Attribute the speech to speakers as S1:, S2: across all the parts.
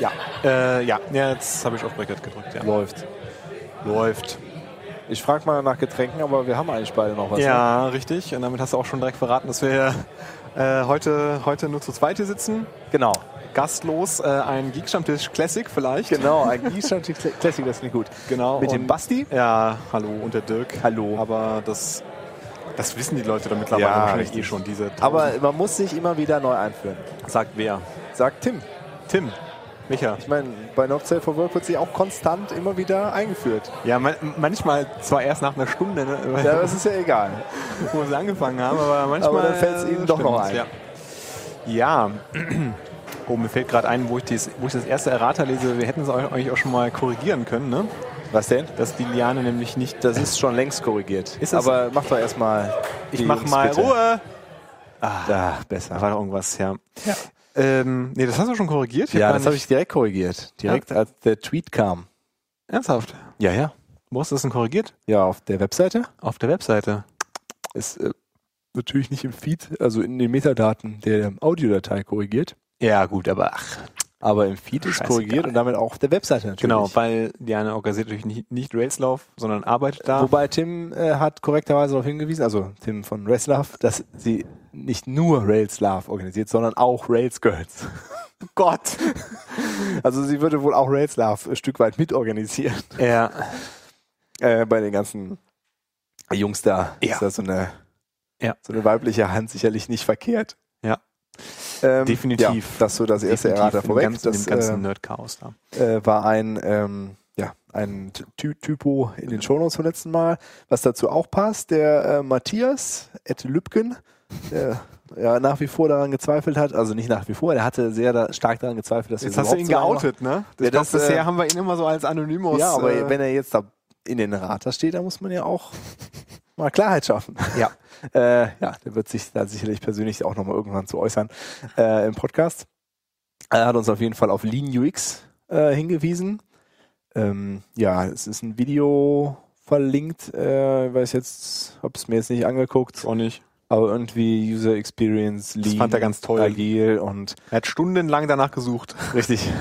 S1: Ja.
S2: Äh, ja. ja, jetzt habe ich auf Record gedrückt. Ja,
S1: Läuft. Läuft. Ich frage mal nach Getränken, aber wir haben eigentlich beide noch was. ne?
S2: ja richtig. Und damit hast du auch schon direkt verraten, dass wir äh, heute, heute nur zu zweit hier sitzen.
S1: Genau.
S2: Gastlos, äh, ein Geek-Stammtisch Classic vielleicht.
S1: Genau, ein Gießstand Classic, das klingt gut.
S2: Genau.
S1: Mit dem
S2: und-
S1: Basti?
S2: Ja, hallo. Und der Dirk.
S1: Hallo.
S2: Aber das, das wissen die Leute dann mittlerweile
S1: Ja,
S2: wahrscheinlich
S1: richtig.
S2: eh schon. Diese
S1: Aber man muss sich immer wieder neu einführen.
S2: sagt wer?
S1: Sagt Tim.
S2: Tim. Micha.
S1: Ich meine, bei No Cell for Work wird sich auch konstant immer wieder eingeführt.
S2: Ja, man, manchmal zwar erst nach einer Stunde, ne,
S1: Ja, das ist ja egal.
S2: wo sie angefangen haben, aber manchmal.
S1: Aber dann fällt's ihnen
S2: äh,
S1: doch noch
S2: stimmt's,
S1: ein.
S2: Ja. ja. Oh, mir fällt gerade ein, wo ich, dies, wo ich das erste Errater lese, wir hätten es euch eigentlich auch schon mal korrigieren können, ne?
S1: Was denn?
S2: Dass die Liane nämlich nicht.
S1: Das ist schon längst korrigiert.
S2: Ist es-
S1: aber mach doch erstmal.
S2: Ich mach mal Ruhe!
S1: Da,
S2: Da
S1: besser.
S2: Ah, war doch irgendwas, ja. Ähm, nee, das hast du schon korrigiert?
S1: Ja, das
S2: hab
S1: habe ich direkt korrigiert. Direkt als der Tweet kam.
S2: Ernsthaft.
S1: Ja, ja.
S2: Wo hast du das denn korrigiert?
S1: Ja, auf der Webseite
S2: Auf der Webseite.
S1: ist äh, natürlich nicht im Feed, also in den Metadaten der Audiodatei korrigiert.
S2: Ja, gut, aber ach.
S1: Aber im Feed ist
S2: Scheißegal.
S1: korrigiert und damit auch auf der Webseite natürlich.
S2: Genau, weil Liane organisiert natürlich nicht, nicht Railslauf, sondern arbeitet da.
S1: Wobei Tim äh, hat korrekterweise darauf hingewiesen, also Tim von Rails Love, dass sie nicht nur Rails Love organisiert, sondern auch Rails Girls.
S2: Oh
S1: Gott! Also sie würde wohl auch Rails Love ein Stück weit mitorganisieren.
S2: ja.
S1: Äh, bei den ganzen Jungs da
S2: Ja.
S1: ist da so eine,
S2: Ja.
S1: so eine weibliche Hand sicherlich nicht verkehrt.
S2: Ja.
S1: Ähm,
S2: Definitiv.
S1: Ja, das so das erste
S2: Definitiv
S1: Errater
S2: im
S1: vorweg.
S2: Ganzen,
S1: das
S2: im ganzen
S1: äh,
S2: Nerd-Chaos da.
S1: äh, war ein, ähm, ja, ein Ty Typo in den Shownotes vom letzten Mal. Was dazu auch passt, der äh, Matthias at Lübken, der ja, nach wie vor daran gezweifelt hat, also nicht nach wie vor, der hatte sehr da, stark daran gezweifelt, dass wir
S2: Jetzt
S1: das
S2: hast du ihn
S1: überhaupt so lange
S2: geoutet, ne?
S1: Ja,
S2: Ich glaub,
S1: das,
S2: bisher
S1: äh,
S2: haben wir ihn immer so als Anonymous.
S1: machen. Ja, aber
S2: äh,
S1: wenn er jetzt da in den Rater steht, da muss man ja auch mal Klarheit schaffen.
S2: ja.
S1: Äh, ja, der wird sich da sicherlich persönlich auch nochmal irgendwann zu äußern äh, im Podcast. Er hat uns auf jeden Fall auf Lean UX äh, hingewiesen. Ähm, ja, es ist ein Video verlinkt. Äh, ich weiß jetzt, hab's mir jetzt nicht angeguckt,
S2: auch nicht.
S1: aber irgendwie User Experience Lean.
S2: fand er ganz toll.
S1: Agil und
S2: Er hat stundenlang danach gesucht,
S1: richtig.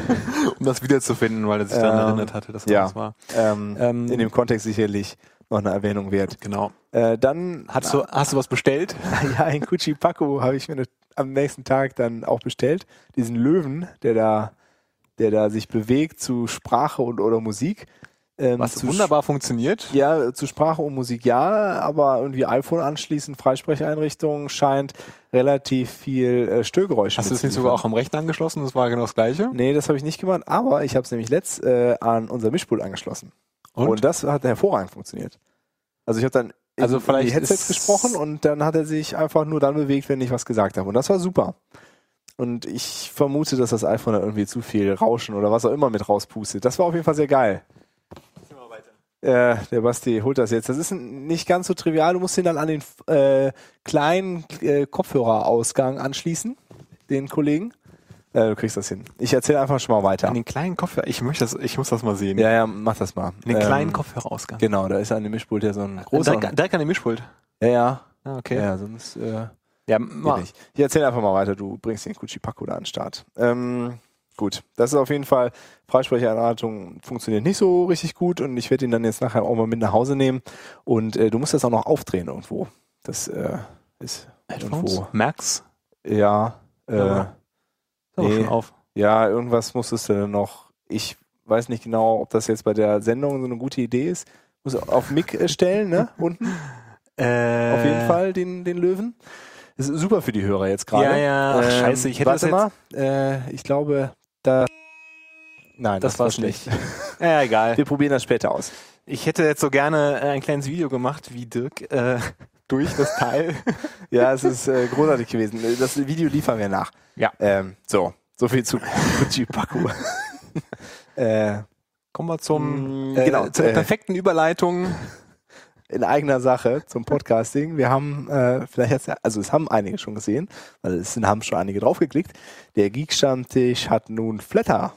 S2: um das wiederzufinden, weil er sich daran
S1: Ähm,
S2: erinnert hatte, dass
S1: ja.
S2: das war.
S1: ähm,
S2: Ähm,
S1: in dem Kontext sicherlich noch eine Erwähnung wert.
S2: Genau.
S1: Äh, dann
S2: Hast du, hast du was bestellt?
S1: ja, ein Kuchi Paco habe ich mir ne, am nächsten Tag dann auch bestellt. Diesen Löwen, der da, der da sich bewegt zu Sprache und oder Musik. Ähm,
S2: Was
S1: zu
S2: wunderbar funktioniert.
S1: Sch- Ja, zu Sprache und Musik ja, aber irgendwie iPhone anschließend, Freisprecheinrichtung scheint relativ viel äh, Störgeräusche.
S2: Hast du das nicht
S1: mitzuliefern.
S2: sogar auch am Rechner angeschlossen? Das war genau das Gleiche.
S1: Nee, das habe ich nicht gemacht, aber ich habe es nämlich letzt äh, an unser Mischpult angeschlossen. Und? das hat hervorragend funktioniert. Also ich habe dann in-
S2: Also
S1: in die
S2: vielleicht
S1: Headsets
S2: ist-
S1: gesprochen und dann hat er sich einfach nur dann bewegt, wenn ich was gesagt habe. Und das war super. Und ich vermute, dass das iPhone da irgendwie zu viel Rauschen oder was auch immer mit rauspustet. Das war auf jeden Fall sehr geil. Äh, der Basti holt das jetzt. Das ist n- nicht ganz so trivial. Du musst ihn dann an den äh, kleinen äh, Kopfhörerausgang anschließen, den Kollegen. Äh, du kriegst das hin. Ich erzähle einfach schon mal weiter.
S2: An den kleinen Kopfhörer. Ich, möchte das, ich muss das mal sehen.
S1: Ja, ja, mach das mal.
S2: An den kleinen
S1: Ähm,
S2: Kopfhörerausgang.
S1: Genau, da ist an dem Mischpult ja so ein großer.
S2: Direkt, direkt an dem Mischpult.
S1: Ja, ja.
S2: Ah, okay.
S1: Ja, sonst äh,
S2: ja
S1: geht
S2: mach.
S1: nicht. Ich erzähle einfach mal weiter, du bringst den Kuchipaku da an den Start. Ähm, gut, das ist auf jeden Fall, Freisprecheranleitung funktioniert nicht so richtig gut und ich werde ihn dann jetzt nachher auch mal mit nach Hause nehmen. Und äh, du musst das auch noch aufdrehen irgendwo. Das äh, ist
S2: Headphones?
S1: irgendwo.
S2: Max?
S1: Ja, äh,
S2: Ja. Ist aber
S1: Nee.
S2: schon auf.
S1: ja, irgendwas musstest du dann noch. Ich weiß nicht genau, ob das jetzt bei der Sendung so eine gute Idee ist. Muss auf Mick äh, stellen, ne? Unten. auf jeden Fall den, den Löwen. Das ist super für die Hörer jetzt gerade.
S2: Ja, ja. Ach, scheiße, ich hätte
S1: ähm, warte
S2: das
S1: mal. Äh, ich glaube, da. Nein,
S2: Das war Ja, egal.
S1: Wir probieren das später aus.
S2: Ich hätte jetzt so gerne äh, ein kleines Video gemacht, wie Dirk äh, durch das Teil.
S1: Ja, es ist äh, großartig gewesen. Das Video liefern wir nach.
S2: Ja.
S1: Ähm, so, so viel zu Gucci Paku. äh,
S2: Kommen wir zum
S1: Mm, genau,
S2: zur
S1: äh,
S2: perfekten Überleitung.
S1: in eigener Sache zum Podcasting. Wir haben äh, vielleicht hat's ja, also es haben einige schon gesehen, weil es sind- haben schon einige draufgeklickt. Der Geek-Stammtisch hat nun Flatter.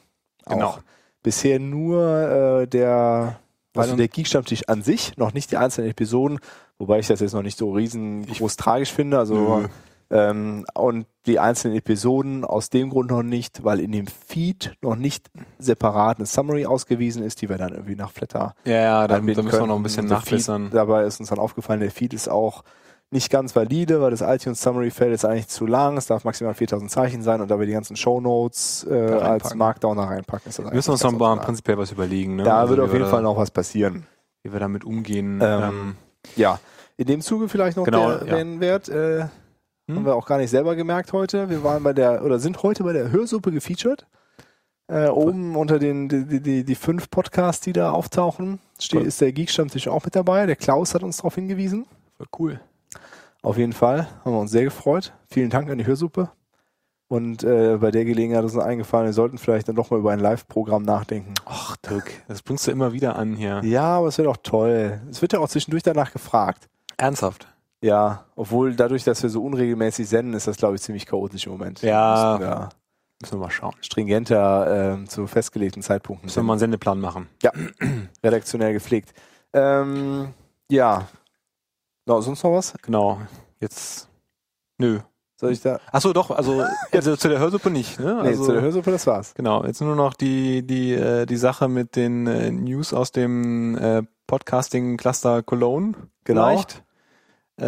S1: Auch.
S2: Genau.
S1: Bisher nur äh, der, also
S2: Weil-
S1: der Geek-Stammtisch an sich, noch nicht die einzelnen Episoden, wobei ich das jetzt noch nicht so riesengroß tragisch finde. Also
S2: Nö.
S1: Ähm, und die einzelnen Episoden aus dem Grund noch nicht, weil in dem Feed noch nicht separat eine Summary ausgewiesen ist, die wir dann irgendwie nach Flatter
S2: Ja, ja, da, da
S1: anbieten
S2: müssen wir noch ein
S1: können.
S2: bisschen
S1: Der
S2: nachbessern.
S1: Feed, dabei ist uns dann aufgefallen, der Feed ist auch nicht ganz valide, weil das iTunes Summary Feld ist eigentlich zu lang. Es darf maximal 4000 Zeichen sein und da wir die ganzen Shownotes äh, als
S2: reinpacken.
S1: Markdown da reinpacken. Ist das
S2: Wir müssen
S1: eigentlich
S2: uns noch
S1: ganz
S2: mal
S1: optimal.
S2: prinzipiell was überlegen. Ne?
S1: Da
S2: Also,
S1: wird
S2: wie
S1: auf
S2: wir
S1: jeden
S2: da-
S1: Fall noch was passieren.
S2: Wie wir damit umgehen.
S1: Ähm,
S2: ähm,
S1: Ja, in dem Zuge vielleicht noch
S2: Genau,
S1: der
S2: ja.
S1: Erwähnenwert. Äh,
S2: Hm?
S1: Haben wir auch gar nicht selber gemerkt heute. Wir waren bei der, oder sind heute bei der Hörsuppe gefeatured. Äh, oben unter den die, die- die, die fünf Podcasts, die da auftauchen, steht,
S2: Cool.
S1: ist der Geek-Stammtisch auch mit dabei. Der Klaus hat uns darauf hingewiesen.
S2: voll cool.
S1: Auf jeden Fall haben wir uns sehr gefreut. Vielen Dank an die Hörsuppe. Und äh, bei der Gelegenheit ist uns eingefallen, wir sollten vielleicht dann doch mal über ein Live-Programm nachdenken.
S2: Ach, Dirk, das bringst du immer wieder an hier.
S1: Ja, aber es wird auch toll. Es wird ja auch zwischendurch danach gefragt.
S2: Ernsthaft.
S1: Ja, obwohl dadurch, dass wir so unregelmäßig senden, ist das, glaube ich, ziemlich chaotisch im Moment.
S2: Ja.
S1: Müssen wir
S2: Müssen wir mal schauen.
S1: stringenter ähm, zu festgelegten Zeitpunkten.
S2: Müssen wir mal einen Sendeplan machen.
S1: redaktionell gepflegt. Ähm, ja. No, sonst noch was?
S2: Genau. Jetzt. Nö.
S1: Soll ich da?
S2: Achso, doch, also, also zu der Hörsuppe nicht, ne?
S1: Nee,
S2: also,
S1: zu der Hörsuppe, das war's.
S2: Genau, jetzt nur noch die, die, äh, die Sache mit den äh, News aus dem äh, Podcasting-Cluster Cologne.
S1: Genau.
S2: Vielleicht.
S1: Hier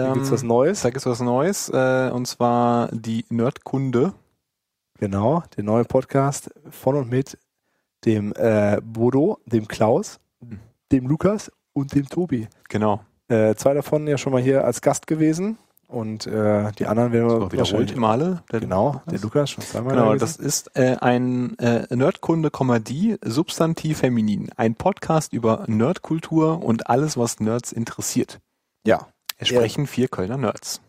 S2: Ähm,
S1: gibt's was Neues.
S2: da gibt's was Neues, äh, und zwar die Nerdkunde.
S1: Genau, der neue Podcast von und mit dem äh, Bodo, dem Klaus, dem Lukas und dem Tobi.
S2: Genau.
S1: Äh, zwei davon ja schon mal hier als Gast gewesen und äh, die anderen werden wir wahrscheinlich-
S2: immer alle. Der-
S1: Genau, der Lukas schon zweimal.
S2: Genau,
S1: gewesen.
S2: das ist äh, ein äh, Nerdkunde-Komödie, Substantiv Feminin. Ein Podcast über Nerdkultur und alles, was Nerds interessiert.
S1: ja.
S2: Es
S1: Ja.
S2: sprechen vier Kölner Nerds.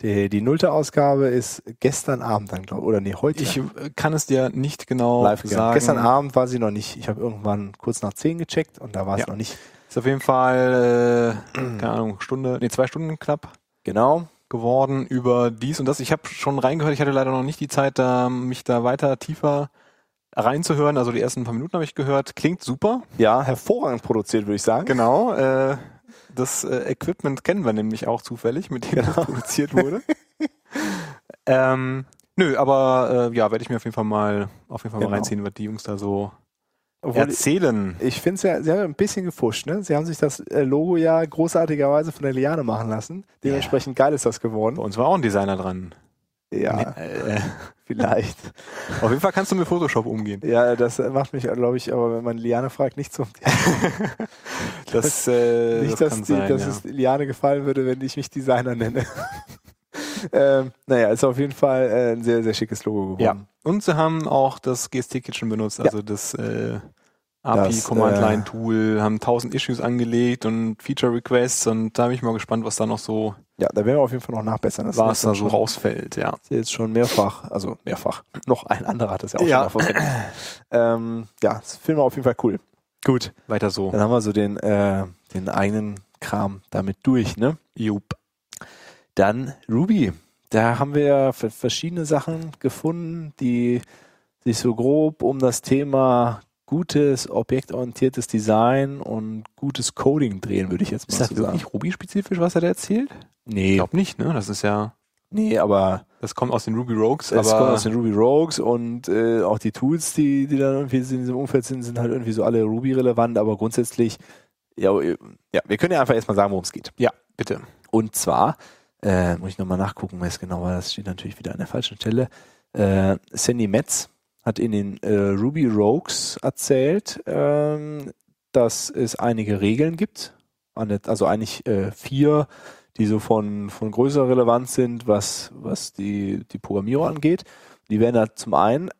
S1: Die, die nullte Ausgabe ist gestern Abend dann, glaube oder nee, heute.
S2: Ich äh, kann es dir nicht genau
S1: live gegangen.
S2: sagen.
S1: Gestern Abend war sie noch nicht. Ich habe irgendwann kurz nach 10 gecheckt und da war es
S2: Ja.
S1: noch nicht.
S2: Ist auf jeden Fall, äh, keine Ahnung, Stunde, nee, zwei Stunden knapp
S1: Genau.
S2: geworden über dies und das. Ich habe schon reingehört, ich hatte leider noch nicht die Zeit, da, mich da weiter tiefer reinzuhören. Also die ersten paar Minuten habe ich gehört. Klingt super.
S1: Ja, hervorragend produziert, würde ich sagen.
S2: Genau. Äh, das äh, Equipment kennen wir nämlich auch zufällig, mit dem das produziert wurde. ähm, nö, aber äh, ja, werde ich mir auf jeden Fall mal auf jeden Fall
S1: Genau.
S2: mal reinziehen, was die Jungs da so
S1: Obwohl,
S2: erzählen.
S1: ich finde es ja, sie haben ja ein bisschen gefuscht, ne? Sie haben sich das äh, Logo ja großartigerweise von der Liane machen lassen. Dementsprechend geil ist das
S2: Bei
S1: geworden.
S2: uns war auch ein Designer dran.
S1: Ja,
S2: Äh,
S1: vielleicht.
S2: auf jeden Fall kannst du mit Photoshop umgehen.
S1: Ja, das macht mich, glaube ich, aber wenn man Liane fragt, nicht zum Thema.
S2: Das, äh,
S1: Nicht,
S2: das
S1: dass,
S2: kann
S1: die,
S2: sein,
S1: dass
S2: ja.
S1: es Liane gefallen würde, wenn ich mich Designer nenne. ähm, naja, ist auf jeden Fall äh, ein sehr, sehr schickes Logo geworden.
S2: ja. Und sie haben auch das GST Kitchen benutzt, also das äh, API
S1: Das,
S2: Command
S1: äh,
S2: Line Tool, haben 1000 Issues angelegt und Feature Requests und da bin ich mal gespannt, was da noch so
S1: Ja, da werden wir auf jeden Fall noch nachbessern. Das
S2: was
S1: ist
S2: da
S1: dann
S2: so
S1: schon-
S2: rausfällt, ja.
S1: ist jetzt schon mehrfach, also mehrfach. Noch ein anderer hat das ja auch
S2: Ja.
S1: schon mal verwendet. ähm, ja, das finden wir auf jeden Fall cool. Gut.
S2: Weiter so.
S1: Dann haben wir so den, äh, den eigenen Kram damit durch, ne?
S2: Jupp.
S1: Dann Ruby. Da haben wir ver- verschiedene Sachen gefunden, die sich so grob um das Thema gutes, objektorientiertes Design und gutes Coding drehen, würde ich jetzt mal
S2: Ist das
S1: so sagen.
S2: wirklich Ruby-spezifisch, was er da erzählt? Ich
S1: Nee,
S2: glaube nicht, ne? Das ist ja,
S1: nee, aber
S2: das kommt aus den Ruby Rogues,
S1: Es kommt
S2: aber
S1: aus den Ruby Rogues und äh, auch die Tools, die, die dann irgendwie in diesem Umfeld sind, sind halt irgendwie so alle Ruby-relevant, aber grundsätzlich, ja, äh, ja, wir können ja einfach erstmal sagen, worum es geht.
S2: ja, bitte.
S1: Und zwar, äh, muss ich nochmal nachgucken, wer es genau war, das steht natürlich wieder an der falschen Stelle. Äh, Sandy Metz hat in den äh, Ruby Rogues erzählt, ähm, dass es einige Regeln gibt, an der- also eigentlich äh, vier, die so von, von größerer Relevanz sind, was, was die, die Programmierung angeht. Die wären da zum einen,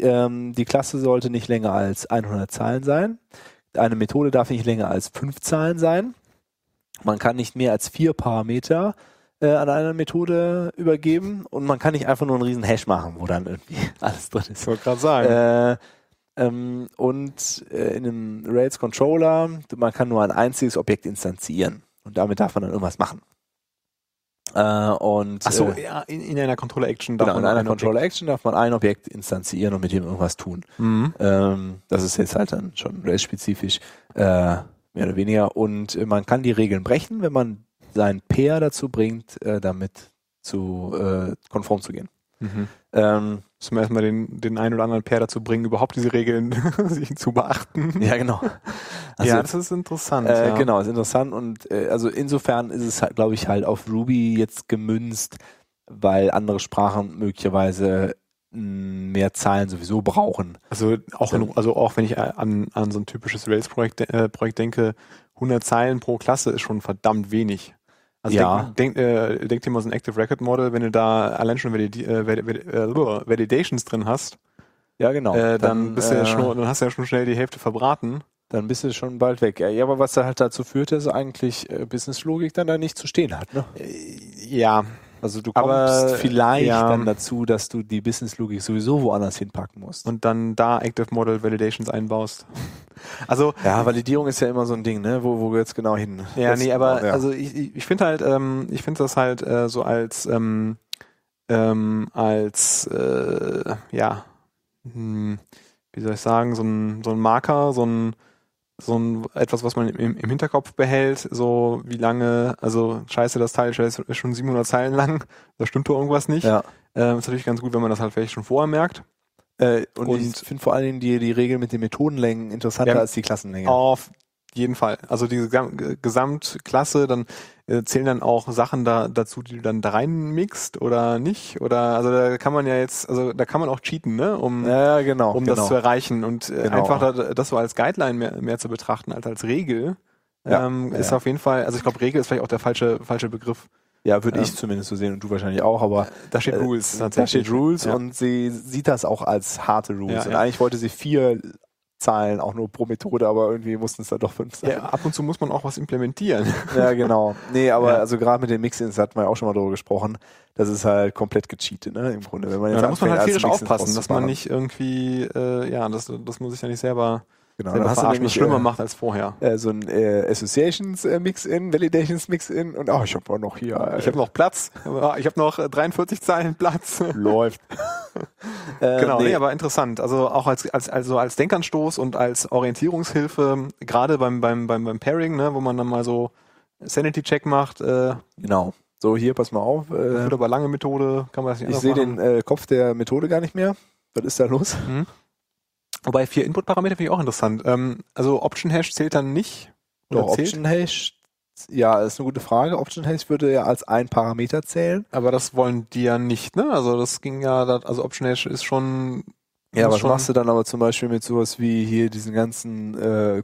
S1: ähm, die Klasse sollte nicht länger als 100 Zeilen sein. Eine Methode darf nicht länger als fünf Zeilen sein. Man kann nicht mehr als vier Parameter äh, an eine Methode übergeben und man kann nicht einfach nur einen riesen Hash machen, wo dann irgendwie alles drin ist.
S2: wollte gerade sagen.
S1: Äh, ähm, und äh, in einem Rails Controller, man kann nur ein einziges Objekt instanzieren und damit darf man dann irgendwas machen. Äh, und
S2: Achso,
S1: äh,
S2: ja, in, in einer Controller-Action
S1: genau, in einer
S2: ein
S1: Controller Action darf man ein Objekt instanzieren und mit dem irgendwas tun.
S2: Objekt- Mhm.
S1: Ähm, das ist jetzt halt dann schon race-spezifisch, äh, mehr oder weniger. Und äh, man kann die Regeln brechen, wenn man seinen Pair dazu bringt, äh, damit zu äh, konform zu gehen.
S2: Mhm.
S1: Ähm,
S2: Müssen wir erstmal den, den einen oder anderen Pair dazu bringen, überhaupt diese Regeln sich zu beachten.
S1: ja, genau. Also,
S2: ja, das ist interessant.
S1: Äh,
S2: ja.
S1: Genau, ist interessant und äh, also insofern ist es halt, glaube ich, halt auf Ruby jetzt gemünzt, weil andere Sprachen möglicherweise mh, mehr Zahlen sowieso brauchen.
S2: Also auch, in, also auch wenn ich äh, an, an so ein typisches Rails-Projekt äh, Projekt denke, 100 Zeilen pro Klasse ist schon verdammt wenig. Also
S1: Ja.
S2: denk, denk, äh, denk dir mal so ein Active Record Model, wenn du da allein schon Valid äh, Valid äh, Validations drin hast,
S1: Ja, genau.
S2: äh, dann, bist du ja
S1: äh,
S2: schon, dann hast du ja schon schnell die Hälfte verbraten.
S1: dann bist du schon bald weg. Ja, aber was da halt dazu führt, ist eigentlich äh, Businesslogik dann da nicht zu stehen hat. Ne?
S2: Ja,
S1: Also du kommst
S2: Aber,
S1: vielleicht
S2: ja.
S1: dann dazu, dass du die Businesslogik sowieso woanders hinpacken musst.
S2: und dann da Active Model Validations einbaust. Also
S1: ja, Validierung ist ja immer so ein Ding, ne? Wo, wo geht's genau hin?
S2: Ja,
S1: Das-
S2: nee, aber
S1: ja.
S2: also ich, ich- ich finde halt, ähm, ich finde das halt äh, so als ähm, ähm, als äh, ja, hm, wie soll ich sagen, so ein so ein Marker, so ein so ein etwas, was man im, im Hinterkopf behält, so wie lange, also scheiße, das Teil ist schon 700 Zeilen lang, da stimmt doch irgendwas nicht.
S1: ja.
S2: Ähm, ist natürlich ganz gut, wenn man das halt vielleicht schon vorher merkt.
S1: Äh, und,
S2: Und-
S1: ich finde vor allen Dingen die, die Regel mit den Methodenlängen interessanter
S2: Ja.
S1: als die Klassenlänge.
S2: Auf jeden Fall. Also die Gesam- Ge- Gesamtklasse, dann äh, zählen dann auch Sachen da, dazu, die du dann da reinmixst oder nicht. Oder also da kann man ja jetzt, also da kann man auch cheaten, ne? Um,
S1: Ja, genau.
S2: um das zu erreichen. Und äh,
S1: Genau.
S2: einfach da, das so als Guideline mehr, mehr zu betrachten als als Regel.
S1: Ja.
S2: Ähm,
S1: Ja,
S2: ist
S1: ja.
S2: auf jeden Fall, also ich glaube, Regel ist vielleicht auch der falsche, falsche Begriff.
S1: ja, würde ich
S2: Ähm,
S1: zumindest so sehen und du wahrscheinlich auch, aber
S2: Da steht
S1: äh,
S2: Rules
S1: da steht Rules
S2: Ja.
S1: und sie sieht das auch als harte Rules.
S2: Ja,
S1: und
S2: ja.
S1: eigentlich wollte sie vier Zahlen auch nur pro Methode, aber irgendwie mussten es dann doch fünf sein.
S2: Ja, ab und zu muss man auch was implementieren.
S1: Ja, genau. Nee, aber
S2: Ja.
S1: also gerade mit den Mixins da hatten wir ja auch schon mal drüber gesprochen. Das ist halt komplett gecheatet, ne? Im Grunde. Wenn man
S2: Ja, da muss man halt
S1: als
S2: tierisch
S1: Mixins
S2: aufpassen, dass
S1: rauszuballern.
S2: man nicht irgendwie, äh, ja, das, das muss ich ja nicht selber
S1: genau,
S2: selber
S1: dann hast du
S2: verarschen,
S1: nämlich
S2: was schlimmer
S1: äh,
S2: macht als vorher.
S1: äh, so ein äh, Associations äh, Mix-In, Validations Mix-In und oh, ich habe auch noch hier. Äh,
S2: Ich habe noch Platz. Ich habe noch äh, 43 Zeilen Platz.
S1: läuft. äh,
S2: Genau, nee. aber interessant. Also auch als, als, also als Denkanstoß und als Orientierungshilfe, gerade beim, beim, beim, beim Pairing, ne, wo man dann mal so Sanity-Check macht, äh,
S1: genau. So, hier, pass mal auf. Äh,
S2: wird aber lange Methode, kann man das nicht
S1: ich
S2: anders
S1: sehe
S2: machen.
S1: den äh, Kopf der Methode gar nicht mehr. Was ist da los?
S2: Wobei vier Input-Parameter finde ich auch interessant. Ähm, also Option-Hash zählt dann nicht. Oder zählt,
S1: Hash. Ja, ist eine gute Frage. Option Hash würde ja als ein Parameter zählen.
S2: aber das wollen die ja nicht, ne? Also das ging ja, da- also Option-Hash ist schon
S1: Ja,
S2: Muss
S1: was
S2: schon-
S1: machst du dann aber zum Beispiel mit sowas wie hier diesen ganzen äh,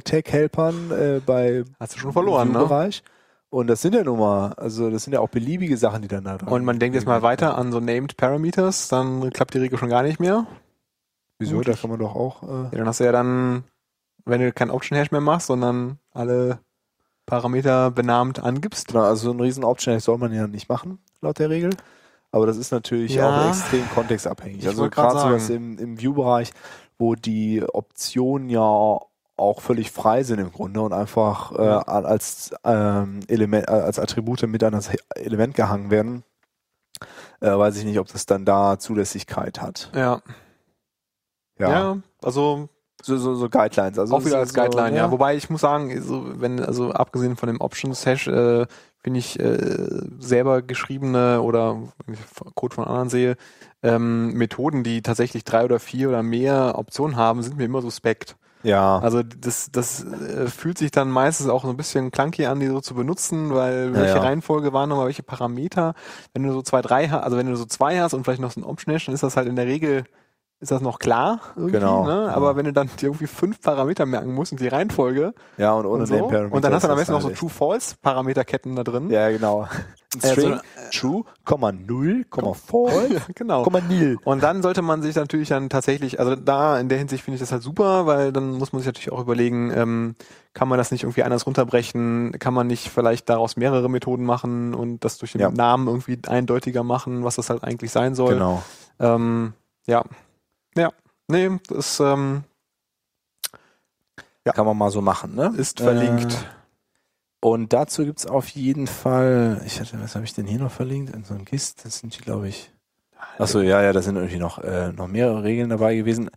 S1: Content-Tech-Helpern äh, bei
S2: Hast du schon verloren, ne?
S1: Bereich? Und das sind ja nun mal, also das sind ja auch beliebige Sachen, die dann da dran
S2: Und man denkt jetzt mal weiter an so Named Parameters, dann klappt die Regel schon gar nicht mehr.
S1: Wieso? Da kann man doch auch. Äh,
S2: Ja, dann hast du ja dann, wenn du kein Option Hash mehr machst, sondern alle Parameter benannt angibst.
S1: genau, also so einen riesen Option-Hash soll man ja nicht machen, laut der Regel. Aber das ist natürlich
S2: Ja.
S1: auch extrem kontextabhängig.
S2: Ich
S1: also
S2: wollte grad
S1: gerade sowas
S2: sagen.
S1: im, im View-Bereich, wo die Optionen ja auch völlig frei sind im Grunde und einfach äh,
S2: Ja.
S1: als ähm, Element, äh, als Attribute mit an das He- Element gehangen werden, äh, weiß ich nicht, ob das dann da Zulässigkeit hat.
S2: Ja, ja. also
S1: So, so, so Guidelines. Also
S2: auch wieder
S1: es
S2: als
S1: ist
S2: Guideline,
S1: so,
S2: ja. Wobei ich muss sagen, so, wenn, also abgesehen von dem Options Hash, äh, finde ich äh, selber geschriebene oder wenn ich Code von anderen sehe, ähm, Methoden, die tatsächlich drei oder vier oder mehr Optionen haben, sind mir immer suspekt.
S1: Ja.
S2: Also das, das äh, fühlt sich dann meistens auch so ein bisschen clunky an, die so zu benutzen, weil
S1: Ja,
S2: welche
S1: ja.
S2: Reihenfolge waren nochmal welche Parameter. Wenn du so zwei, drei hast, also wenn du so zwei hast und vielleicht noch so ein Option hast, dann ist das halt in der Regel, ist das noch klar irgendwie,
S1: Genau,
S2: ne?
S1: ja.
S2: Aber wenn du dann dir irgendwie fünf Parameter merken musst und die Reihenfolge
S1: ja, und ohne
S2: und, so,
S1: Name
S2: und dann hast du
S1: Parameters
S2: dann am besten noch so
S1: ist
S2: True-False-Parameterketten da drin.
S1: halt- Ja, genau. Ein
S2: Äh, so-
S1: String, true, Komma null, Komma false,
S2: genau.
S1: Komma nil.
S2: Und dann sollte man sich natürlich dann tatsächlich, also da in der Hinsicht finde ich das halt super, weil dann muss man sich natürlich auch überlegen, ähm, kann man das nicht irgendwie anders runterbrechen, kann man nicht vielleicht daraus mehrere Methoden machen und das durch den
S1: Ja. Genau.
S2: Namen irgendwie eindeutiger machen, was das halt eigentlich sein soll. Ähm, ja. Ja. Nee, das ähm,
S1: Kann man mal so machen, ne?
S2: ist
S1: Äh,
S2: verlinkt.
S1: Und dazu gibt es auf jeden Fall, ich hatte, was habe ich denn hier noch verlinkt? In so einem Gist, das sind die, glaube ich. Achso, ja, ja, da sind irgendwie noch, äh, noch mehrere Regeln dabei gewesen.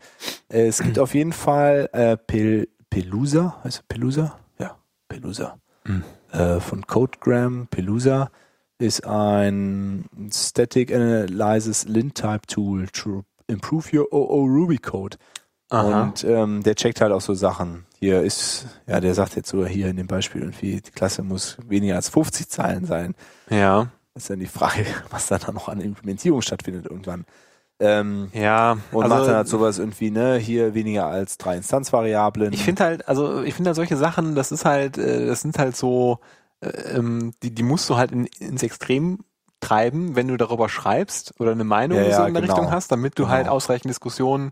S1: Äh, es gibt auf jeden Fall äh, Pel Pelusa, heißt er Pelusa? Ja, Pelusa.
S2: Mhm.
S1: Äh, von Codegram, Pelusa. ist ein Static Analysis Lint Type Tool to improve your OO Ruby Code.
S2: Äh,
S1: Und ähm, der checkt halt auch so Sachen. Hier ist, ja, der sagt jetzt so hier in dem Beispiel irgendwie, die Klasse muss weniger als 50 Zeilen sein.
S2: ja.
S1: Ist dann die Frage, was dann da noch an Implementierung stattfindet irgendwann. Ähm,
S2: Ja.
S1: und
S2: also,
S1: macht dann halt sowas irgendwie, ne, hier weniger als drei Instanzvariablen.
S2: Ich finde halt, also ich finde halt solche Sachen, das ist halt, äh, das sind halt so, äh, ähm, die, die musst du halt in, ins Extrem treiben, wenn du darüber schreibst oder eine Meinung
S1: Ja,
S2: so
S1: ja,
S2: in der
S1: genau.
S2: Richtung hast, damit du halt
S1: Genau.
S2: ausreichend Diskussionen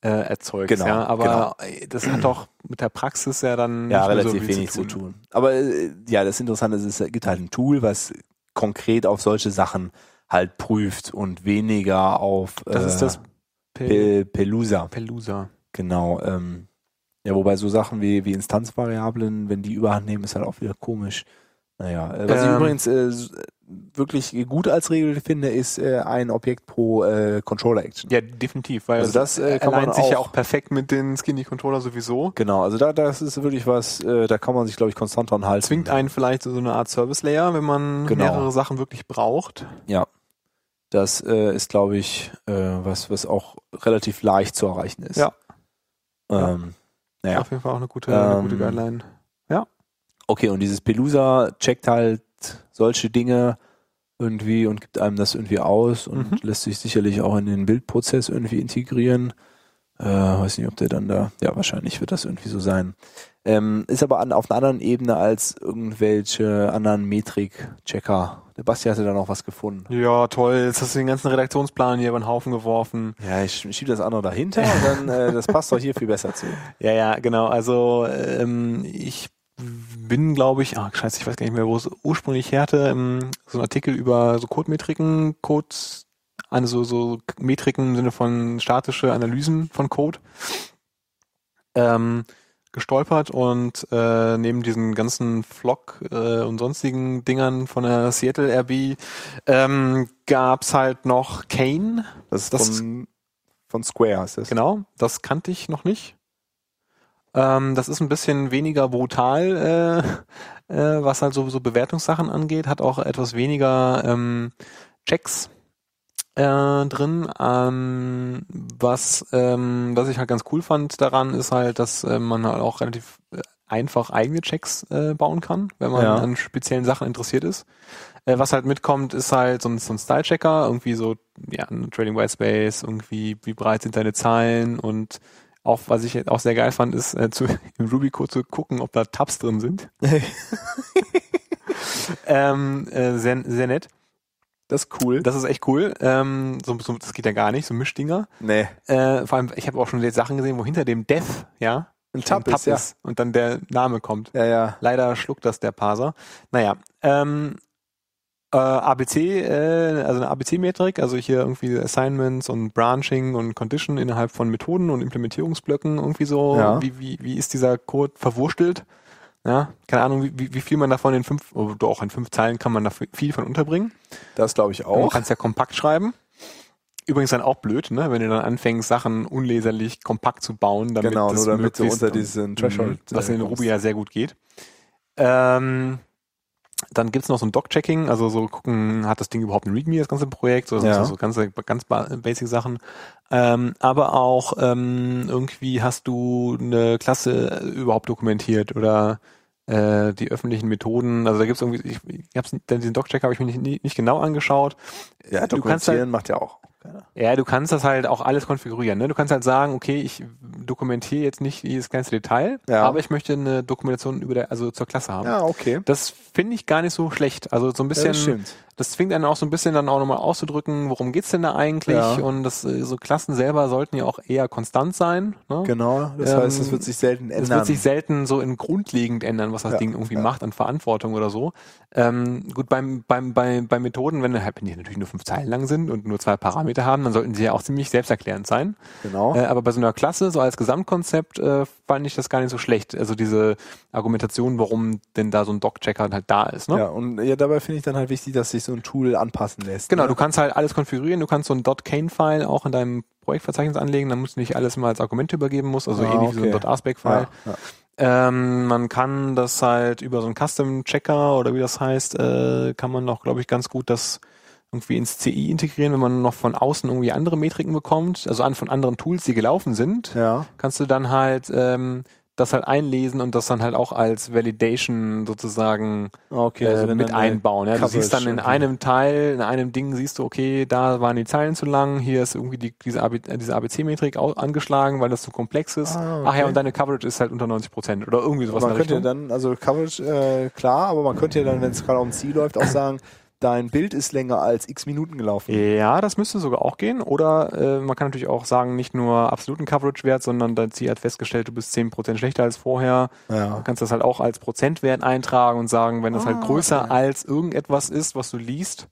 S2: äh, erzeugst.
S1: Genau,
S2: ja. Aber äh, das hat doch mit der Praxis ja dann
S1: ja,
S2: nicht mehr so
S1: relativ
S2: viel
S1: wenig zu tun. Aber äh, ja, das Interessante ist, es gibt halt ein Tool, was konkret auf solche Sachen halt prüft und weniger auf äh,
S2: Das ist das
S1: Pe
S2: Pel
S1: Pelusa.
S2: Pelusa.
S1: Genau. Ähm, ja, wobei so Sachen wie, wie Instanzvariablen, wenn die überhand nehmen, ist halt auch wieder komisch. Naja, äh, was
S2: Ähm.
S1: ich übrigens äh, s- wirklich gut als Regel finde, ist äh, ein Objekt pro äh, Controller-Action.
S2: Ja, definitiv, weil
S1: Also das, äh, kann
S2: allein
S1: man
S2: sich ja
S1: auch-
S2: auch perfekt mit den Skinny Controller sowieso.
S1: Genau, also da, das ist wirklich was, äh, da kann man sich, glaube ich, konstant dran halten.
S2: Zwingt einen vielleicht zu so eine Art Service Layer, wenn man
S1: Genau.
S2: mehrere Sachen wirklich braucht.
S1: Das äh, ist, glaube ich, äh, was, was auch relativ leicht zu erreichen ist.
S2: Ja.
S1: Ähm, Ja.
S2: Auf jeden Fall auch eine gute, eine gute
S1: Ähm,
S2: Guideline.
S1: okay, und dieses Pelusa checkt halt solche Dinge irgendwie und gibt einem das irgendwie aus und
S2: Mhm.
S1: lässt sich sicherlich auch in den Bildprozess irgendwie integrieren. Äh, weiß nicht, ob der dann da, ja, wahrscheinlich wird das irgendwie so sein. Ähm, ist aber an, auf einer anderen Ebene als irgendwelche anderen Metrik-Checker. Der Basti hatte da noch was gefunden.
S2: Ja, toll. Jetzt hast du den ganzen Redaktionsplan hier über den Haufen geworfen.
S1: Ja, ich schiebe das andere dahinter und dann, äh, das passt doch hier viel besser zu.
S2: Ja, ja, genau. Also ähm, ich bin, glaube ich, ah, scheiße, ich weiß gar nicht mehr, wo es ursprünglich herte, ähm, so ein Artikel über so Codemetriken, Codes, also so Metriken im Sinne von statische Analysen von Code ähm, gestolpert und äh, neben diesen ganzen Flock äh, und sonstigen Dingern von der Seattle RB ähm, gab's halt noch Kane,
S1: Das ist
S2: Das-
S1: von, von Square ist das.
S2: Genau, das kannte ich noch nicht. Ähm, das ist ein bisschen weniger brutal, äh, äh, was halt so, so Bewertungssachen angeht, hat auch etwas weniger ähm, Checks äh, drin. Ähm, was, ähm, was ich halt ganz cool fand daran, ist halt, dass äh, man halt auch relativ äh, einfach eigene Checks äh, bauen kann, wenn man
S1: Ja.
S2: an speziellen Sachen interessiert ist. Äh, was halt mitkommt, ist halt so ein, so ein Style-Checker, irgendwie so, ja, ein Trading White Space, irgendwie, wie breit sind deine Zeilen und auch, was ich jetzt auch sehr geil fand, ist äh, zu, im Ruby-Code zu gucken, ob da Tabs drin sind. ähm, äh, sehr, sehr nett.
S1: Das ist cool.
S2: Das ist echt cool. Ähm, so, so, das geht ja gar nicht, so Mischdinger.
S1: nee.
S2: Äh, vor allem, ich habe auch schon jetzt Sachen gesehen, wo hinter dem Dev, ja,
S1: Ein
S2: ein und dann der Name kommt.
S1: Ja, ja.
S2: Leider schluckt das der Parser. Naja, ähm, äh, ABC, äh, also eine ABC-Metrik, also hier irgendwie Assignments und Branching und Condition innerhalb von Methoden und Implementierungsblöcken irgendwie so.
S1: Ja.
S2: Wie, wie, wie ist dieser Code verwurstelt? Ja, keine Ahnung, wie- wie, wie viel man davon in fünf, oh, doch, in fünf Zeilen kann man da viel von unterbringen.
S1: Das glaube ich
S2: Du
S1: auch.
S2: kannst ja kompakt schreiben. Übrigens dann auch blöd, ne? wenn du dann anfängst, Sachen unleserlich kompakt zu bauen, damit
S1: genau,
S2: das
S1: nur damit du
S2: möglichst-
S1: unter diesen Threshold. äh,
S2: Mhm, was in
S1: kommst.
S2: Ruby ja sehr gut geht. Ähm, dann gibt's noch so ein Doc-Checking, also so gucken, hat das Ding überhaupt ein README, das ganze Projekt, so,
S1: Ja.
S2: so ganze, ganz ba- basic Sachen. Ähm, aber auch ähm, irgendwie hast du eine Klasse äh, überhaupt dokumentiert oder äh, die öffentlichen Methoden, also da gibt's irgendwie, ich, ich hab's, denn diesen Doc-Checker habe ich mir nicht, nicht, nicht genau angeschaut,
S1: Ja,
S2: du kannst halt-
S1: dokumentieren macht ja auch.
S2: ja, du kannst das halt auch alles konfigurieren. Ne? Du kannst halt sagen, okay, ich dokumentiere jetzt nicht jedes kleinste Detail,
S1: Ja.
S2: aber ich möchte eine Dokumentation über der, also zur Klasse haben.
S1: okay.
S2: Das finde ich gar nicht so schlecht. Also so ein bisschen,
S1: das
S2: das,
S1: stimmt.
S2: zwingt einen auch so ein bisschen dann auch nochmal auszudrücken, worum geht's denn da eigentlich?
S1: Ja.
S2: Und das, äh, so Klassen selber sollten ja auch eher konstant sein. Ne?
S1: Genau. Das
S2: Ähm,
S1: heißt, es wird sich selten ändern.
S2: Es wird sich selten so in grundlegend ändern, was das
S1: Ja,
S2: Ding irgendwie
S1: ja.
S2: macht an Verantwortung oder so. Ähm, gut, beim, beim, bei, bei Methoden, wenn, halt, wenn die natürlich nur fünf Zeilen lang sind und nur zwei Parameter haben, dann sollten sie ja auch ziemlich selbsterklärend sein.
S1: genau.
S2: Äh, aber bei so einer Klasse, so als Gesamtkonzept, äh, fand ich das gar nicht so schlecht. Also diese Argumentation, warum denn da so ein Doc-Checker halt da ist. Ne?
S1: Ja, und ja, dabei finde ich dann halt wichtig, dass sich so ein Tool anpassen lässt.
S2: Genau,
S1: ne?
S2: du kannst halt alles konfigurieren, du kannst so ein .cane-File auch in deinem Projektverzeichnis anlegen, dann musst du nicht alles immer als Argumente übergeben musst, also
S1: Ah,
S2: ähnlich wie so
S1: okay.
S2: ein .aspect-File.
S1: ja, ja.
S2: Ähm, man kann das halt über so einen Custom-Checker oder wie das heißt, äh, kann man noch, glaube ich, ganz gut das irgendwie ins CI integrieren, wenn man noch von außen irgendwie andere Metriken bekommt, also an von anderen Tools, die gelaufen sind,
S1: Ja.
S2: kannst du dann halt ähm, das halt einlesen und das dann halt auch als Validation sozusagen
S1: Okay, also
S2: äh, mit einbauen. Ja? Du
S1: Coverage
S2: siehst dann in
S1: irgendwie.
S2: einem Teil, in einem Ding siehst du, okay, da waren die Zeilen zu lang, hier ist irgendwie die, diese, AB, äh, diese ABC-Metrik au- angeschlagen, weil das zu komplex ist.
S1: Ah,
S2: Ach ja,
S1: okay.
S2: und deine Coverage ist halt unter 90 Prozent oder irgendwie sowas.
S1: man
S2: in der
S1: könnte ja
S2: Richtung.
S1: dann, also Coverage, äh, klar, aber man könnte ja dann, wenn es gerade um Ziel läuft, auch sagen, dein Bild ist länger als x Minuten gelaufen.
S2: ja, das müsste sogar auch gehen. Oder äh, man kann natürlich auch sagen, nicht nur absoluten Coverage-Wert, sondern dein Ziel hat halt festgestellt, du bist 10% schlechter als vorher.
S1: Ja.
S2: Du kannst das halt auch als Prozentwert eintragen und sagen, wenn das halt
S1: Ah,
S2: größer als irgendetwas ist, was du liest.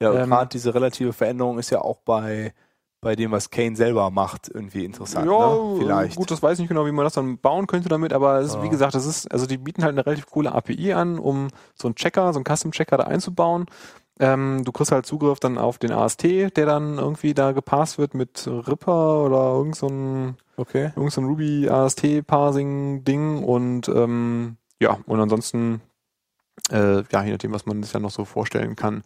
S1: Ja, und
S2: Ähm,
S1: gerade diese relative Veränderung ist ja auch bei, bei dem, was Kane selber macht, irgendwie interessant. ne? vielleicht.
S2: äh, gut, das weiß ich nicht genau, wie man das dann bauen könnte damit, aber es ist, wie
S1: Ja.
S2: gesagt, das ist, also die bieten halt eine relativ coole API an, um so einen Checker, so einen Custom-Checker da einzubauen. Ähm, du kriegst halt Zugriff dann auf den AST, der dann irgendwie da gepasst wird mit Ripper oder irgend so ein
S1: Okay.
S2: irgend so ein Ruby AST Parsing Ding und ähm, ja und ansonsten äh, ja je nachdem was man sich ja noch so vorstellen kann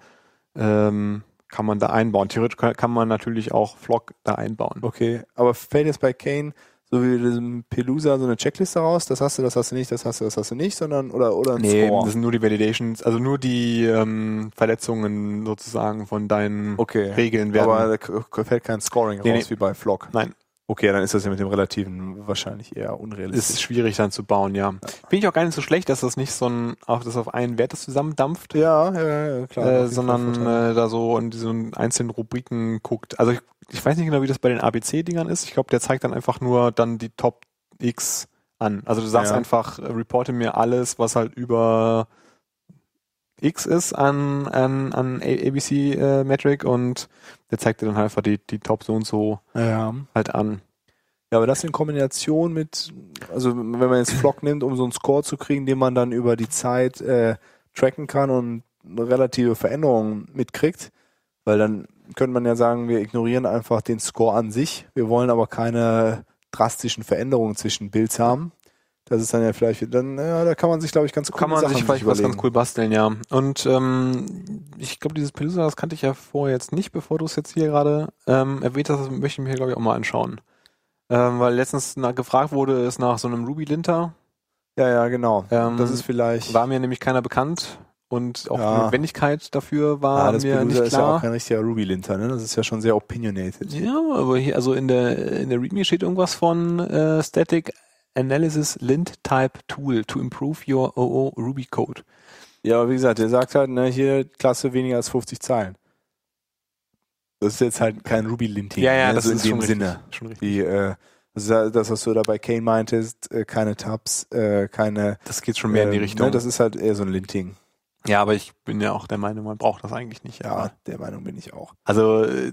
S2: ähm, kann man da einbauen theoretisch kann, kann man natürlich auch Flock da einbauen
S1: Okay. Aber fällt jetzt bei Kane so wie diesem Pelusa so eine Checkliste raus, das hast du, das hast du nicht, das hast du, das hast du nicht, sondern oder oder ein Score.
S2: das sind nur die Validations also nur die ähm, Verletzungen sozusagen von deinen
S1: Okay.
S2: Regeln werden
S1: Aber da k- fällt kein Scoring
S2: Nee,
S1: raus
S2: nee.
S1: wie bei Flock.
S2: Nein.
S1: Okay, dann ist das ja mit dem Relativen wahrscheinlich eher unrealistisch.
S2: ist schwierig dann zu bauen ja finde ich auch gar nicht so schlecht dass das nicht so ein auf das auf einen Wert das zusammendampft
S1: ja, ja, ja, klar. auf
S2: äh,
S1: jeden Fall
S2: sondern
S1: Vorteil.
S2: äh, da so in diesen einzelnen Rubriken guckt. Also ich, ich weiß nicht genau, wie das bei den ABC-Dingern ist. Ich glaube, der zeigt dann einfach nur dann die Top X an. Also du sagst
S1: Ja.
S2: einfach, äh, reporte mir alles, was halt über X ist an, an, an ABC-Metric äh, und der zeigt dir dann halt einfach die, die Top so und so
S1: ja.
S2: halt an.
S1: Ja, aber das in Kombination mit, also wenn man jetzt Flock nimmt, um so einen Score zu kriegen, den man dann über die Zeit äh, tracken kann und eine relative Veränderungen mitkriegt, weil dann könnte man ja sagen, wir ignorieren einfach den Score an sich, wir wollen aber keine drastischen Veränderungen zwischen Builds haben. Das ist dann ja vielleicht, dann, ja, da kann man sich, glaube ich, ganz coole
S2: kann man
S1: Sachen
S2: sich vielleicht was
S1: überlegen.
S2: ganz cool basteln, ja. Und ähm, ich glaube, dieses Pelusa, das kannte ich ja vorher jetzt nicht, bevor du es jetzt hier gerade ähm, erwähnt hast. Das möchte ich mir, glaube ich, auch mal anschauen. Ähm, weil letztens na, gefragt wurde, ist nach so einem Ruby Linter.
S1: Ja, ja, genau.
S2: Ähm,
S1: das ist vielleicht,
S2: War mir nämlich keiner bekannt und auch
S1: Ja.
S2: die Notwendigkeit dafür war
S1: ah, das
S2: mir
S1: Pelusa
S2: nicht
S1: ist ja auch
S2: klar.
S1: kein richtiger Ruby-Linter, ne? Das ist ja schon sehr opinionated.
S2: Ja, aber hier, also in der, in der README steht irgendwas von äh, Static Analysis Lint Type Tool to improve your OO Ruby Code.
S1: Ja, aber wie gesagt, der sagt halt, ne, hier Klasse weniger als 50 Zeilen. Das ist jetzt halt kein ruby linting ne, so in dem
S2: richtig,
S1: Sinne.
S2: Schon richtig.
S1: Wie, äh, das, ist halt das, was du da bei Kane meintest, äh, keine Tabs, äh, keine.
S2: Das geht schon mehr in die
S1: ähm,
S2: Richtung.
S1: Ne, das ist halt eher so ein Linting.
S2: Ja, aber ich bin ja auch der Meinung, man braucht das eigentlich nicht.
S1: Ja, der Meinung bin ich auch.
S2: Also, äh,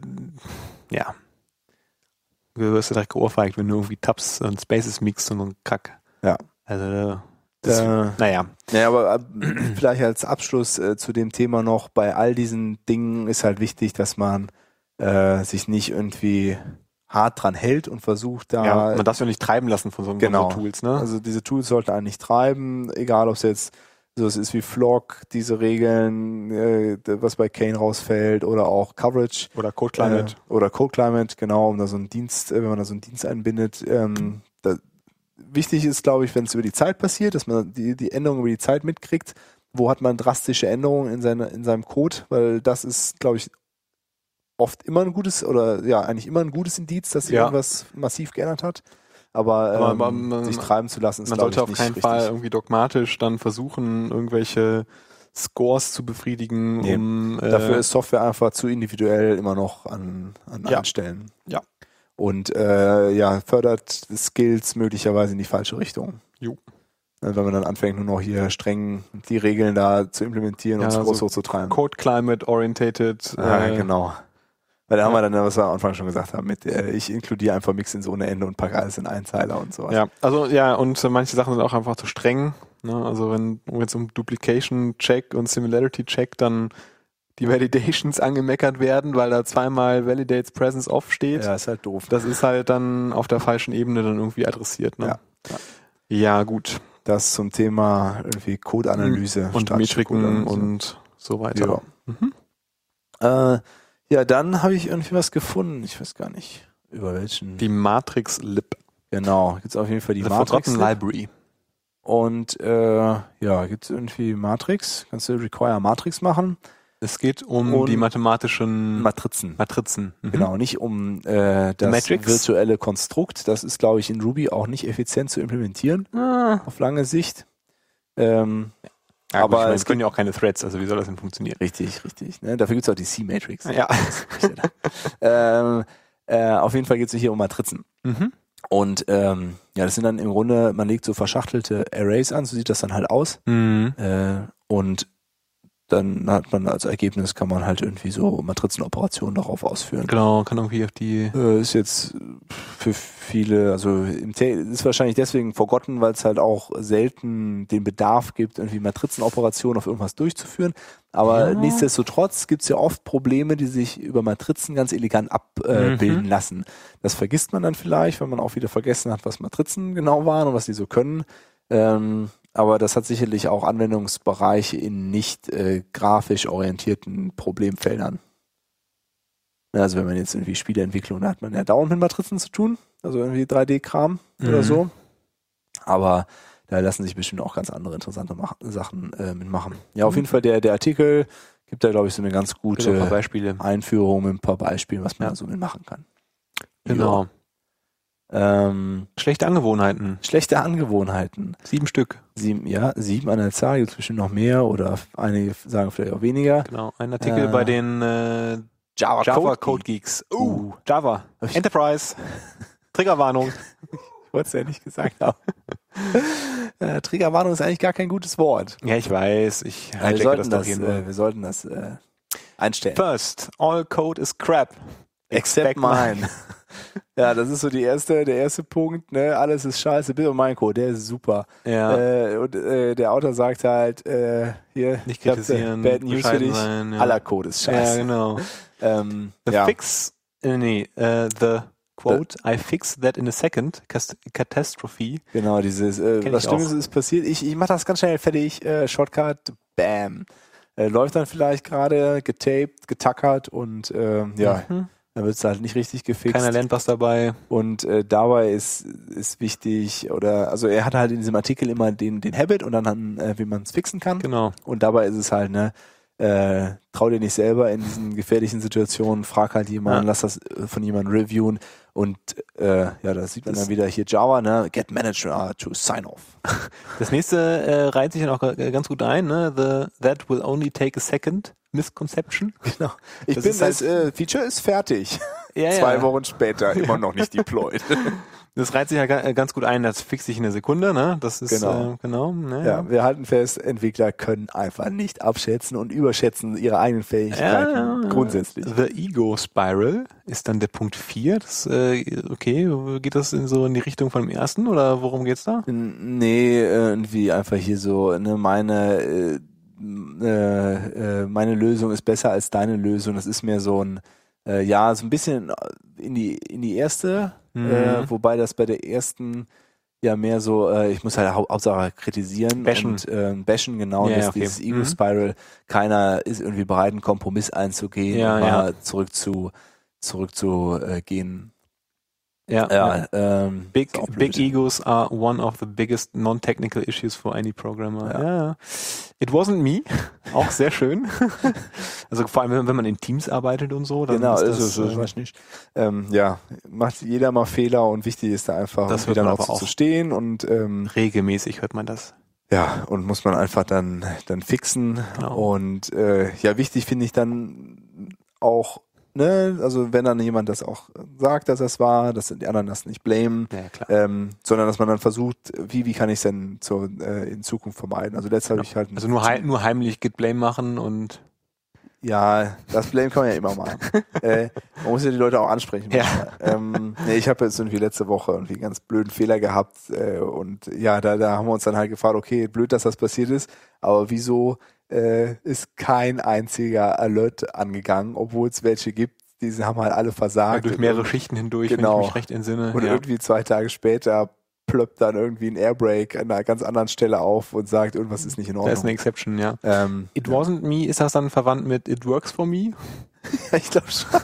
S2: ja. Du wirst ja direkt geohrfeigt, wenn du irgendwie Tabs und Spaces mixt und so ein Kack.
S1: Ja.
S2: Also, äh, das,
S1: Äh,
S2: naja.
S1: Naja, aber ab, vielleicht als Abschluss äh, zu dem Thema noch, bei all diesen Dingen ist halt wichtig, dass man äh, sich nicht irgendwie hart dran hält und versucht da
S2: ja, man darf sich ja nicht treiben lassen von so,
S1: Äh, Genau.
S2: von so Tools, ne?
S1: Also diese Tools sollten einen nicht treiben, egal ob es jetzt sowas ist wie Flock, diese Regeln, äh, was bei Kane rausfällt oder auch Coverage.
S2: Oder Code
S1: Äh, oder Code Climate, genau, um da so einen Dienst, äh, wenn man da so einen Dienst einbindet. Ähm, da, wichtig ist, glaube ich, wenn es über die Zeit passiert, dass man die, die Änderungen über die Zeit mitkriegt. Wo hat man drastische Änderungen in, seine, in seinem Code? Weil das ist, glaube ich, oft immer ein gutes oder ja, eigentlich immer ein gutes Indiz, dass sich
S2: Ja.
S1: irgendwas massiv geändert hat. Aber, ähm,
S2: Aber man- man-
S1: sich treiben zu lassen, ist,
S2: Man
S1: glaube ich,
S2: sollte auf
S1: nicht
S2: keinen
S1: richtig.
S2: Fall irgendwie dogmatisch dann versuchen, irgendwelche Scores zu befriedigen,
S1: Nee.
S2: um. Äh,
S1: Dafür ist Software einfach zu individuell immer noch an, an
S2: Ja.
S1: allen Stellen.
S2: Ja.
S1: Und äh, ja, fördert Skills möglicherweise in die falsche Richtung.
S2: Jo.
S1: Äh, Wenn man dann anfängt, nur noch hier streng die Regeln da zu implementieren
S2: Ja,
S1: und Scores
S2: so
S1: hochzutreiben.
S2: Code Climate oriented.
S1: Ja,
S2: äh,
S1: genau. Weil da haben wir dann, was wir am Anfang schon gesagt haben, mit äh, ich inkludiere einfach Mixins ohne Ende und packe alles in Einzeiler und sowas.
S2: Ja, also ja, und äh, manche Sachen sind auch einfach zu streng. Ne? Also wenn jetzt um Duplication-Check und Similarity-Check dann die Validations angemeckert werden, weil da zweimal Validates Presence Off steht,
S1: Ja, ist halt doof.
S2: das ist halt dann auf der falschen Ebene dann irgendwie adressiert. Ne?
S1: Ja.
S2: ja, gut.
S1: das zum Thema irgendwie Codeanalyse
S2: Mhm. und
S1: statische
S2: Metriken
S1: Codeanalyse.
S2: und so weiter. Mhm.
S1: Äh, ja, dann habe ich irgendwie was gefunden. Ich weiß gar nicht, über welchen.
S2: Die Matrix Lib. Äh,
S1: genau, gibt's auf jeden Fall die
S2: The
S1: Matrix.
S2: Forgotten Library.
S1: Und äh, ja, gibt's irgendwie Matrix. Kannst du Require Matrix machen?
S2: Es geht um
S1: Und-
S2: die mathematischen
S1: Matrizen.
S2: Matrizen. Mhm.
S1: Genau, nicht um äh, das
S2: Matrix.
S1: virtuelle Konstrukt. Das ist, glaube ich, in Ruby auch nicht effizient zu implementieren,
S2: Ah.
S1: auf lange Sicht. Ähm, Aber
S2: Ja, aber ich meine,
S1: es
S2: es können ja auch keine Threads, also wie soll das denn funktionieren?
S1: richtig, richtig. Ne? Dafür gibt's auch die C-Matrix.
S2: Ja.
S1: ähm, äh, auf jeden Fall geht's hier um Matrizen.
S2: Mhm.
S1: Und ähm, ja, das sind dann im Grunde, man legt so verschachtelte Arrays an, so sieht das dann halt aus.
S2: Mhm.
S1: Äh, und dann hat man als Ergebnis, kann man halt irgendwie so Matrizenoperationen darauf ausführen.
S2: Genau, kann irgendwie auf die.
S1: Äh, ist jetzt für viele, also im Te ist wahrscheinlich deswegen forgotten, weil es halt auch selten den Bedarf gibt, irgendwie Matrizenoperationen auf irgendwas durchzuführen. Aber
S2: Ja.
S1: nichtsdestotrotz gibt es ja oft Probleme, die sich über Matrizen ganz elegant abbilden äh,
S2: Mhm.
S1: bilden lassen. Das vergisst man dann vielleicht, wenn man auch wieder vergessen hat, was Matrizen genau waren und was die so können. Ähm, aber das hat sicherlich auch Anwendungsbereiche in nicht äh, grafisch orientierten Problemfeldern. Na, Also wenn man jetzt irgendwie Spieleentwicklung, da hat man ja dauernd mit Matrizen zu tun, also irgendwie 3D-Kram oder
S2: Mhm.
S1: so. Aber da lassen sich bestimmt auch ganz andere interessante Mach Sachen äh, mitmachen. Ja, auf jeden Fall der, der Artikel gibt da, glaube ich, so eine ganz
S2: Genau, Mhm. ein paar
S1: gute
S2: Beispiele.
S1: Einführung mit ein paar Beispielen, was man
S2: Ja.
S1: da so mitmachen kann.
S2: Genau.
S1: Ja. Ähm,
S2: Schlechte Angewohnheiten.
S1: schlechte Angewohnheiten.
S2: Sieben Stück.
S1: Sieben, ja, sieben an der Zahl, gibt es bestimmt noch mehr oder einige sagen vielleicht auch weniger.
S2: Genau. Ein Artikel
S1: Äh,
S2: bei den äh,
S1: Java,
S2: Java Code Geeks. Uh,
S1: Uh.
S2: Java.
S1: Hab ich-
S2: Enterprise. Triggerwarnung.
S1: Ich wollte es ja nicht gesagt haben. äh, Triggerwarnung ist eigentlich gar kein gutes Wort.
S2: Ja, ich weiß. Ich
S1: wir,
S2: hijacke
S1: sollten
S2: doch
S1: das,
S2: jeden
S1: äh, wir sollten das äh, einstellen.
S2: First, all code is crap.
S1: Except mine. ja, das ist so die erste, der erste Punkt. Ne? Alles ist scheiße, bitte mein Code, der ist super.
S2: Ja.
S1: Äh, und äh, der Autor sagt halt, äh, hier,
S2: nicht
S1: ich hab's, äh,
S2: kritisieren.
S1: Bad News für
S2: bescheiden
S1: dich.
S2: Sein, ja.
S1: Aller Code ist
S2: ja,
S1: scheiße.
S2: genau.
S1: Ähm,
S2: The
S1: ja.
S2: fix, äh, nee, äh, the quote, I fix that in a second, Cas- catastrophe.
S1: Genau, dieses, äh,
S2: Kenn
S1: was
S2: ich
S1: Schlimmes
S2: auch.
S1: ist passiert. Ich, ich mache das ganz schnell fertig. Äh, Shortcut, bam. Äh, läuft dann vielleicht gerade getaped, getackert und äh, ja,
S2: Mhm.
S1: dann wird's halt nicht richtig gefixt.
S2: Keiner lernt was dabei.
S1: Und äh, dabei ist, ist wichtig, oder also er hat halt in diesem Artikel immer den, den Habit und dann, äh, wie man es fixen kann.
S2: Genau.
S1: Und dabei ist es halt, ne, äh, trau dir nicht selber in diesen gefährlichen Situationen, frag halt jemanden,
S2: Ja.
S1: lass das äh, von jemandem reviewen und äh, ja, das sieht man
S2: Das-
S1: dann wieder hier Java, ne, get manager to sign off.
S2: Das nächste äh, reiht sich dann auch äh, ganz gut ein, ne? The that will only take a second misconception.
S1: Genau. Ich
S2: Das
S1: bin,
S2: ist halt-
S1: das äh, Feature ist fertig.
S2: Ja,
S1: Zwei Wochen später, immer noch nicht deployed.
S2: Das reiht sich ja ga- äh, ganz gut ein, das fix ich in einer Sekunde, ne? Das ist
S1: Genau.
S2: äh, genau, ne?
S1: ja, wir halten fest, Entwickler können einfach nicht abschätzen und überschätzen ihre eigenen Fähigkeiten
S2: Ja, ja, ja.
S1: grundsätzlich.
S2: The Ego Spiral ist dann der Punkt 4. Das, äh, okay, geht das in so in die Richtung von dem ersten oder worum geht's da?
S1: N- Nee, äh, irgendwie einfach hier so, ne, meine, äh, m- äh, äh, meine Lösung ist besser als deine Lösung. Das ist mehr so ein, äh, ja, so ein bisschen in die, in die erste,
S2: Mhm.
S1: äh, wobei das bei der ersten ja mehr so, äh, ich muss halt hau Hauptsache kritisieren
S2: Bashen.
S1: und äh, bashen, genau,
S2: Ja,
S1: das,
S2: ja, okay.
S1: dieses
S2: Mhm.
S1: Ego-Spiral, keiner ist irgendwie bereit, einen Kompromiss einzugehen
S2: Ja,
S1: und mal zurück zu, zurück zu äh, gehen.
S2: ja.
S1: Ja, ähm,
S2: Big,
S1: ist auch blöd.
S2: big egos are one of the biggest non-technical issues for any programmer.
S1: Ja.
S2: Ja. ja. It wasn't me. Auch sehr schön. also vor allem, wenn- wenn man in Teams arbeitet und so, dann
S1: Genau,
S2: ist
S1: ist
S2: das,
S1: es, das
S2: äh,
S1: weiß ich nicht. Ähm, ja, macht jeder mal Fehler und wichtig ist da einfach
S2: Das
S1: wieder
S2: wird man
S1: noch
S2: aber
S1: zu
S2: auch.
S1: stehen und ähm,
S2: regelmäßig hört man das.
S1: ja, und muss man einfach dann, dann fixen.
S2: Genau.
S1: Und äh, ja, wichtig finde ich dann auch, ne, also wenn dann jemand das auch sagt, dass das war, dass die anderen das nicht blamen,
S2: Ja, ja, klar.
S1: ähm, sondern dass man dann versucht, wie, wie kann ich es denn zur, äh, in Zukunft vermeiden? Also letztes habe
S2: Genau.
S1: ich halt
S2: Also nur, hei nur heimlich Git Blame machen und
S1: Ja, das Blame kann man ja immer machen. äh, man muss ja die Leute auch ansprechen.
S2: Ja.
S1: Ähm, nee, ich habe jetzt irgendwie letzte Woche irgendwie einen ganz blöden Fehler gehabt äh, und ja, da, da haben wir uns dann halt gefragt, okay, blöd, dass das passiert ist, aber wieso äh, ist kein einziger Alert angegangen, obwohl es welche gibt, die haben halt alle versagt.
S2: durch mehrere Schichten hindurch,
S1: Genau.
S2: wenn ich mich recht entsinne.
S1: Und
S2: ja.
S1: irgendwie zwei Tage später, plöppt dann irgendwie ein Airbrake an einer ganz anderen Stelle auf und sagt, irgendwas ist nicht in
S2: Da ist eine
S1: Ordnung.
S2: Exception, ja.
S1: Ähm,
S2: It wasn't me, ist das dann verwandt mit It works for me?
S1: ich glaube schon.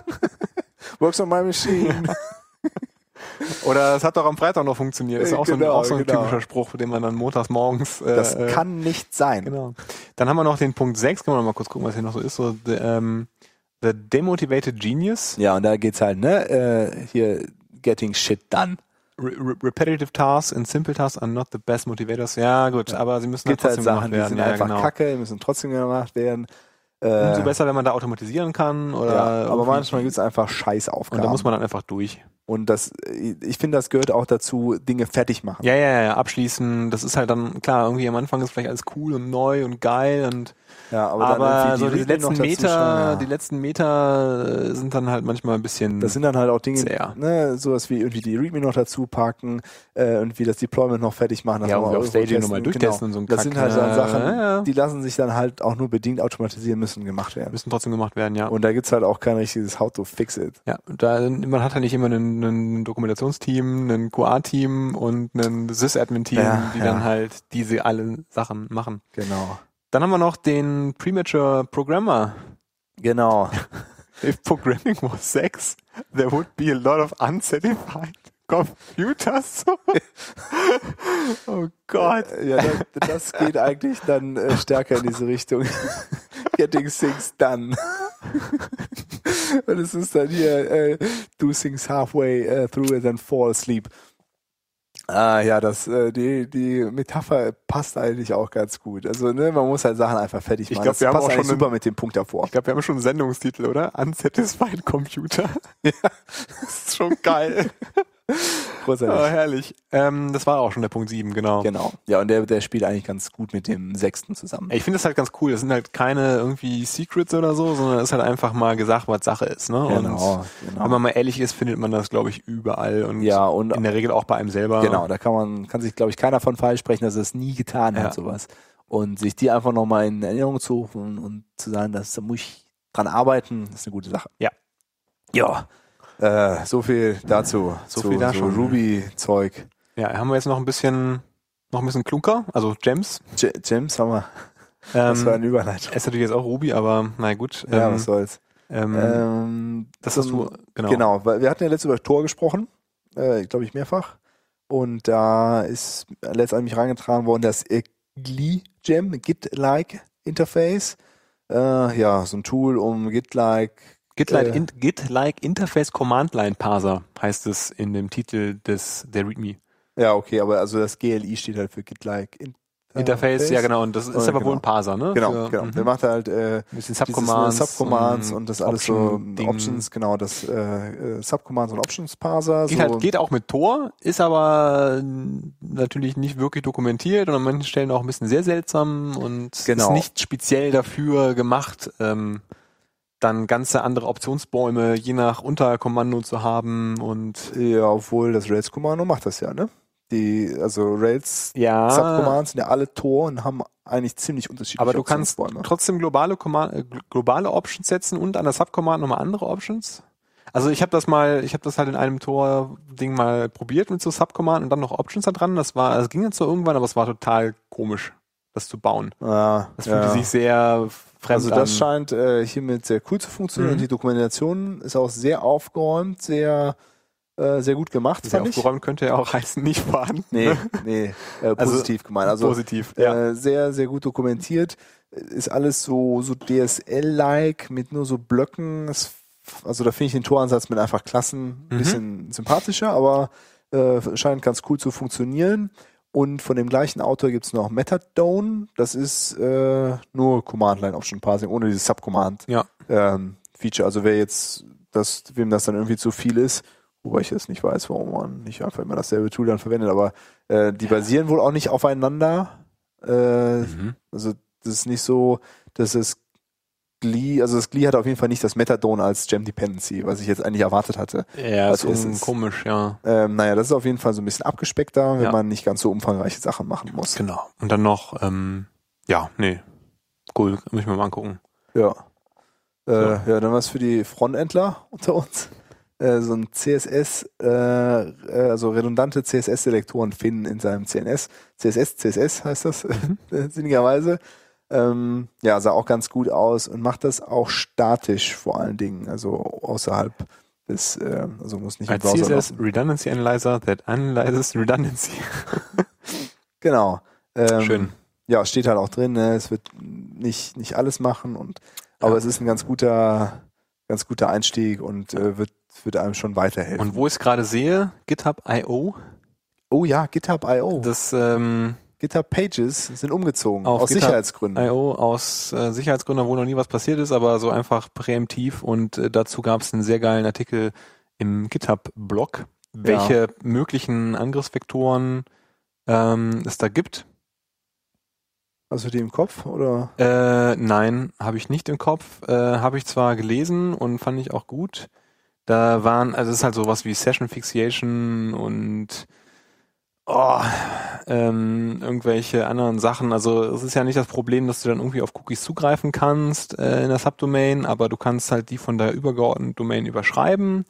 S1: Works on my machine.
S2: Oder das hat doch am Freitag noch funktioniert. Ist
S1: Äh,
S2: auch so ein,
S1: genau,
S2: auch so ein
S1: genau.
S2: typischer Spruch, den man dann montags morgens. Äh,
S1: Das
S2: äh,
S1: kann nicht sein.
S2: Genau. Dann haben wir noch den Punkt 6. Können wir noch mal kurz gucken, was hier noch so ist. So, the, ähm, the Demotivated Genius.
S1: Ja, und da geht's halt, ne? Äh, hier, getting shit done.
S2: Re re repetitive Tasks and simple tasks are not the best motivators. Ja, gut, aber sie müssen
S1: Gibt halt Sachen, die
S2: gemacht
S1: sind
S2: werden. Ja,
S1: einfach
S2: genau.
S1: kacke, die müssen trotzdem gemacht werden.
S2: Umso
S1: Äh,
S2: besser, wenn man da automatisieren kann. Oder
S1: ja, aber
S2: irgendwie-
S1: manchmal gibt's einfach
S2: Und
S1: Scheißaufgaben.
S2: da muss man dann einfach durch.
S1: Und das, ich finde, das gehört auch dazu, Dinge fertig machen.
S2: Ja, ja, ja, abschließen. Das ist halt dann, klar, irgendwie am Anfang ist vielleicht alles cool und neu und geil und
S1: Ja,
S2: aber,
S1: irgendwie
S2: so die
S1: Regeln
S2: letzten
S1: noch dazu
S2: Meter,
S1: schreiben, ja.
S2: die letzten Meter äh, sind dann halt manchmal ein bisschen
S1: Das sind dann halt auch Dinge,
S2: Sehr.
S1: ne, sowas wie irgendwie die Readme noch dazu packen äh, und wie das Deployment noch fertig machen. Das
S2: Ja,
S1: haben
S2: und
S1: wir
S2: auf
S1: irgendwo
S2: Staging
S1: testen. genau.
S2: nochmal durchtesten und so ein
S1: Das
S2: Kack.
S1: sind halt dann
S2: Ja,
S1: Sachen,
S2: ja.
S1: die lassen sich dann halt auch nur bedingt automatisieren müssen gemacht werden.
S2: müssen trotzdem gemacht werden, ja.
S1: Und da gibt's halt auch kein richtiges How to fix it.
S2: Ja, da, man hat ja nicht immer einen, einen Dokumentationsteam, einen QA-Team und einen Sys-Admin-Team,
S1: Ja,
S2: die
S1: ja.
S2: dann halt diese alle Sachen machen.
S1: Genau.
S2: Dann haben wir noch den Premature Programmer.
S1: Genau.
S2: If programming was sex, there would be a lot of unsatisfied computers. oh Gott.
S1: Ja, das, das geht eigentlich dann äh, stärker in diese Richtung. Getting things done. Und es ist dann hier äh, do things halfway äh, through and then fall asleep. Ah ja, das äh, die die Metapher passt eigentlich auch ganz gut. Also ne, man muss halt Sachen einfach fertig
S2: Ich
S1: machen.
S2: glaub,
S1: das
S2: wir haben
S1: passt
S2: auch schon
S1: eigentlich
S2: einen-
S1: super mit dem Punkt davor.
S2: Ich glaube, wir haben schon einen Sendungstitel, oder? Unsatisfied Computer. Ja. Das ist schon geil. Oh,
S1: Großartig.
S2: herrlich. Ähm, das war auch schon der Punkt 7, genau.
S1: Genau. Ja, und der der spielt eigentlich ganz gut mit dem sechsten zusammen.
S2: Ich finde das halt ganz cool. Das sind halt keine irgendwie Secrets oder so, sondern es ist halt einfach mal gesagt, was Sache ist. Ne? Und wenn man mal ehrlich ist, findet man das, glaube ich, überall und
S1: Genau, Ja, und
S2: in der Regel auch bei einem selber.
S1: Genau, da kann man, kann sich, glaube ich, keiner von falsch sprechen, dass er es nie getan
S2: Ja.
S1: hat, sowas. Und sich die einfach nochmal in Erinnerung zu rufen und zu sagen, dass, da muss ich dran arbeiten, ist eine gute Sache.
S2: Ja.
S1: Ja. Äh, so viel dazu.
S2: So
S1: zu,
S2: viel da
S1: zu
S2: schon.
S1: Ruby-Zeug.
S2: Ja, haben wir jetzt noch ein bisschen, noch ein bisschen Klunker, also Gems.
S1: J- James, sag mal, was für
S2: Ähm,
S1: eine Überleitung.
S2: ist natürlich jetzt auch Ruby, aber na gut.
S1: Ja,
S2: ähm,
S1: was soll's.
S2: ähm,
S1: Ähm,
S2: das hast
S1: zum-
S2: du, genau.
S1: Genau, weil wir hatten ja letztes über Tor gesprochen, äh, glaube ich mehrfach. Und da ist letztendlich reingetragen worden das äh, GLI-Gem, Git-like Interface. Äh, ja, so ein Tool, um Git-like.
S2: Git-like
S1: Äh.
S2: in, Git -like Interface Command Line Parser heißt es in dem Titel des der README.
S1: Ja, okay, aber also das GLI steht halt für Git-like Interface.
S2: Interface, ja genau, und das ist
S1: Äh,
S2: aber
S1: genau.
S2: wohl ein Parser, ne?
S1: Genau,
S2: Für,
S1: genau.
S2: mhm.
S1: Der macht halt äh,
S2: Ein bisschen
S1: dieses, ne,
S2: Subcommands.
S1: Subcommands und, das alles so
S2: Option-Ding.
S1: Options, genau, das äh, äh, Subcommands und Options-Parser.
S2: Geht,
S1: so.
S2: halt, geht auch mit Tor, ist aber natürlich nicht wirklich dokumentiert und an manchen Stellen auch ein bisschen sehr seltsam und
S1: Genau.
S2: ist nicht speziell dafür gemacht, ähm, dann ganze andere Optionsbäume je nach Unterkommando zu haben und
S1: Ja, obwohl das Rails-Kommando macht das ja, ne? Die, also Rails
S2: ja.
S1: Subcommands sind ja alle Tor und haben eigentlich ziemlich unterschiedliche
S2: Aber du kannst
S1: Optionsbäume.
S2: trotzdem globale, Komma- äh, gl- globale Options setzen und an der Subcommand nochmal andere Options. Also ich habe das mal, ich habe das halt in einem Tor-Ding mal probiert mit so Subcommand und dann noch Options da dran. Das war, das ging dann zwar irgendwann, aber es war total komisch, das zu bauen.
S1: Ja,
S2: Das fühlte sich sehr fremd
S1: also das
S2: an.
S1: scheint äh, hiermit sehr cool zu funktionieren
S2: Mhm.
S1: und die Dokumentation ist auch sehr aufgeräumt, sehr, äh, sehr gut gemacht,
S2: Sehr
S1: fand ich.
S2: aufgeräumt könnte ja auch heißen, nicht vorhanden.
S1: Nee, nee, äh,
S2: Also,
S1: positiv gemeint. Also
S2: Positiv, ja.
S1: äh, sehr, sehr gut dokumentiert. Ist alles so, so DSL-like mit nur so Blöcken. Es- Also da finde ich den Toransatz mit einfach Klassen ein
S2: Mhm.
S1: bisschen sympathischer, aber äh, scheint ganz cool zu funktionieren. Und von dem gleichen Autor gibt es noch Metadone. Das ist äh, nur Command-Line-Option-Parsing, ohne dieses Subcommand-Feature.
S2: Ja.
S1: also wer jetzt, das, wem das dann irgendwie zu viel ist, wobei ich jetzt nicht weiß, warum man nicht einfach immer dasselbe Tool dann verwendet, aber äh, die basieren wohl auch nicht aufeinander. Äh,
S2: Mhm.
S1: also das ist nicht so, dass es Glee, also das Glee hat auf jeden Fall nicht das Methadone als Gem Dependency, was ich jetzt eigentlich erwartet hatte.
S2: Ja,
S1: Also
S2: ist
S1: es
S2: un-
S1: ist-
S2: komisch, ja.
S1: Ähm, naja, das ist auf jeden Fall so ein bisschen abgespeckter, wenn
S2: Ja.
S1: man nicht ganz so umfangreiche Sachen machen muss.
S2: Genau. Und dann noch, ähm, ja, nee. Cool, muss ich mir mal angucken.
S1: Ja. Äh, ja, dann was für die Frontendler unter uns. äh, so ein CSS, äh, äh, also redundante CSS-Selektoren finden in seinem CNS. CSS, CSS heißt das äh, sinnigerweise. Ähm, ja, sah auch ganz gut aus und macht das auch statisch vor allen Dingen, also außerhalb des, äh, also muss nicht im
S2: Als
S1: Browser
S2: CSS
S1: laufen.
S2: Redundancy Analyzer that analyzes redundancy.
S1: Genau. Ähm,
S2: Schön.
S1: Ja, steht halt auch drin, ne? es wird nicht, nicht alles machen und aber
S2: Ja.
S1: es ist ein ganz guter, ganz guter Einstieg und äh, wird, wird einem schon weiterhelfen.
S2: Und wo ich es gerade sehe, GitHub I.O.,
S1: oh ja, GitHub I.O.
S2: das ähm,
S1: GitHub Pages sind umgezogen
S2: Auf
S1: aus
S2: GitHub
S1: Sicherheitsgründen.
S2: I.O. aus äh, Sicherheitsgründen, wo noch nie was passiert ist, aber so einfach präemptiv und äh, dazu gab es einen sehr geilen Artikel im GitHub-Blog, welche möglichen Angriffsvektoren ähm, es da gibt.
S1: Hast du die im Kopf oder?
S2: Äh, nein, habe ich nicht im Kopf. Äh, habe ich zwar gelesen und fand ich auch gut. Da waren, also es ist halt sowas wie Session Fixation und oh, ähm, irgendwelche anderen Sachen. Also es ist ja nicht das Problem, dass du dann irgendwie auf Cookies zugreifen kannst äh, in der Subdomain, aber du kannst halt die von der übergeordneten Domain überschreiben.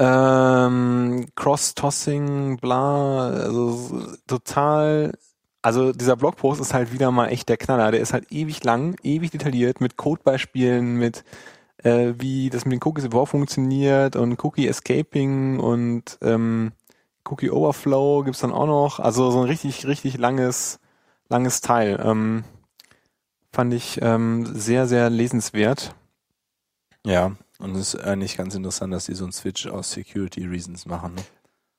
S2: Ähm, Cross-Tossing, bla, also s- total also dieser Blogpost ist halt wieder mal echt der Knaller. Der ist halt ewig lang, ewig detailliert mit Codebeispielen, mit äh, wie das mit den Cookies überhaupt funktioniert und Cookie Escaping und ähm, Cookie Overflow gibt's dann auch noch. Also so ein richtig, richtig langes, langes Teil. Ähm, fand ich ähm, sehr, sehr lesenswert.
S1: Ja, und es ist eigentlich ganz interessant, dass die so einen Switch aus Security Reasons machen. Ne?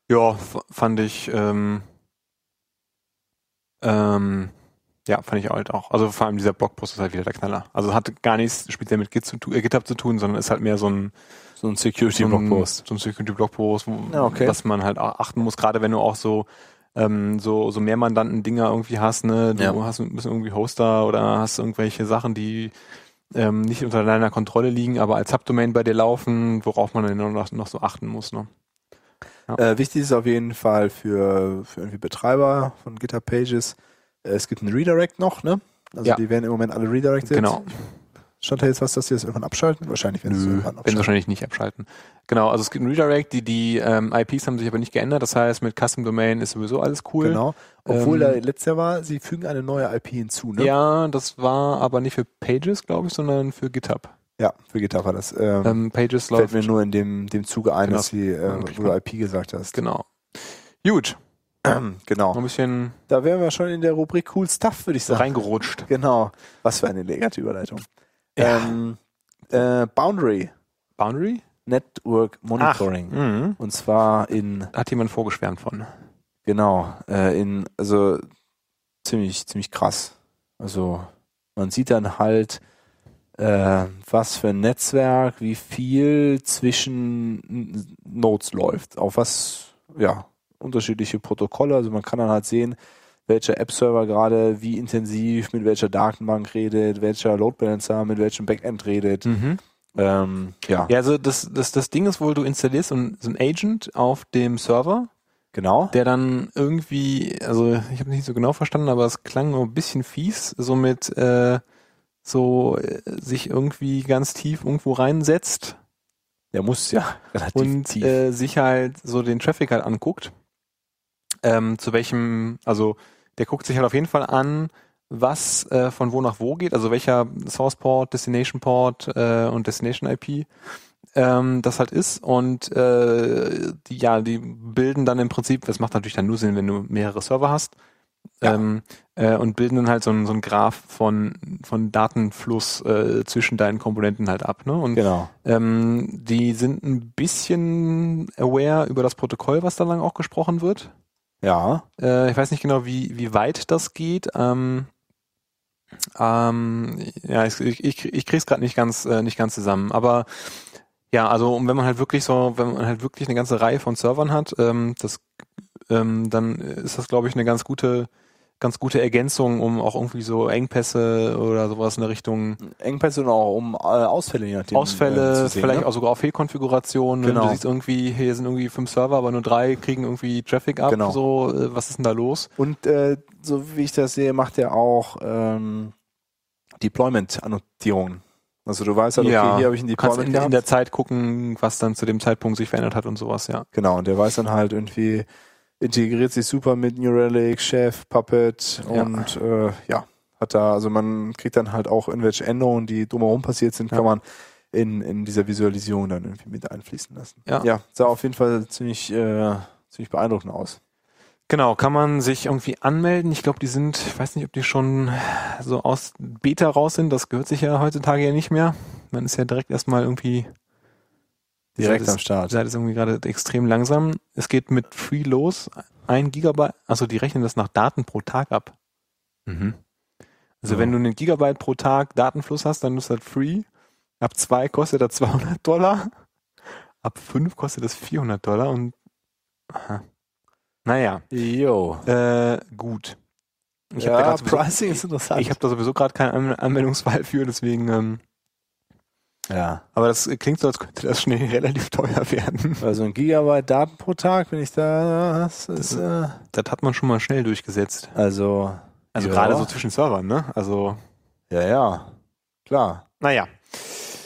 S2: Ja, f- fand ich, ähm, ähm, ja, fand ich halt auch. Also vor allem dieser Blogpost ist halt wieder der Knaller. Also hat gar nichts speziell mit Git zu tun, äh, GitHub zu tun, sondern ist halt mehr so ein,
S1: So ein Security
S2: so ein,
S1: Blogpost.
S2: so ein Security-Blogpost, wo-
S1: Ja, okay.
S2: was man halt auch achten muss, gerade wenn du auch so, ähm, so, so mehr Mandanten-Dinger irgendwie hast, ne? Du
S1: Ja.
S2: hast ein bisschen irgendwie Hoster oder hast irgendwelche Sachen, die ähm, nicht unter deiner Kontrolle liegen, aber als Subdomain bei dir laufen, worauf man dann noch, noch so achten muss, ne?
S1: Äh, wichtig ist auf jeden Fall für, für irgendwie Betreiber von GitHub Pages. Äh, es gibt einen Redirect noch, ne? Also
S2: Ja.
S1: die werden im Moment alle redirected.
S2: Genau.
S1: Stand da jetzt was, dass die das irgendwann abschalten? Wahrscheinlich werden sie es
S2: Nö,
S1: irgendwann
S2: werden sie
S1: abschalten.
S2: wahrscheinlich nicht abschalten. Genau, also es gibt einen Redirect, die, die ähm, IPs haben sich aber nicht geändert, das heißt mit Custom Domain ist sowieso alles cool.
S1: Genau. Obwohl
S2: Ähm,
S1: da letztes Jahr war, sie fügen eine neue IP hinzu, ne?
S2: Ja, das war aber nicht für Pages, glaube ich, sondern für GitHub.
S1: Ja, für GitHub war das. Ähm,
S2: Ähm, Pages
S1: fällt
S2: läuft,
S1: mir nur in dem, dem Zuge ein,
S2: Genau.
S1: dass sie, äh, wo du IP gesagt hast.
S2: genau. Gut,
S1: Genau.
S2: noch ein bisschen
S1: Da wären wir schon in der Rubrik Cool Stuff, würde ich sagen.
S2: reingerutscht.
S1: Genau. Was für eine elegante Überleitung.
S2: Ja.
S1: Ähm, äh, Boundary
S2: Boundary?
S1: Network Monitoring.
S2: Mhm.
S1: Und zwar in,
S2: Hat jemand vorgeschwärmt von.
S1: genau, äh, in, also ziemlich, ziemlich krass. Also man sieht dann halt, äh, was für ein Netzwerk, wie viel zwischen N- Nodes läuft, auf was, ja, unterschiedliche Protokolle. Also man kann dann halt sehen, welcher App-Server gerade wie intensiv mit welcher Datenbank redet, welcher Load Balancer mit welchem Backend redet. Ähm, ja,
S2: Ja, also das, das, das Ding ist wohl, du installierst so ein, so ein Agent auf dem Server
S1: genau.
S2: der dann irgendwie, also ich habe nicht so genau verstanden, aber es klang nur ein bisschen fies, so mit äh, so äh, sich irgendwie ganz tief irgendwo reinsetzt
S1: Der muss ja relativ
S2: und äh, sich halt so den Traffic halt anguckt. Ähm, zu welchem, also der guckt sich halt auf jeden Fall an, was äh, von wo nach wo geht, also welcher Source Port, Destination Port äh, und Destination IP ähm, das halt ist und äh, die, ja, die bilden dann im Prinzip, das macht natürlich dann nur Sinn, wenn du mehrere Server hast,
S1: Ja.
S2: ähm, äh, und bilden dann halt so einen so einen Graph von, von Datenfluss äh, zwischen deinen Komponenten halt ab. Ne? Und
S1: genau.
S2: ähm, die sind ein bisschen aware über das Protokoll, was da lang auch gesprochen wird.
S1: Ja.
S2: Äh, ich weiß nicht genau, wie, wie weit das geht. Ähm, ähm, ja, ich, ich, ich ich krieg's gerade nicht ganz, äh, nicht ganz zusammen. Aber ja, also und wenn man halt wirklich so, wenn man halt wirklich eine ganze Reihe von Servern hat, ähm, das, ähm, dann ist das, glaube ich, eine ganz gute, ganz gute Ergänzung, um auch irgendwie so Engpässe oder sowas in der Richtung
S1: Engpässe und auch um äh, Ausfälle, je nachdem.
S2: Ausfälle,
S1: äh, zu sehen,
S2: vielleicht
S1: ne?
S2: auch sogar auf Fehlkonfigurationen.
S1: Genau.
S2: Du siehst irgendwie, hier sind irgendwie fünf Server, aber nur drei kriegen irgendwie Traffic ab.
S1: Genau.
S2: So, äh, was ist denn da los?
S1: Und äh, so wie ich das sehe, macht er auch ähm, Deployment-Annotierungen. Also du weißt halt, okay,
S2: Ja.
S1: hier habe ich einen
S2: Du kannst
S1: Deployment
S2: in, in
S1: gehabt.
S2: der Zeit gucken, was dann zu dem Zeitpunkt sich verändert hat und sowas, ja.
S1: Genau, und der weiß dann halt irgendwie, integriert sich super mit New Relic, Chef, Puppet
S2: Ja.
S1: und äh, ja, hat da, also man kriegt dann halt auch irgendwelche Änderungen, die drumherum passiert sind,
S2: Ja.
S1: kann man in, in dieser Visualisierung dann irgendwie mit einfließen lassen.
S2: Ja.
S1: sah auf jeden Fall ziemlich, äh, ziemlich beeindruckend aus.
S2: Genau, kann man sich irgendwie anmelden. Ich glaube, die sind, ich weiß nicht, ob die schon so aus Beta raus sind. Das gehört sich ja heutzutage ja nicht mehr. Man ist ja direkt erstmal irgendwie
S1: Direkt
S2: das-
S1: am Start.
S2: Die Seite ist irgendwie gerade extrem langsam. Es geht mit Free los. Ein Gigabyte, also die rechnen das nach Daten pro Tag ab. Mhm. Also
S1: Ja.
S2: wenn du einen Gigabyte pro Tag Datenfluss hast, dann ist das free. Ab zwei kostet das 200 Dollar. Ab fünf kostet das 400 Dollar und aha. naja,
S1: Yo.
S2: äh, gut. Ich hab da
S1: ja,
S2: grad sowieso-
S1: Pricing ist interessant.
S2: ich habe da sowieso gerade keinen An Anwendungsfall für, deswegen, ähm,
S1: ja.
S2: aber das klingt so, als könnte das schnell relativ teuer werden.
S1: Also ein Gigabyte Daten pro Tag, wenn ich da, das ist, äh,
S2: Das hat man schon mal schnell durchgesetzt.
S1: also,
S2: Also
S1: Ja.
S2: gerade so zwischen Servern, ne? Also,
S1: ja, ja, klar.
S2: naja.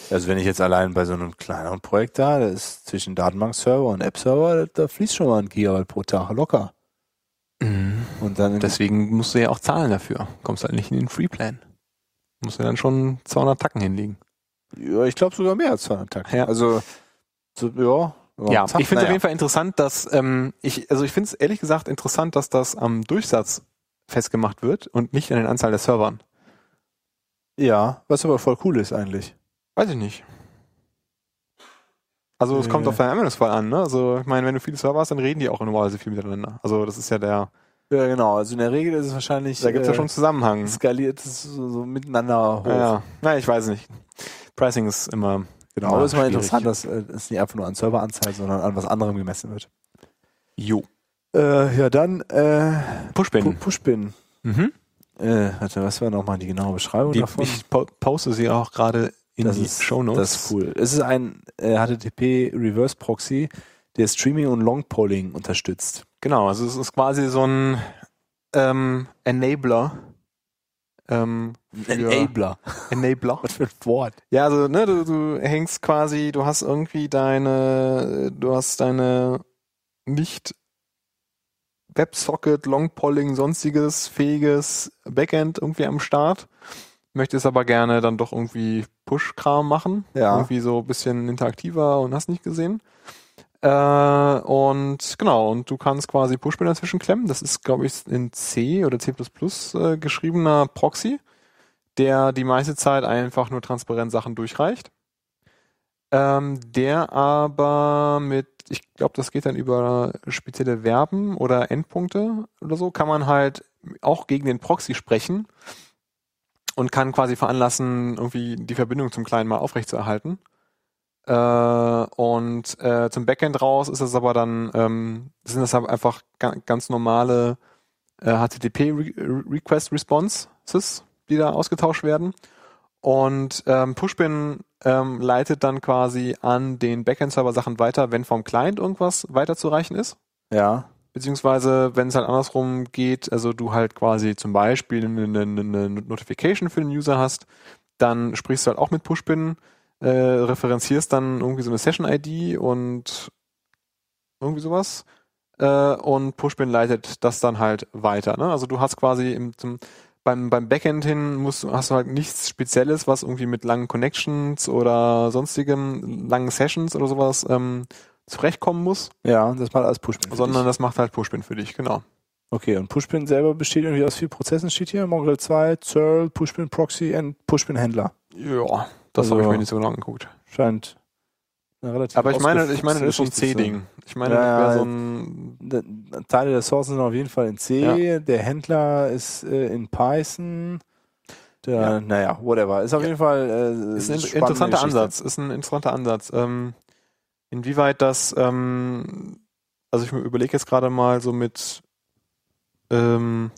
S1: Also wenn ich jetzt allein bei so einem kleineren Projekt da, das ist zwischen Datenbank-Server und App-Server, da fließt schon mal ein Gigabyte pro Tag locker.
S2: Mhm.
S1: Und dann
S2: Deswegen musst du ja auch zahlen dafür. Kommst halt nicht in den Freeplan. Musst du dann schon 200 Tacken hinlegen.
S1: ja, ich glaube sogar mehr als 200 Tage.
S2: Ja.
S1: Also so, ja,
S2: Ja,
S1: zack,
S2: ich finde es auf
S1: naja.
S2: jeden Fall interessant, dass ähm, ich, also ich finde es ehrlich gesagt interessant, dass das am Durchsatz festgemacht wird und nicht an den Anzahl der Servern.
S1: ja, was aber voll cool ist eigentlich.
S2: Weiß ich nicht. Also es
S1: Äh.
S2: kommt auf deinen Anwendungsfall an, ne? Also ich meine, wenn du viele Server hast, dann reden die auch normalerweise viel miteinander. Also das ist ja der,
S1: Ja, genau. Also in der Regel ist es wahrscheinlich
S2: da gibt's ja schon einen Zusammenhang.
S1: skaliert es so, so miteinander hoch.
S2: Ja, na, ich weiß nicht. Pricing ist immer
S1: Genau, aber es ist mal
S2: schwierig.
S1: interessant, dass äh, es nicht einfach nur an Serveranzahl, sondern an was anderem gemessen wird.
S2: Jo.
S1: Äh, ja, dann äh, Pu-
S2: Pushpin.
S1: Pushpin.
S2: Mhm.
S1: Äh, warte, was war nochmal die genaue Beschreibung
S2: Die,
S1: davon?
S2: ich po- poste sie auch gerade in die Shownotes.
S1: Das ist cool. Es ist ein äh, HTTP Reverse Proxy, der Streaming und Long Polling unterstützt.
S2: Genau, also es ist quasi so ein ähm, Enabler. Ähm, für- Enabler.
S1: Was für ein Wort.
S2: Ja, also ne, du, du hängst quasi, du hast irgendwie deine, du hast deine nicht WebSocket, Longpolling, sonstiges, fähiges Backend irgendwie am Start. Möchtest aber gerne dann doch irgendwie Push-Kram machen.
S1: Ja.
S2: Irgendwie so ein bisschen interaktiver und hast nicht gesehen. Äh, und genau, und du kannst quasi Push-Bin dazwischen klemmen. Das ist, glaube ich, in C oder C++ äh, geschriebener Proxy der die meiste Zeit einfach nur transparent Sachen durchreicht. Ähm, der aber mit, ich glaube, das geht dann über spezielle Verben oder Endpunkte oder so, kann man halt auch gegen den Proxy sprechen und kann quasi veranlassen, irgendwie die Verbindung zum Client mal aufrechtzuerhalten. Äh, und äh, zum Backend raus ist das aber dann, ähm, sind das aber einfach ga ganz normale äh, HTTP-Request-Responses, die da ausgetauscht werden. Und ähm, Pushpin ähm, leitet dann quasi an den Backend-Server Sachen weiter, wenn vom Client irgendwas weiterzureichen ist.
S1: Ja.
S2: Beziehungsweise, wenn es halt andersrum geht, also du halt quasi zum Beispiel eine, eine, eine Notification für den User hast, dann sprichst du halt auch mit Pushpin, äh, referenzierst dann irgendwie so eine Session-ID und irgendwie sowas. Äh, und Pushpin leitet das dann halt weiter. Ne? Also du hast quasi im, zum, beim, beim Backend hin musst, du- hast du halt nichts Spezielles, was irgendwie mit langen Connections oder sonstigem, langen Sessions oder sowas ähm, zurechtkommen muss,
S1: Ja, das macht alles Pushpin. für
S2: sondern
S1: dich.
S2: das macht halt Pushpin für dich, genau.
S1: Okay, und Pushpin selber besteht irgendwie aus vier Prozessen, steht hier. Mongrel 2, Curl, Pushpin Proxy und Pushpin Händler.
S2: Ja, das
S1: Also-
S2: habe ich mir nicht so genau angeguckt.
S1: Scheint eine relativ
S2: Aber ich meine, ich meine, das ist so ein
S1: ausgefuchste
S2: C-Ding. Ich meine,
S1: Ja,
S2: das wäre
S1: ja.
S2: so ein
S1: D- Teile der Sourcen sind auf jeden Fall in C, der Händler ist äh, in Python. Der,
S2: Ja.
S1: Naja, whatever. Ist auf
S2: Ja.
S1: jeden Fall äh,
S2: ist ein
S1: spannende
S2: interessanter
S1: Geschichte.
S2: Ansatz. Ist ein interessanter Ansatz. Ähm, inwieweit das, ähm, also ich überlege jetzt gerade mal so mit, ähm,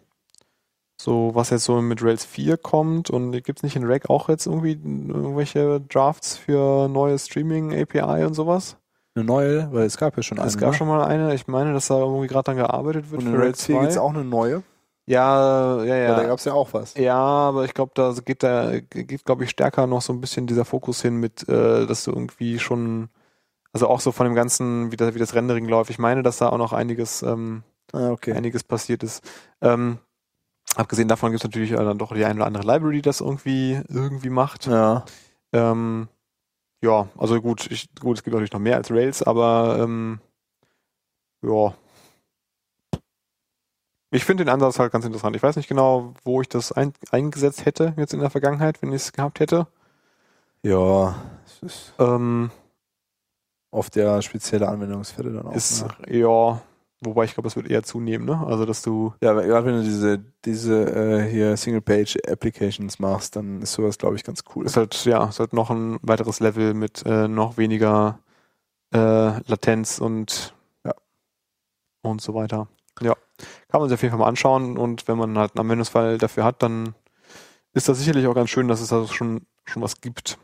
S2: so was jetzt so mit Rails 4 kommt und gibt es nicht in Rack auch jetzt irgendwie irgendwelche Drafts für neue Streaming-API und sowas?
S1: Eine neue, weil es gab ja schon
S2: es
S1: eine,
S2: gab
S1: ne?
S2: schon mal eine, ich meine, dass da irgendwie gerade dran gearbeitet wird
S1: Und in Rails 4 gibt es auch eine neue.
S2: Ja, ja,
S1: Weil da
S2: ja.
S1: gab es ja auch was.
S2: Ja, aber ich glaube, da geht da geht glaube ich stärker noch so ein bisschen dieser Fokus hin mit, äh, dass du irgendwie schon, also auch so von dem ganzen, wie das, wie das Rendering läuft. Ich meine, dass da auch noch einiges ähm,
S1: Ah, okay.
S2: einiges passiert ist. Ähm, abgesehen davon gibt es natürlich äh, dann doch die eine oder andere Library, die das irgendwie, irgendwie macht.
S1: Ja.
S2: Ähm, ja, also gut, ich, gut, es gibt natürlich noch mehr als Rails, aber ähm, ja. Ich finde den Ansatz halt ganz interessant. Ich weiß nicht genau, wo ich das ein, eingesetzt hätte jetzt in der Vergangenheit, wenn ich es gehabt hätte.
S1: Ja. Es ist
S2: Ähm,
S1: oft ja spezielle Anwendungsfälle dann auch.
S2: ist,
S1: ne?
S2: ja, wobei ich glaube, das wird eher zunehmen, ne? Also, dass du,
S1: Ja, weil gerade wenn du diese, diese äh, hier Single-Page-Applications machst, dann ist sowas, glaube ich, ganz cool.
S2: ist halt, ja, ist halt noch ein weiteres Level mit äh, noch weniger äh, Latenz und
S1: Ja.
S2: und so weiter. Ja, kann man sich auf jeden Fall mal anschauen und wenn man halt einen Anwendungsfall dafür hat, dann ist das sicherlich auch ganz schön, dass es da schon, schon was gibt.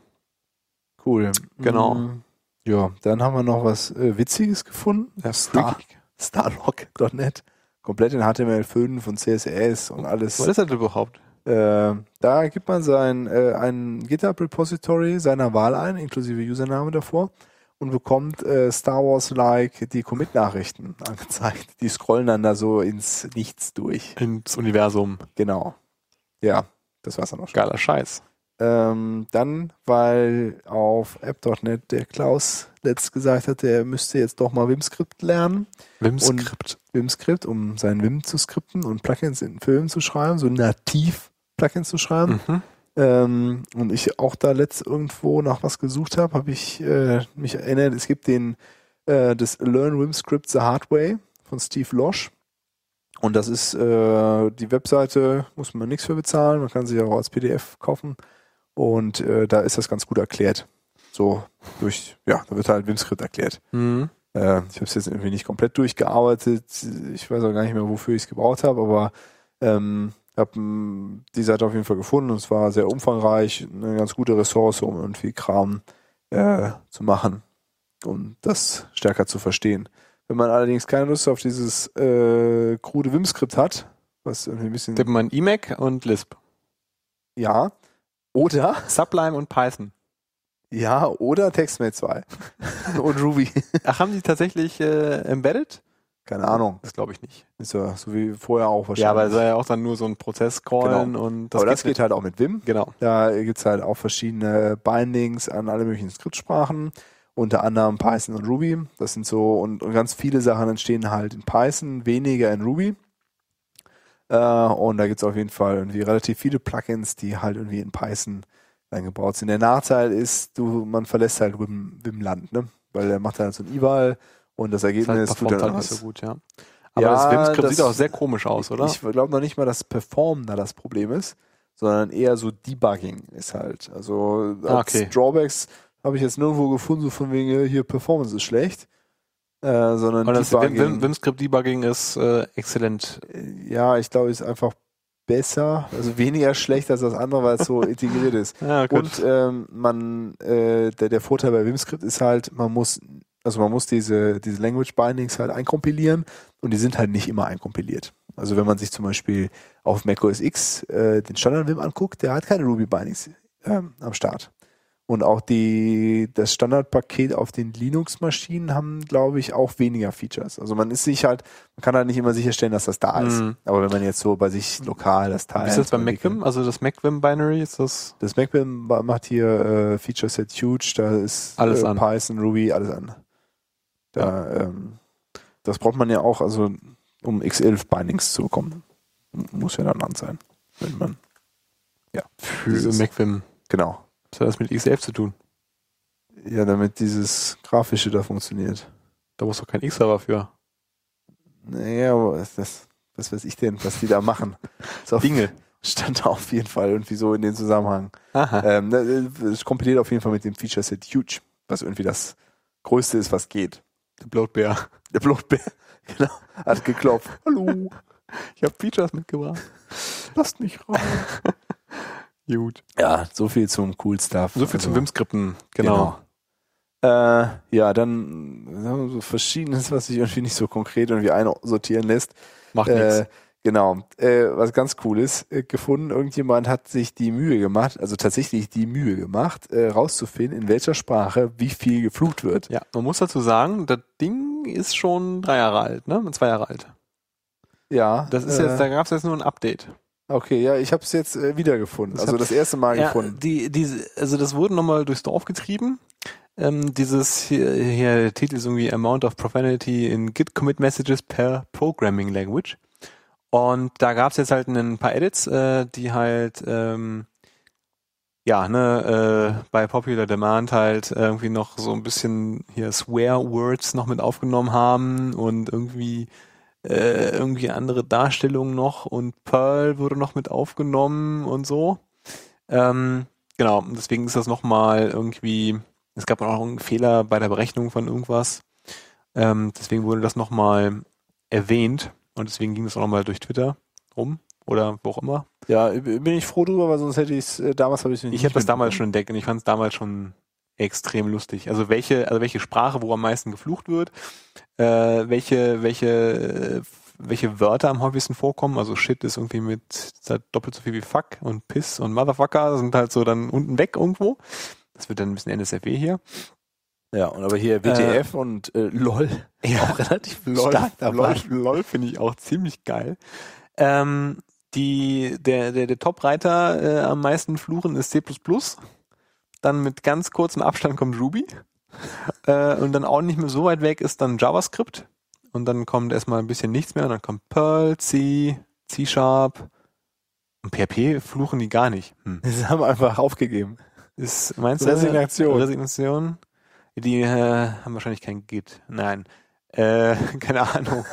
S1: Cool.
S2: Genau.
S1: Mm, Ja, dann haben wir noch was äh, Witziges gefunden.
S2: Ja,
S1: Star, Starlock.net. Komplett in HTML5 und CSS und alles.
S2: Was ist das denn überhaupt?
S1: Äh, da gibt man sein äh, ein GitHub-Repository seiner Wahl ein, inklusive Username davor, und bekommt äh, Star Wars-like die Commit-Nachrichten angezeigt. Die scrollen dann da so ins Nichts durch.
S2: Ins Universum.
S1: Genau. Ja, das war's dann auch schon.
S2: Geiler Scheiß.
S1: Ähm, dann, weil auf app.net der Klaus letzt gesagt hat, er müsste jetzt doch mal Vim-Skript lernen.
S2: Wim-Skript.
S1: Vim-Skript, um sein Vim zu skripten und Plugins in Film zu schreiben, so nativ Plugins zu schreiben.
S2: Mhm.
S1: Ähm, und ich auch da letzt irgendwo nach was gesucht habe, habe ich äh, mich erinnert, es gibt den äh, das Learn Vim Script the Hard Way von Steve Losch. Und das ist äh, die Webseite, muss man nichts für bezahlen, man kann sie auch als PDF kaufen. Und äh, da ist das ganz gut erklärt. So durch, ja, da wird halt Vim Script erklärt.
S2: Mhm.
S1: Äh, ich habe es jetzt irgendwie nicht komplett durchgearbeitet. Ich weiß auch gar nicht mehr, wofür ich es gebraucht habe, aber ähm, habe die Seite auf jeden Fall gefunden und es war sehr umfangreich, eine ganz gute Ressource, um irgendwie Kram äh, zu machen um das stärker zu verstehen. Wenn man allerdings keine Lust auf dieses äh, krude Wim-Skript hat, was irgendwie ein bisschen
S2: Tippt man Emac E und Lisp.
S1: ja oder
S2: Sublime und Python.
S1: ja oder TextMate 2 und Ruby,
S2: Ach, haben die tatsächlich äh, embedded?
S1: keine Ahnung,
S2: Das glaube ich nicht.
S1: ist ja so wie vorher auch wahrscheinlich.
S2: Ja, aber es war ja auch dann nur so ein Prozess callen und
S1: das, Genau. aber das geht halt auch mit Vim.
S2: nicht. genau.
S1: Da gibt's halt auch verschiedene Bindings an alle möglichen Skriptsprachen, unter anderem Python und Ruby. Das sind so, und, und ganz viele Sachen entstehen halt in Python, weniger in Ruby. Äh, und da gibt's auf jeden Fall irgendwie relativ viele Plugins, die halt irgendwie in Python eingebaut sind. Der Nachteil ist, du, man verlässt halt Wim, Wim Land, ne? Weil er macht dann halt so ein Eval und das
S2: Das
S1: Ergebnis
S2: halt
S1: tut dann
S2: performt halt nicht
S1: was.
S2: so gut, ja. Aber
S1: Ja,
S2: das Wim-Skript
S1: das-
S2: sieht auch sehr komisch aus, oder?
S1: Ich glaube noch nicht mal, dass Performen da das Problem ist, sondern eher so Debugging ist halt. Also als
S2: Ah, okay.
S1: Drawbacks habe ich jetzt nirgendwo gefunden, so von wegen äh, hier Performance ist schlecht, äh, sondern
S2: Und das Wim-
S1: Debugging. äh,
S2: Wim- Wim-Skript-Debugging ist äh, exzellent.
S1: ja, ich glaube, ist einfach besser, also weniger schlecht als das andere, weil es so integriert ist.
S2: Ja,
S1: Und ähm, man, äh, der, der Vorteil bei Vim-Script ist halt, man muss, also man muss diese, diese Language Bindings halt einkompilieren und die sind halt nicht immer einkompiliert. Also wenn man sich zum Beispiel auf macOS X äh, den Standard Vim anguckt, der hat keine Ruby Bindings ähm, am Start. Und auch die, das Standardpaket auf den Linux-Maschinen haben, glaube ich, auch weniger Features. Also man ist sich halt, man kann halt nicht immer sicherstellen, dass das da ist.
S2: Mhm.
S1: Aber wenn man jetzt so bei sich lokal das Teil
S2: Wie ist das beim MacWim? Also das MacWim-Binary ist das.
S1: das MacBim macht hier äh, Feature Set Huge, da ist
S2: Alles
S1: äh,
S2: an.
S1: Python, Ruby, alles an. Da, ähm, das braucht man ja auch, also um X11 Bindings zu bekommen. M- Muss ja dann an sein. Wenn man,
S2: Für
S1: Dieses-
S2: MacWim.
S1: genau.
S2: Was hat das mit X11 zu tun?
S1: Ja, damit dieses Grafische da funktioniert.
S2: Da muss doch kein X-Server für.
S1: Naja, aber was, das, was weiß ich denn, was die da machen. Ist auf-
S2: Dinge.
S1: Stand da auf jeden Fall irgendwie so in dem Zusammenhang.
S2: Aha.
S1: Ähm, das- es kompiliert auf jeden Fall mit dem Feature Set Huge, was irgendwie das Größte ist, was geht.
S2: Der Bloatbär.
S1: Der Blutbär, genau, hat geklopft. Hallo,
S2: Ich habe Features mitgebracht.
S1: lasst mich rein.
S2: Gut.
S1: Ja, so viel zum Cool Stuff.
S2: So viel zum
S1: Also,
S2: Wim-Skripten. Genau.
S1: Äh, ja, dann äh, so verschiedenes, was sich irgendwie nicht so konkret irgendwie einsortieren lässt.
S2: Macht
S1: Äh,
S2: nichts.
S1: Genau. Äh, was ganz Cooles äh, gefunden. Irgendjemand hat sich die Mühe gemacht, also tatsächlich die Mühe gemacht, äh, rauszufinden, in welcher Sprache wie viel geflucht wird.
S2: Ja, man muss dazu sagen, das Ding ist schon drei Jahre alt, ne? Zwei Jahre alt.
S1: Ja. äh,
S2: Das ist jetzt, da gab es jetzt nur ein Update.
S1: Okay, ja, ich habe es jetzt äh, wiedergefunden.
S2: Das
S1: Also das erste Mal
S2: Ja,
S1: gefunden.
S2: die, die, also das wurde nochmal durchs Dorf getrieben. Ähm, dieses hier, hier, der Titel ist irgendwie Amount of Profanity in Git Commit Messages per Programming Language. Und da gab es jetzt halt ein paar Edits, äh, die halt ähm, ja, ne, äh, bei Popular Demand halt irgendwie noch so ein bisschen hier Swear-Words noch mit aufgenommen haben und irgendwie äh, irgendwie andere Darstellungen noch und Pearl wurde noch mit aufgenommen und so. Ähm, genau, und deswegen ist das nochmal irgendwie, es gab auch einen Fehler bei der Berechnung von irgendwas. Ähm, deswegen wurde das nochmal erwähnt und deswegen ging das auch nochmal durch Twitter rum oder wo auch immer.
S1: Ja, bin ich froh drüber, weil sonst hätte ich es, äh, damals habe ich es nicht
S2: Ich habe das damals
S1: mitbekommen.
S2: schon entdeckt und ich fand es damals schon extrem lustig. Also welche, also welche Sprache, wo am meisten geflucht wird, äh, welche, welche, äh, f- welche Wörter am häufigsten vorkommen. Also shit ist irgendwie mit ist halt doppelt so viel wie fuck und piss und motherfucker sind halt so dann unten weg irgendwo. Das wird dann ein bisschen NSFW hier.
S1: Ja, und aber hier WTF und äh, LOL.
S2: Ja,
S1: Auch relativ
S2: LOL,
S1: stark dabei.
S2: LOL, LOL finde ich auch ziemlich geil. Ähm, die, der, der, der Top-Reiter äh, am meisten Fluchen ist C++. Dann mit ganz kurzem Abstand kommt Ruby. Äh, und dann auch nicht mehr so weit weg ist dann JavaScript. Und dann kommt erstmal ein bisschen nichts mehr. Und dann kommt Perl, C, C-Sharp. Und PHP fluchen die gar nicht. Hm.
S1: Sie haben einfach aufgegeben.
S2: Ist, meinst du?
S1: Resignation.
S2: Resignation. Die äh, haben wahrscheinlich kein Git. Nein. Äh, keine Ahnung.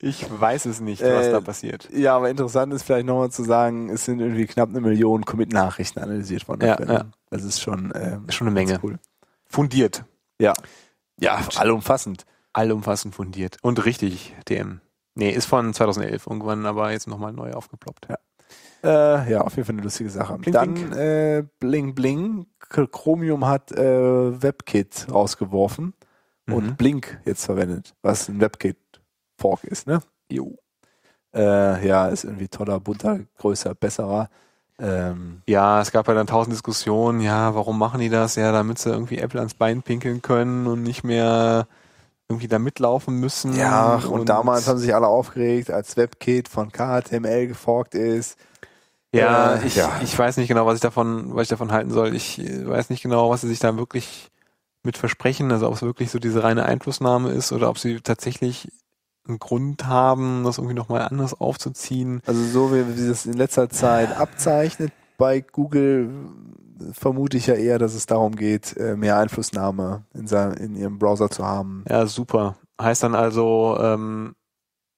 S2: ich weiß es nicht, was
S1: Äh,
S2: da passiert.
S1: Ja, aber interessant ist vielleicht nochmal zu sagen, es sind irgendwie knapp eine Million Commit-Nachrichten analysiert worden.
S2: Ja,
S1: Quelle.
S2: ja.
S1: Das ist schon, ähm,
S2: Ist schon eine Menge.
S1: ganz cool.
S2: Fundiert.
S1: Ja. Ja, allumfassend.
S2: Allumfassend fundiert. Und richtig, DM. Nee, ist von 2011 irgendwann, aber jetzt nochmal neu aufgeploppt.
S1: Ja. Äh, ja, auf jeden Fall eine lustige Sache.
S2: Bling,
S1: Dann
S2: bling.
S1: Äh, Bling Bling. Chromium hat äh, WebKit rausgeworfen
S2: Mhm.
S1: und Blink jetzt verwendet, was ein WebKit-Fork ist, ne? Jo. Äh, ja, ist irgendwie toller, bunter, größer, besserer. Ähm,
S2: Ja, es gab ja dann tausend Diskussionen. Ja, warum machen die das? Ja, damit sie irgendwie Apple ans Bein pinkeln können und nicht mehr irgendwie da mitlaufen müssen.
S1: ja, und, damals haben sich alle aufgeregt, als WebKit von KHTML geforkt ist.
S2: Ja,
S1: Äh,
S2: ich,
S1: ja.
S2: ich weiß nicht genau, was ich davon, was ich davon halten soll. Ich äh, weiß nicht genau, was sie sich da wirklich mit versprechen, also ob es wirklich so diese reine Einflussnahme ist oder ob sie tatsächlich einen Grund haben, das irgendwie nochmal anders aufzuziehen.
S1: Also so wie wie das in letzter Zeit abzeichnet bei Google, vermute ich ja eher, dass es darum geht, äh, mehr Einflussnahme in, seinem, in ihrem Browser zu haben.
S2: Ja, super. Heißt dann also, ähm,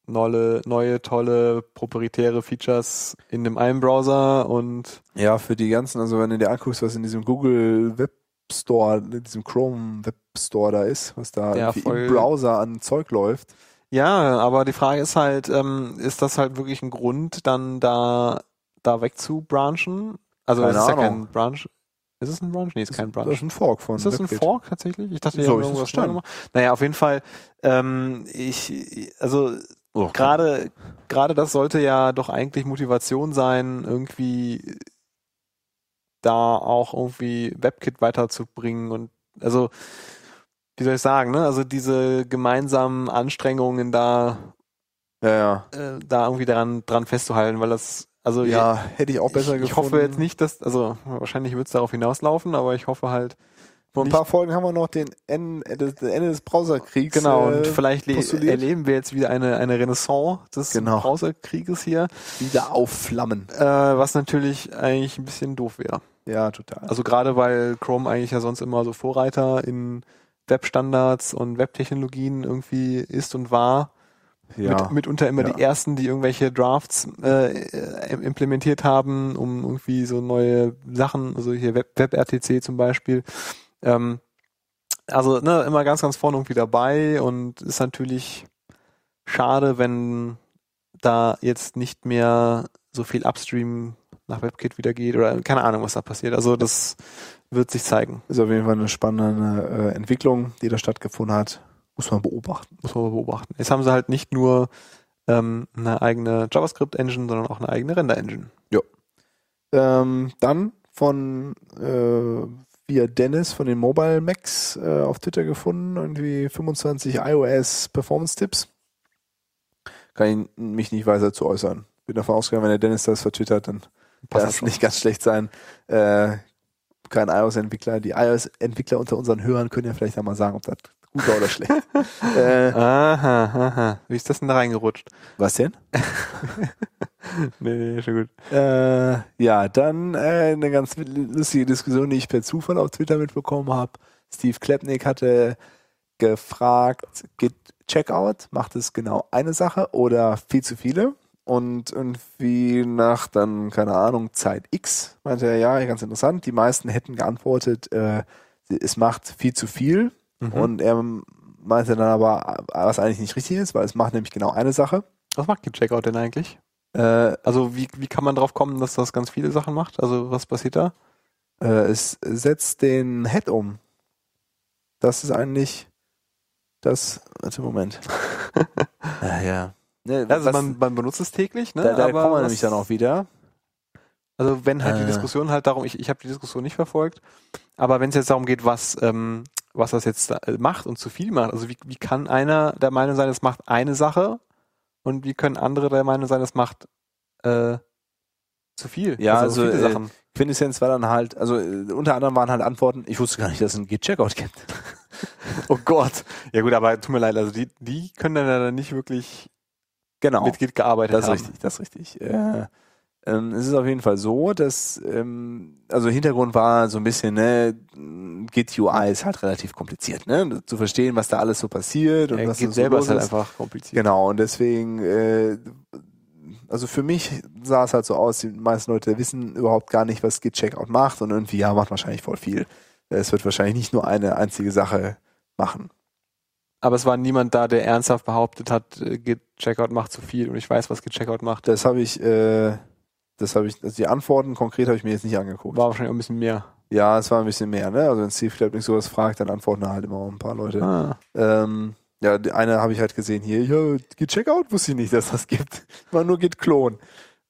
S2: neue, neue, tolle, proprietäre Features in dem einen Browser und
S1: Ja, für die ganzen, also wenn du dir anguckst, was in diesem Google Web Store, in diesem Chrome Web Store da ist, was da
S2: Ja,
S1: irgendwie
S2: voll.
S1: im Browser an Zeug läuft.
S2: Ja, aber die Frage ist halt, ähm, ist das halt wirklich ein Grund, dann da, da weg zu branchen? Also
S1: Keine
S2: es ist ja
S1: Ahnung.
S2: kein Branch. Ist es ein Branch? Nee, es ist kein
S1: Das ist
S2: Branch.
S1: ein Fork von
S2: Ist das ein
S1: WebKit.
S2: Fork tatsächlich? Ich dachte, die
S1: So
S2: haben
S1: hab ich das
S2: irgendwas schnell
S1: verstanden.
S2: gemacht. Naja, auf jeden Fall, ähm, ich, also
S1: Oh,
S2: gerade, gerade das sollte ja doch eigentlich Motivation sein, irgendwie da auch irgendwie WebKit weiterzubringen und also wie soll ich sagen, ne? Also diese gemeinsamen Anstrengungen da
S1: Ja, ja.
S2: äh, da irgendwie daran dran festzuhalten, weil das also
S1: ja, hätte ich auch
S2: ich,
S1: besser
S2: ich,
S1: gefunden.
S2: ich hoffe jetzt nicht, dass also wahrscheinlich wird es darauf hinauslaufen, aber ich hoffe halt
S1: Vor ein paar Folgen haben wir noch den Ende, das Ende des Browserkriegs.
S2: genau und
S1: äh,
S2: vielleicht le
S1: postuliert.
S2: erleben wir jetzt wieder eine eine Renaissance des
S1: Genau.
S2: Browserkrieges hier,
S1: wieder aufflammen.
S2: äh, was natürlich eigentlich ein bisschen doof wäre.
S1: Ja, total.
S2: Also gerade weil Chrome eigentlich ja sonst immer so Vorreiter in Webstandards und Webtechnologien irgendwie ist und war. mit, mitunter immer
S1: Ja.
S2: die ersten, die irgendwelche Drafts äh, äh, implementiert haben, um irgendwie so neue Sachen, also hier Web, WebRTC zum Beispiel. Ähm, also ne, immer ganz, ganz vorne irgendwie dabei und ist natürlich schade, wenn da jetzt nicht mehr so viel Upstream nach WebKit wieder geht oder keine Ahnung, was da passiert. Also das wird sich zeigen,
S1: ist auf jeden Fall eine spannende äh, Entwicklung, die da stattgefunden hat. Muss man beobachten.
S2: muss man mal beobachten. Jetzt haben sie halt nicht nur äh, ähm, eine eigene JavaScript-Engine, sondern auch eine eigene Render-Engine.
S1: Ähm, dann von äh, via Dennis von den Mobile Macs äh, auf Twitter gefunden, irgendwie 25 iOS Performance Tipps. Kann ich mich nicht weiter zu äußern. Bin davon ausgegangen, wenn der Dennis das vertwittert, dann kann
S2: das
S1: es
S2: schon.
S1: nicht ganz schlecht sein. Äh, kein iOS-Entwickler. Die iOS-Entwickler unter unseren Hörern können ja vielleicht einmal sagen, ob das gut war oder schlecht. äh,
S2: Aha, aha. Wie ist das denn da reingerutscht?
S1: was denn?
S2: Nee, nee, schon gut.
S1: Äh, ja, dann äh, eine ganz lustige Diskussion, die ich per Zufall auf Twitter mitbekommen habe. Steve Klepnik hatte gefragt, Git Checkout, macht es genau eine Sache oder viel zu viele? Und irgendwie nach dann, keine Ahnung, Zeit X, meinte er, ja, ganz interessant. Die meisten hätten geantwortet, äh, es macht viel zu viel,
S2: Mhm.
S1: und er meinte dann aber, was eigentlich nicht richtig ist, weil es macht nämlich genau eine Sache.
S2: was macht Git Checkout denn eigentlich?
S1: Äh,
S2: Also wie, wie kann man drauf kommen, dass das ganz viele Sachen macht? Also was passiert da?
S1: äh, es setzt den Head um. Das ist eigentlich das. Warte, Moment. ja, ja. Ne,
S2: Also
S1: was-
S2: man, man benutzt es täglich, ne?
S1: da da kommen wir
S2: was-
S1: nämlich dann auch wieder.
S2: Also wenn halt
S1: Äh.
S2: die Diskussion halt darum, ich, ich habe die Diskussion nicht verfolgt, aber wenn es jetzt darum geht, was, ähm, was das jetzt da- äh, macht und zu viel macht, also wie, wie kann einer der Meinung sein, es macht eine Sache und wie können andere der Meinung sein, es macht äh, zu viel?
S1: Ja, also,
S2: viele
S1: äh,
S2: Sachen.
S1: Quintessenz war dann halt, also äh, unter anderem waren halt Antworten, ich wusste gar nicht, dass es einen Git-Checkout gibt.
S2: Oh Gott. Ja gut, aber tut mir leid, also die, die können dann ja nicht wirklich
S1: Genau.
S2: mit Git gearbeitet
S1: Das ist
S2: haben.
S1: richtig, das ist richtig. Äh, ähm, es ist auf jeden Fall so, dass, ähm, also Hintergrund war so ein bisschen, ne, Git UI ist halt relativ kompliziert, ne, zu verstehen, was da alles so passiert und
S2: Ja,
S1: was da
S2: Git
S1: so
S2: selber
S1: los
S2: ist halt einfach kompliziert.
S1: Genau, und deswegen, äh, also für mich sah es halt so aus, die meisten Leute wissen überhaupt gar nicht, was Git Checkout macht und irgendwie, ja, macht wahrscheinlich voll viel. Es wird wahrscheinlich nicht nur eine einzige Sache machen.
S2: Aber es war niemand da, der ernsthaft behauptet hat, äh, Git Checkout macht zu viel und ich weiß, was Git Checkout macht.
S1: Das habe ich, äh, das habe ich, also die Antworten konkret habe ich mir jetzt nicht angeguckt.
S2: War wahrscheinlich auch ein bisschen mehr.
S1: Ja, es war ein bisschen mehr, ne? Also wenn Steve Clapp nicht sowas fragt, dann antworten halt immer ein paar Leute.
S2: Ah.
S1: Ähm, ja, die eine habe ich halt gesehen hier, ja, Git Checkout wusste ich nicht, dass das gibt. War nur Git Klon.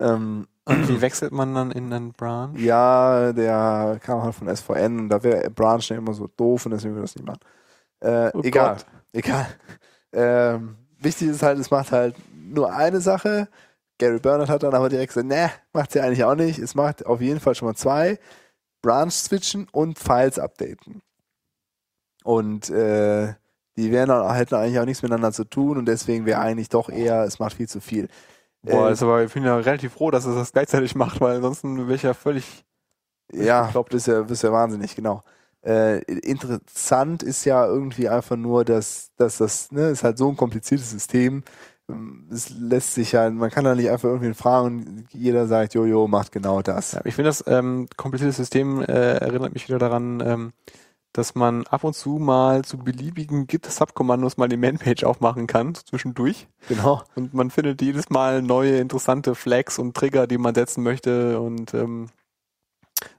S1: Ähm,
S2: Und wie wechselt man dann in einen Branch?
S1: ja, der kam halt von SVN und da wäre Branch ja immer so doof und deswegen würde das nicht machen. Äh,
S2: Oh
S1: egal.
S2: Gott.
S1: Egal. Ähm, wichtig ist halt, es macht halt nur eine Sache. Gary Bernard hat dann aber direkt gesagt, ne, macht sie eigentlich auch nicht. Es macht auf jeden Fall schon mal zwei. Branch switchen und Files updaten. Und äh, die wären dann, hätten eigentlich auch nichts miteinander zu tun und deswegen wäre eigentlich doch eher, es macht viel zu viel.
S2: Hm. Boah,
S1: Äh,
S2: ist aber, ich bin ja relativ froh, dass es das gleichzeitig macht, weil ansonsten wäre ich ja völlig.
S1: Ja,
S2: Ich
S1: ich glaube, das ist ja, das ist ja wahnsinnig, genau. Äh, interessant ist ja irgendwie einfach nur, dass, dass das, ne, ist halt so ein kompliziertes System. ähm, Es lässt sich halt, man kann da nicht einfach irgendwen fragen und jeder sagt, Jojo, macht genau das.
S2: Ja, ich finde das ähm, komplizierte System äh, erinnert mich wieder daran, ähm, dass man ab und zu mal zu beliebigen Git-Subkommandos mal die Manpage aufmachen kann, so zwischendurch.
S1: Genau.
S2: Und man findet jedes Mal neue interessante Flags und Trigger, die man setzen möchte. Und ähm,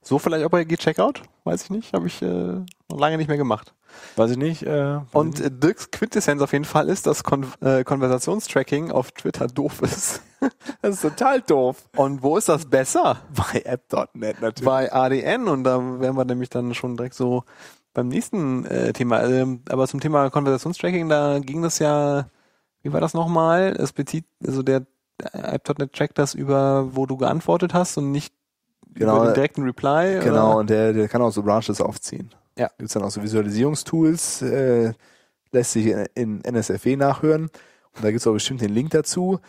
S2: so vielleicht auch bei G-Checkout, weiß ich nicht, habe ich äh, noch lange nicht mehr gemacht.
S1: Weiß ich nicht. Äh,
S2: Und äh, Dirks Quintessenz auf jeden Fall ist, dass Kon äh, Konversationstracking auf Twitter doof ist.
S1: das ist total doof.
S2: Und wo ist das besser?
S1: Bei app.net natürlich.
S2: Bei ADN. Und da wären wir nämlich dann schon direkt so beim nächsten äh, Thema. Ähm, aber zum Thema Konversationstracking, da ging das ja, wie war das nochmal? Es bezieht, also der App.net trackt das über, wo du geantwortet hast und nicht
S1: Genau.
S2: über den direkten Reply.
S1: Genau,
S2: Oder?
S1: und der, der kann auch so Branches aufziehen.
S2: Ja.
S1: Gibt es dann auch so Visualisierungstools, äh, lässt sich in, in NSFW E nachhören. Und da gibt es auch bestimmt den Link dazu.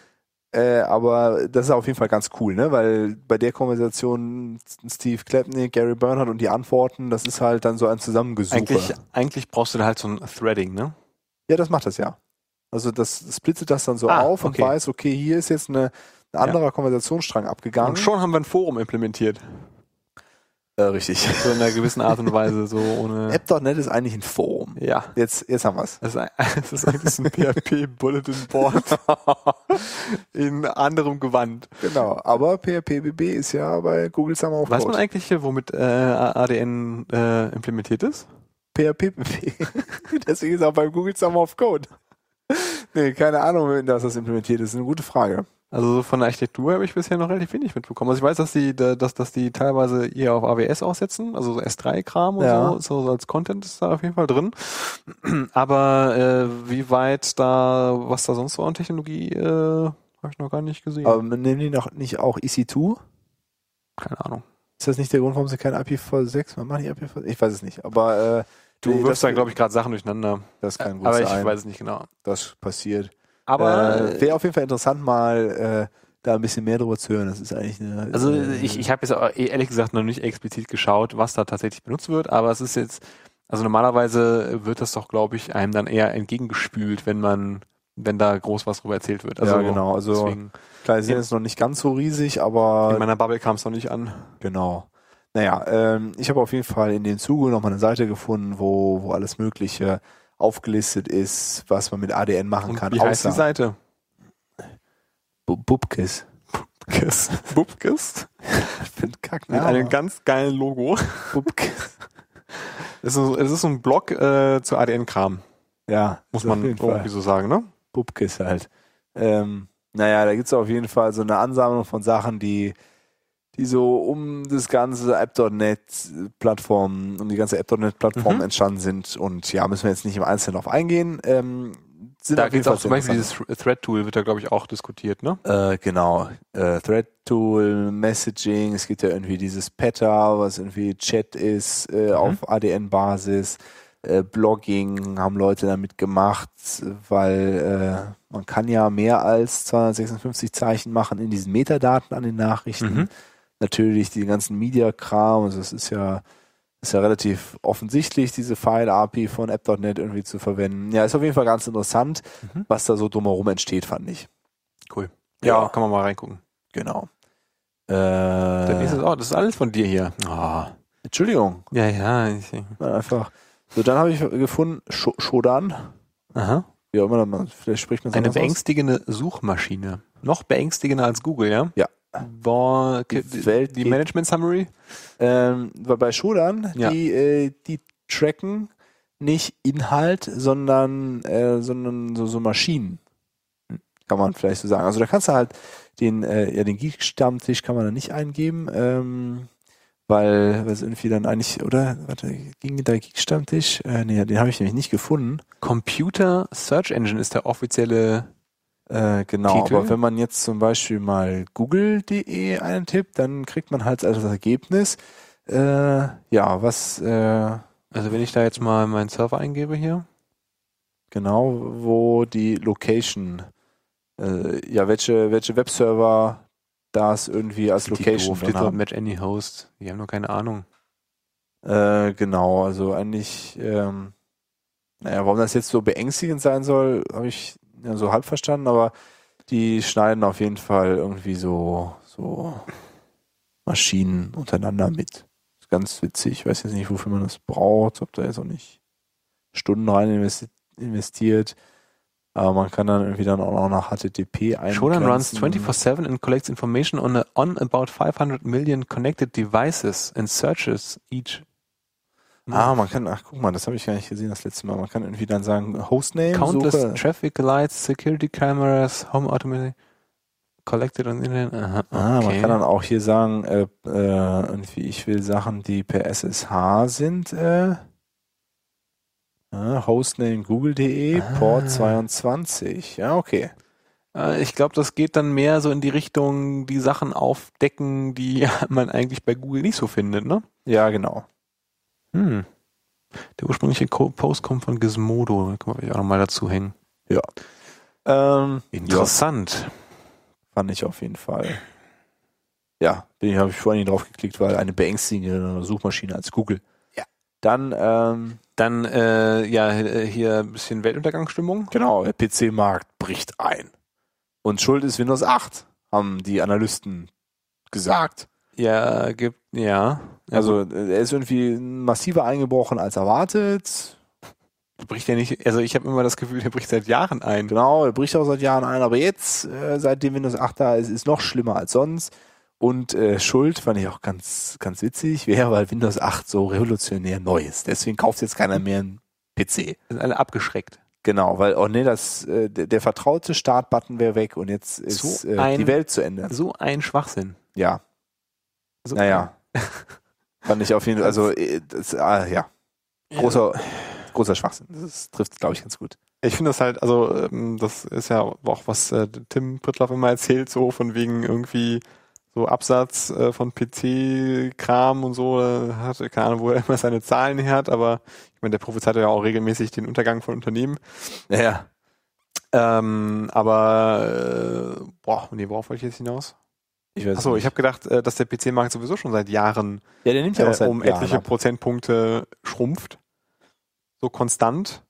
S1: Äh, aber das ist auf jeden Fall ganz cool, ne? Weil bei der Konversation Steve Klepnik, Gary Bernhardt und die Antworten, das ist halt dann so ein Zusammengesuche.
S2: Eigentlich, eigentlich brauchst du da halt so ein Threading, ne?
S1: Ja, das macht das ja. Also das splittet das dann so
S2: Ah,
S1: auf
S2: okay.
S1: und weiß, okay, hier ist jetzt eine, ein anderer Konversationsstrang abgegangen.
S2: Und schon haben wir ein Forum implementiert.
S1: äh, richtig.
S2: So in einer gewissen Art und Weise, so ohne.
S1: App.net ist eigentlich ein Forum.
S2: Ja.
S1: Jetzt, jetzt haben wir's.
S2: Das ist, ein, das ist eigentlich ein PHP-Bulletin Board in anderem Gewand.
S1: Genau, aber PHPBB ist ja bei Google Summer of
S2: Weiß man
S1: Code.
S2: eigentlich, äh, womit äh, ADN äh, implementiert ist?
S1: PHPBB. Deswegen ist auch beim Google Summer of Code. Nee, keine Ahnung, dass das implementiert ist. Eine gute Frage.
S2: Also so von der Architektur habe ich bisher noch relativ wenig mitbekommen. Also ich weiß, dass die, da- dass, dass die teilweise eher auf AWS aussetzen, also so S3-Kram und
S1: Ja.
S2: so, so als Content ist da auf jeden Fall drin. Aber äh, wie weit da, was da sonst so an Technologie, äh, habe ich noch gar nicht gesehen.
S1: Aber nehmen die noch nicht auch EC2?
S2: Keine Ahnung.
S1: Ist das nicht der Grund, warum sie kein IPv6 mehr machen? Die IPv6? Ich weiß es nicht. Aber äh,
S2: Du
S1: nee,
S2: wirfst
S1: das-
S2: da, glaube ich, gerade Sachen durcheinander.
S1: das kann gut
S2: Aber ich
S1: sein.
S2: weiß es nicht genau.
S1: das passiert.
S2: Aber
S1: äh, wäre auf jeden Fall interessant, mal äh, da ein bisschen mehr drüber zu hören. Das ist eigentlich eine.
S2: Also
S1: äh,
S2: ich, ich habe jetzt auch e-, ehrlich gesagt noch nicht explizit geschaut, was da tatsächlich benutzt wird, aber es ist jetzt, also normalerweise wird das doch, glaube ich, einem dann eher entgegengespült, wenn man, wenn da groß was drüber erzählt wird. Also
S1: ja, genau. Also
S2: deswegen, Genau.
S1: klar, sie sind jetzt noch nicht ganz so riesig, aber
S2: in meiner Bubble kam es noch nicht an.
S1: Genau. Naja, ähm, ich habe auf jeden Fall in dem Zuge nochmal eine Seite gefunden, wo, wo alles Mögliche aufgelistet ist, was man mit ADN machen kann.
S2: wie heißt die Seite?
S1: Bu- Bubkis.
S2: Bubkes. Bubkes?
S1: Ich finde kack.
S2: Mit einem ganz geilen Logo.
S1: Bubkis.
S2: Es ist, es ist so ein Blog äh, zu ADN-Kram,
S1: Ja,
S2: muss
S1: ist
S2: man
S1: auf jeden
S2: irgendwie
S1: Fall.
S2: so sagen, ne?
S1: Bubkis halt. Ähm, naja, da gibt es auf jeden Fall so eine Ansammlung von Sachen, die, die so um das ganze App.NET-Plattform, um die ganze App.NET-Plattform
S2: Mhm.
S1: entstanden sind. Und ja, müssen wir jetzt nicht im Einzelnen auf eingehen. Ähm, sind
S2: Da
S1: auf jeden
S2: geht es
S1: Fall
S2: auch zum
S1: sehr
S2: Beispiel
S1: interessant.
S2: dieses Thread-Tool, wird da, glaube ich, auch diskutiert, ne?
S1: Äh, genau. Äh, Thread Tool, Messaging, es gibt ja irgendwie dieses Peta, was irgendwie Chat ist äh,
S2: Mhm.
S1: auf ADN-Basis. Äh, Blogging haben Leute damit gemacht, weil äh, man kann ja mehr als 256 Zeichen machen in diesen Metadaten an den Nachrichten.
S2: Mhm.
S1: Natürlich die ganzen Media-Kram, also es ist ja ist ja relativ offensichtlich, diese File-API von app.net irgendwie zu verwenden. Ja, ist auf jeden Fall ganz interessant,
S2: Mhm.
S1: was da so drumherum entsteht, fand ich.
S2: Cool.
S1: Ja.
S2: ja, kann man mal reingucken.
S1: Genau.
S2: Dann ist
S1: Äh,
S2: es, oh, das ist alles von dir hier. Ah.
S1: Entschuldigung,
S2: Ja, ja. Ich,
S1: Na, einfach. So, dann habe ich gefunden, Sh Shodan.
S2: aha. Also
S1: Wie auch immer, man, vielleicht spricht man es
S2: Eine
S1: anders aus.
S2: beängstigende Suchmaschine. Noch beängstigender als Google, ja?
S1: Ja.
S2: Boah, die,
S1: Die Welt
S2: die
S1: geht-
S2: Management Summary?
S1: Ähm, weil bei Shodan,
S2: Ja.
S1: die, äh, die tracken nicht Inhalt, sondern, äh, sondern so, so Maschinen. Kann man vielleicht so sagen. Also da kannst du halt den, äh, ja, den Geek-Stammtisch kann man da nicht eingeben, ähm, weil weil es irgendwie dann eigentlich, oder? Warte, ging der Geek-Stammtisch? Äh, nee, den habe ich nämlich nicht gefunden.
S2: Computer Search Engine ist der offizielle.
S1: Äh, genau,
S2: Titel?
S1: aber wenn man jetzt zum Beispiel mal google.de eintippt, dann kriegt man halt als Ergebnis, äh, ja, was äh,
S2: Also wenn ich da jetzt mal meinen Server eingebe hier.
S1: genau, wo die Location, äh, ja, welche, welche Webserver das irgendwie als Location
S2: die
S1: drin
S2: doof, die
S1: haben.
S2: Match Any Host. Die haben noch keine Ahnung.
S1: Äh, genau, also eigentlich, ähm, naja, warum das jetzt so beängstigend sein soll, habe ich ja, so halb verstanden, aber die schneiden auf jeden Fall irgendwie so, so Maschinen untereinander mit. Ist ganz witzig. Ich weiß jetzt nicht, wofür man das braucht, ob da jetzt auch nicht Stunden rein investi- investiert. Aber man kann dann irgendwie dann auch noch nach HTTP eingrenzen.
S2: Shodan runs 24-7 and collects information on, a, on about 500 million connected devices and searches each.
S1: Ah, man kann, ach guck mal, das habe ich gar nicht gesehen das letzte Mal. Man kann irgendwie dann sagen, Hostname,
S2: Countless
S1: Suche.
S2: traffic lights, security cameras, home automation collected on the internet. Aha,
S1: Ah, man
S2: okay.
S1: kann dann auch hier sagen, äh, äh, irgendwie ich will Sachen, die per SSH sind. Äh, äh, Hostname google.de,
S2: Ah.
S1: Port 22. Ja, okay.
S2: Äh, ich glaube, das geht dann mehr so in die Richtung, die Sachen aufdecken, die man eigentlich bei Google nicht so findet, ne?
S1: Ja, genau.
S2: Hm. Der ursprüngliche Co Post kommt von Gizmodo. Da können wir vielleicht auch nochmal dazu hängen.
S1: Ähm, ja,
S2: Interessant.
S1: fand ich auf jeden Fall. Ja, bin habe ich vorhin drauf geklickt, weil eine beängstigende Suchmaschine als Google.
S2: Ja.
S1: Dann, ähm,
S2: Dann, äh, ja, äh, hier ein bisschen Weltuntergangsstimmung.
S1: genau, der PC-Markt bricht ein. Und schuld ist Windows 8, haben die Analysten gesagt.
S2: Ja, gibt, ja.
S1: Also äh, er ist irgendwie massiver eingebrochen als erwartet.
S2: bricht ja nicht, also ich habe immer das Gefühl, der bricht seit Jahren ein.
S1: Genau, er bricht auch seit Jahren ein, aber jetzt, äh, seitdem Windows 8 da ist, ist noch schlimmer als sonst. Und äh, Schuld fand ich auch ganz, ganz witzig, wäre, weil Windows 8 so revolutionär neu ist. Deswegen kauft jetzt keiner mehr einen PC.
S2: Sind alle abgeschreckt.
S1: Genau, weil, oh nee, das, äh, der der vertraute Startbutton wäre weg und jetzt ist
S2: So
S1: äh,
S2: ein-
S1: die Welt zu Ende.
S2: So ein Schwachsinn.
S1: Ja,
S2: So
S1: naja. Fand ich auf jeden Fall, also, äh, das, ah, ja,
S2: ein-
S1: großer, großer Schwachsinn. Das trifft, glaube ich, ganz gut.
S2: Ich finde das halt, also ähm, das ist ja auch was äh, Tim Prittloff immer erzählt, so von wegen irgendwie so Absatz äh, von PC-Kram und so, äh, hat keine Ahnung, wo er immer seine Zahlen her hat, aber ich meine, der prophezeit ja auch regelmäßig den Untergang von Unternehmen.
S1: Ja,
S2: Ähm, aber äh, boah, nee, worauf wollte ich jetzt hinaus?
S1: ich weiß
S2: Achso,
S1: nicht.
S2: ich habe gedacht, äh, dass der PC-Markt sowieso schon seit Jahren
S1: ja, der nimmt ja auch
S2: äh,
S1: seit
S2: um
S1: Jahren
S2: etliche
S1: ab.
S2: Prozentpunkte schrumpft. So konstant.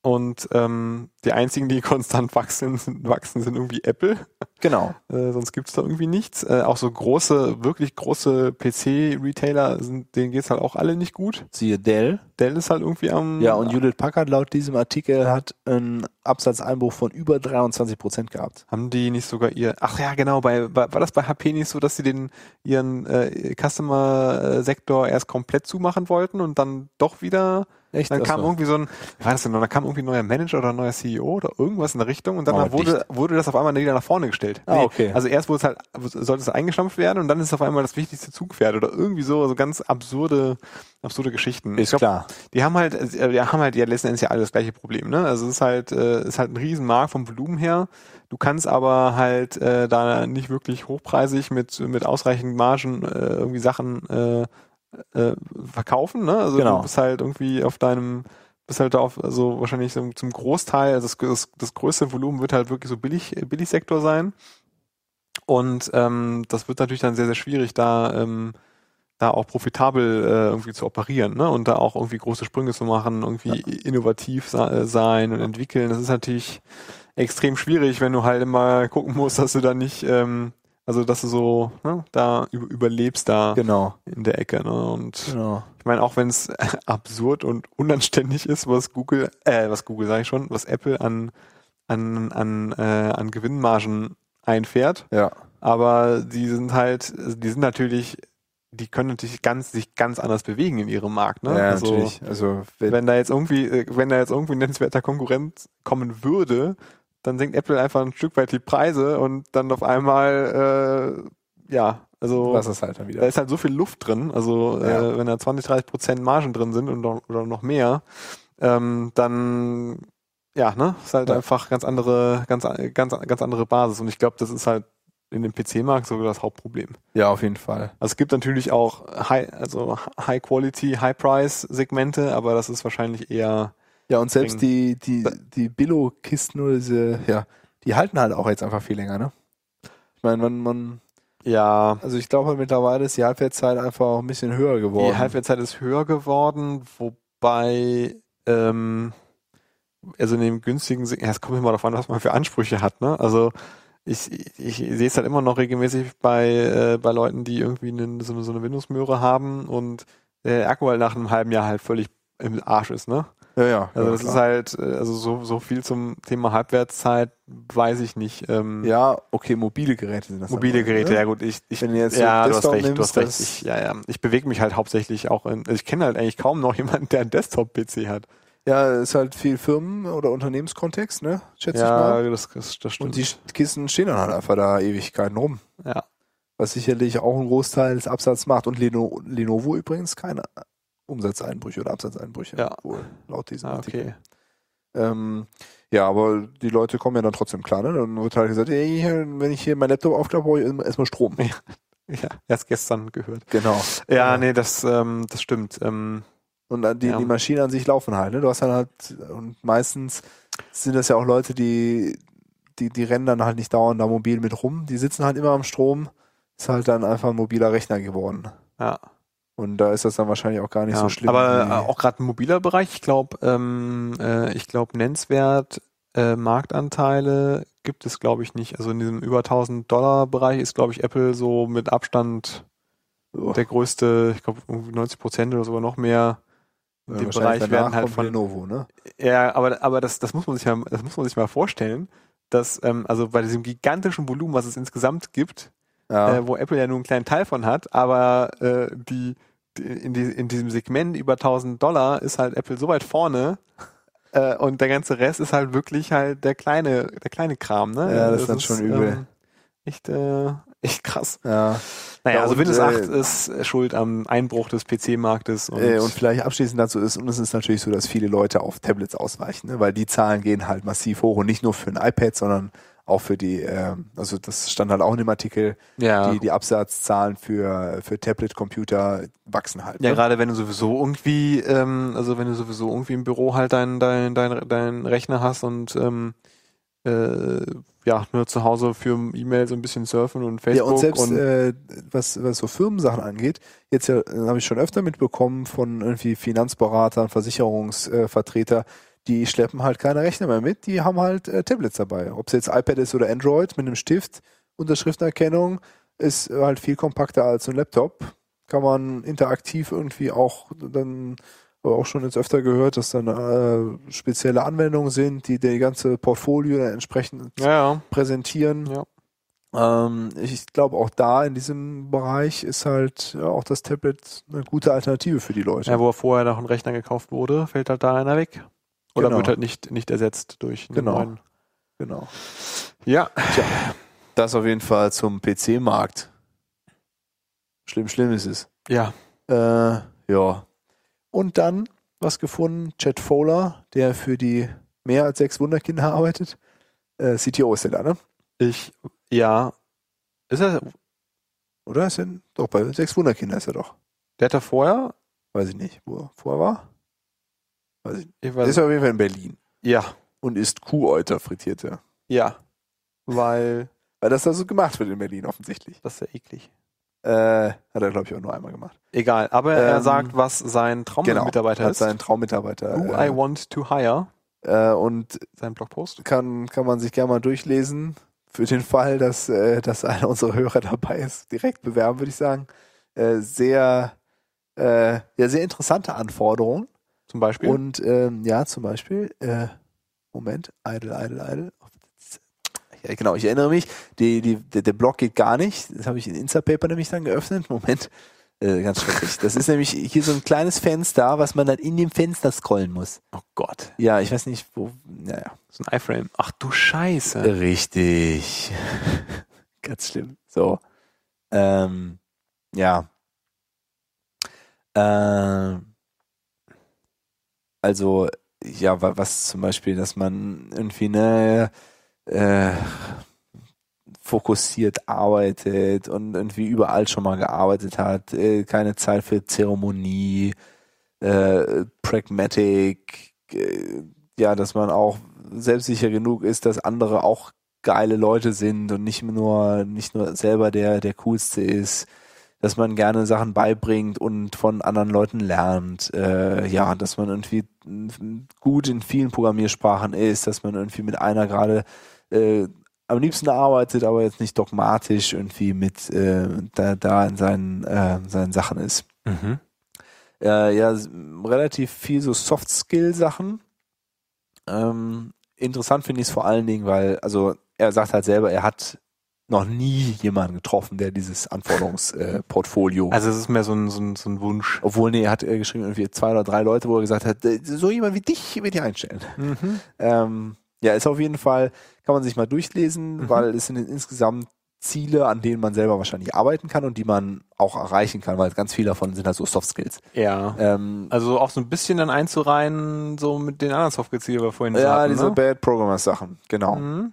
S2: Und ähm, die einzigen, die konstant wachsen, sind, wachsen, sind irgendwie Apple.
S1: Genau.
S2: Äh, sonst gibt's da irgendwie nichts. Äh, auch so große, wirklich große PC-Retailer, sind- denen geht's halt auch alle nicht gut.
S1: Siehe Dell.
S2: Dell ist halt irgendwie am.
S1: Ja, und Hewlett Packard laut diesem Artikel hat einen Absatzeinbruch von über 23 Prozent gehabt.
S2: Haben die nicht sogar ihr, ach ja, genau, bei, war, war das bei HP nicht so, dass sie den, ihren äh, Customer-Sektor erst komplett zumachen wollten und dann doch wieder,
S1: Echt?
S2: dann
S1: Ach
S2: kam
S1: so.
S2: irgendwie so ein, wie war das denn, dann kam irgendwie ein neuer Manager oder ein neuer CEO oder irgendwas in der Richtung und dann
S1: Mauer
S2: wurde, wurde das auf einmal wieder nach vorne gestellt.
S1: Oh, Ah, okay.
S2: Also erst wurde es halt, sollte es eingestampft werden und dann ist es auf einmal das wichtigste Zugpferd oder irgendwie so, so ganz absurde, absurde Geschichten. Ich
S1: Ist
S2: glaub,
S1: klar.
S2: die haben halt, äh, die haben halt ja letzten Endes ja alle das gleiche Problem, ne? Also es ist halt, äh, ist halt ein Riesenmarkt vom Volumen her. Du kannst aber halt äh, da nicht wirklich hochpreisig mit, mit ausreichend Margen äh, irgendwie Sachen äh, äh, verkaufen, ne? Also
S1: Genau.
S2: du bist halt irgendwie auf deinem, bist halt da auf, also wahrscheinlich so zum Großteil, also das, das, das größte Volumen wird halt wirklich so billig, Billigsektor sein. Und ähm, das wird natürlich dann sehr, sehr schwierig, da ähm, da auch profitabel äh, irgendwie zu operieren ne? und da auch irgendwie große Sprünge zu machen, irgendwie innovativ sa- äh, sein und entwickeln. Das ist natürlich extrem schwierig, wenn du halt immer gucken musst, dass du da nicht, ähm, also dass du so ne, da über überlebst da
S1: Genau.
S2: in der Ecke. Ne? Und
S1: genau.
S2: ich meine, auch wenn es absurd und unanständig ist, was Google, äh, was Google sage ich schon, was Apple an an an äh, an Gewinnmargen einfährt,
S1: Ja.
S2: aber die sind halt, also die sind natürlich, die können natürlich ganz, sich ganz anders bewegen in ihrem Markt. Ne?
S1: Ja,
S2: also,
S1: natürlich. Also, wenn,
S2: Wenn da jetzt irgendwie, äh, wenn da jetzt irgendwie ein nennenswerter Konkurrent kommen würde, dann senkt Apple einfach ein Stück weit die Preise und dann auf einmal, äh, ja, also
S1: was ist halt dann
S2: da
S1: wieder.
S2: ist halt so viel Luft drin. Also
S1: Ja.
S2: äh, wenn da 20, 30 Prozent Margen drin sind und noch, oder noch mehr, ähm, dann ja, ne, ist halt
S1: Ja.
S2: einfach ganz andere, ganz, a- ganz, a- ganz andere Basis. Und ich glaube, das ist halt in dem PC-Markt sogar das Hauptproblem.
S1: Ja, auf jeden Fall.
S2: Also es gibt natürlich auch High, also High Quality, High Price Segmente, aber das ist wahrscheinlich eher
S1: Ja, und selbst die, die, die Billo-Kisten oder diese, ja, die halten halt auch jetzt einfach viel länger, ne? Ich meine, man, man,
S2: ja.
S1: also ich glaube mittlerweile ist die Halbwertszeit einfach auch ein bisschen höher geworden.
S2: Die Halbwertszeit ist höher geworden, wobei ähm, also in dem günstigen, Se- ja, es kommt immer darauf an, was man für Ansprüche hat, ne? Also ich, ich, ich sehe es halt immer noch regelmäßig bei, äh, bei Leuten, die irgendwie einen, so eine, so eine Windows-Möhre haben und der Akku halt nach einem halben Jahr halt völlig im Arsch ist, ne?
S1: ja, ja.
S2: Also
S1: ja,
S2: das
S1: klar.
S2: ist halt, äh, also so, so viel zum Thema Halbwertszeit weiß ich nicht. Ähm,
S1: ja, okay, mobile Geräte sind das.
S2: Mobile
S1: dann wohl,
S2: Geräte,
S1: ne?
S2: ja gut, ich, ich
S1: Wenn du jetzt so
S2: ja, du hast
S1: Desktop
S2: recht, du
S1: nimmst,
S2: hast recht.
S1: das-
S2: Ich, ja, ja. ich bewege mich halt hauptsächlich auch in, also ich kenne halt eigentlich kaum noch jemanden, der einen Desktop-PC hat.
S1: Ja, ist halt viel Firmen- oder Unternehmenskontext, ne? Schätze ich mal.
S2: das, das, das
S1: Und die Kissen stehen dann halt einfach da Ewigkeiten rum.
S2: Ja.
S1: Was sicherlich auch einen Großteil des Absatzes macht. Und Leno, Lenovo übrigens keine Umsatzeinbrüche oder Absatzeinbrüche.
S2: Ja.
S1: Wohl, laut diesem
S2: ah,
S1: Artikel.
S2: okay.
S1: Ähm, ja, aber die Leute kommen ja dann trotzdem klar. Ne? Dann wird halt gesagt, ey, wenn ich hier mein Laptop aufklappe, brauche ich erstmal Strom.
S2: Ja, erst gestern gehört.
S1: Genau.
S2: Ja,
S1: Ja.
S2: nee, das, ähm, das stimmt. Ähm,
S1: Und dann die,
S2: Ja.
S1: die Maschinen an sich laufen halt. Ne? Du hast dann halt, und meistens sind das ja auch Leute, die, die, die rennen dann halt nicht dauernd da mobil mit rum. Die sitzen halt immer am Strom. Ist halt dann einfach ein mobiler Rechner geworden.
S2: ja,
S1: Und da ist das dann wahrscheinlich auch gar nicht
S2: ja.
S1: so schlimm.
S2: Aber
S1: wie-
S2: äh, auch gerade ein mobiler Bereich, ich glaube, ähm, äh, ich glaube, nennenswert äh, Marktanteile gibt es, glaube ich, nicht. Also in diesem über 1000 Dollar Bereich ist, glaube ich, Apple so mit Abstand
S1: oh,
S2: der größte, ich glaube 90 Prozent oder sogar noch mehr. In dem
S1: wahrscheinlich
S2: Bereich
S1: danach
S2: werden halt
S1: kommt
S2: von
S1: Lenovo, ne?
S2: ja, aber aber das das muss man sich mal das muss man sich mal vorstellen, dass ähm, also bei diesem gigantischen Volumen, was es insgesamt gibt,
S1: Ja.
S2: äh, wo Apple ja nur einen kleinen Teil von hat, aber äh, die, die in, die in diesem Segment über 1000 Dollar ist halt Apple so weit vorne. Äh, und der ganze Rest ist halt wirklich halt der kleine, der kleine Kram, ne?
S1: Ja, das ist dann schon übel.
S2: ähm, echt, äh, echt krass.
S1: Ja.
S2: Naja,
S1: Ja,
S2: also
S1: und,
S2: Windows
S1: äh,
S2: 8 ist schuld am Einbruch des PC-Marktes und,
S1: Äh, und vielleicht abschließend dazu ist, und es ist natürlich so, dass viele Leute auf Tablets ausweichen, ne? weil die Zahlen gehen halt massiv hoch und nicht nur für ein iPad, sondern auch für die, ähm, also das stand halt auch in dem Artikel,
S2: ja,
S1: die, die Absatzzahlen für, für Tablet-Computer wachsen halt.
S2: ja
S1: ne?
S2: gerade wenn du sowieso irgendwie, ähm, also wenn du sowieso irgendwie im Büro halt deinen dein, dein, dein Rechner hast und ähm, äh, ja, nur zu Hause für E-Mail so ein bisschen surfen und Facebook
S1: Ja, und selbst
S2: und
S1: äh, was, was so Firmensachen angeht, jetzt ja, äh, habe ich schon öfter mitbekommen von irgendwie Finanzberatern, Versicherungsvertreter, äh, Vertreter, die schleppen halt keine Rechner mehr mit, die haben halt äh, Tablets dabei. Ob es jetzt iPad ist oder Android mit einem Stift, Unterschriftenerkennung, ist äh, halt viel kompakter als so ein Laptop. Kann man interaktiv irgendwie auch dann aber auch schon jetzt öfter gehört, dass dann äh, spezielle Anwendungen sind, die die ganze Portfolio dann entsprechend
S2: ja, ja.
S1: präsentieren. Ähm, ich glaube, auch da in diesem Bereich ist halt ja, auch das Tablet eine gute Alternative für die Leute.
S2: Ja, wo vorher noch ein Rechner gekauft wurde, fällt halt da einer weg. Oder
S1: Genau.
S2: wird halt nicht, nicht ersetzt durch einen
S1: Genau.
S2: neuen.
S1: Genau.
S2: Ja,
S1: Das auf jeden Fall zum PC-Markt. Schlimm, schlimm ist es.
S2: ja.
S1: Äh, ja. Und dann was gefunden: Chad Fowler, der für die mehr als sechs Wunderkinder arbeitet. Äh, CTO ist der da, ne?
S2: Ich, ja. Ist er,
S1: Oder ist er doch bei sechs Wunderkinder ist er doch?
S2: der hat da vorher?
S1: Weiß ich nicht, wo er vorher war.
S2: Ich
S1: Er
S2: weiß,
S1: ist auf jeden Fall in Berlin
S2: ja,
S1: und isst Kuhäuter frittierte.
S2: ja. Weil,
S1: Weil das da so gemacht wird in Berlin offensichtlich.
S2: das ist ja eklig.
S1: Äh, hat er, glaube ich, auch nur einmal gemacht.
S2: Egal, aber er
S1: Ähm, genau,
S2: sagt, was sein Traummitarbeiter
S1: Hat
S2: ist.
S1: seinen Traummitarbeiter.
S2: Who
S1: äh,
S2: I want to hire.
S1: äh, und
S2: Sein Blogpost.
S1: kann, kann man sich gerne mal durchlesen. Für den Fall, dass, äh, dass einer unserer Hörer dabei ist, direkt bewerben, würde ich sagen. Äh, sehr, äh, ja, sehr interessante Anforderungen.
S2: Zum Beispiel.
S1: Und ähm, ja, zum Beispiel, äh, Moment, Idle, Idle, Idle. Ja, genau, ich erinnere mich, die, die, der, der Blog geht gar nicht. Das habe ich in Instapaper nämlich dann geöffnet. Moment, äh, ganz schrecklich. Das ist nämlich hier so ein kleines Fenster, was man dann in dem Fenster scrollen muss.
S2: oh Gott.
S1: Ja, ich weiß nicht, wo. Naja.
S2: So ein iFrame. Ach du Scheiße.
S1: Äh, Richtig. Ganz schlimm. So. Ähm, ja. Ähm, also, ja, wa- was zum Beispiel, dass man irgendwie ne, äh, fokussiert arbeitet und irgendwie überall schon mal gearbeitet hat, äh, keine Zeit für Zeremonie, äh, pragmatic, äh, ja, dass man auch selbstsicher genug ist, dass andere auch geile Leute sind und nicht nur, nicht nur selber der, der coolste ist, dass man gerne Sachen beibringt und von anderen Leuten lernt, äh, ja, dass man irgendwie mm, gut in vielen Programmiersprachen ist, dass man irgendwie mit einer gerade äh, am liebsten arbeitet, aber jetzt nicht dogmatisch irgendwie mit äh, da, da in seinen, äh, seinen Sachen ist
S2: Mhm.
S1: äh, ja, s- m, relativ viel so Soft-Skill-Sachen. Ähm, interessant finde ich es vor allen Dingen, weil, also er sagt halt selber, er hat noch nie jemanden getroffen, der dieses Anforderungsportfolio. Äh, Portfolio-
S2: Also es ist mehr so ein, so ein, so ein Wunsch.
S1: obwohl, nee, er hat äh, geschrieben, irgendwie zwei oder drei Leute, wo er gesagt hat, "Äh, so jemand wie dich will ich einstellen.
S2: Mhm.
S1: Ähm, ja, ist auf jeden Fall, kann man sich mal durchlesen,
S2: Mhm.
S1: weil es sind insgesamt Ziele, an denen man selber wahrscheinlich arbeiten kann und die man auch erreichen kann, weil ganz viel davon sind halt so Soft Skills.
S2: Ja.
S1: Ähm,
S2: Also auch so ein bisschen dann einzureihen, so mit den anderen Software-Zielen, die wir vorhin
S1: Ja,
S2: hatten,
S1: diese
S2: ne?
S1: Bad Programmer Sachen, genau.
S2: Mhm.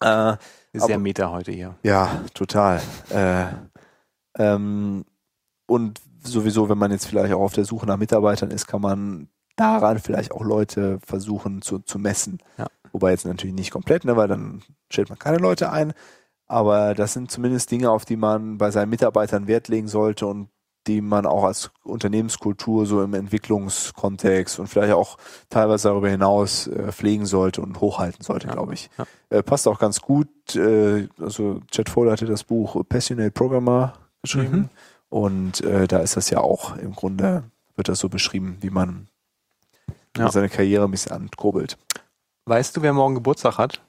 S1: Äh,
S2: Ist sehr
S1: Aber-
S2: meta heute hier.
S1: ja, total. Äh, ähm, und sowieso, wenn man jetzt vielleicht auch auf der Suche nach Mitarbeitern ist, kann man daran vielleicht auch Leute versuchen zu, zu messen.
S2: Ja.
S1: Wobei jetzt natürlich nicht komplett, ne, weil dann stellt man keine Leute ein. Aber das sind zumindest Dinge, auf die man bei seinen Mitarbeitern Wert legen sollte und die man auch als Unternehmenskultur so im Entwicklungskontext und vielleicht auch teilweise darüber hinaus äh, pflegen sollte und hochhalten sollte,
S2: Ja.
S1: glaube ich.
S2: Ja.
S1: Äh, passt auch ganz gut. Äh, also Chad Fowler hatte das Buch Passionate Programmer geschrieben
S2: Mhm.
S1: und äh, da ist das ja auch im Grunde, wird das so beschrieben, wie man wie
S2: Ja.
S1: man seine Karriere ein bisschen ankurbelt.
S2: Weißt du, wer morgen Geburtstag hat?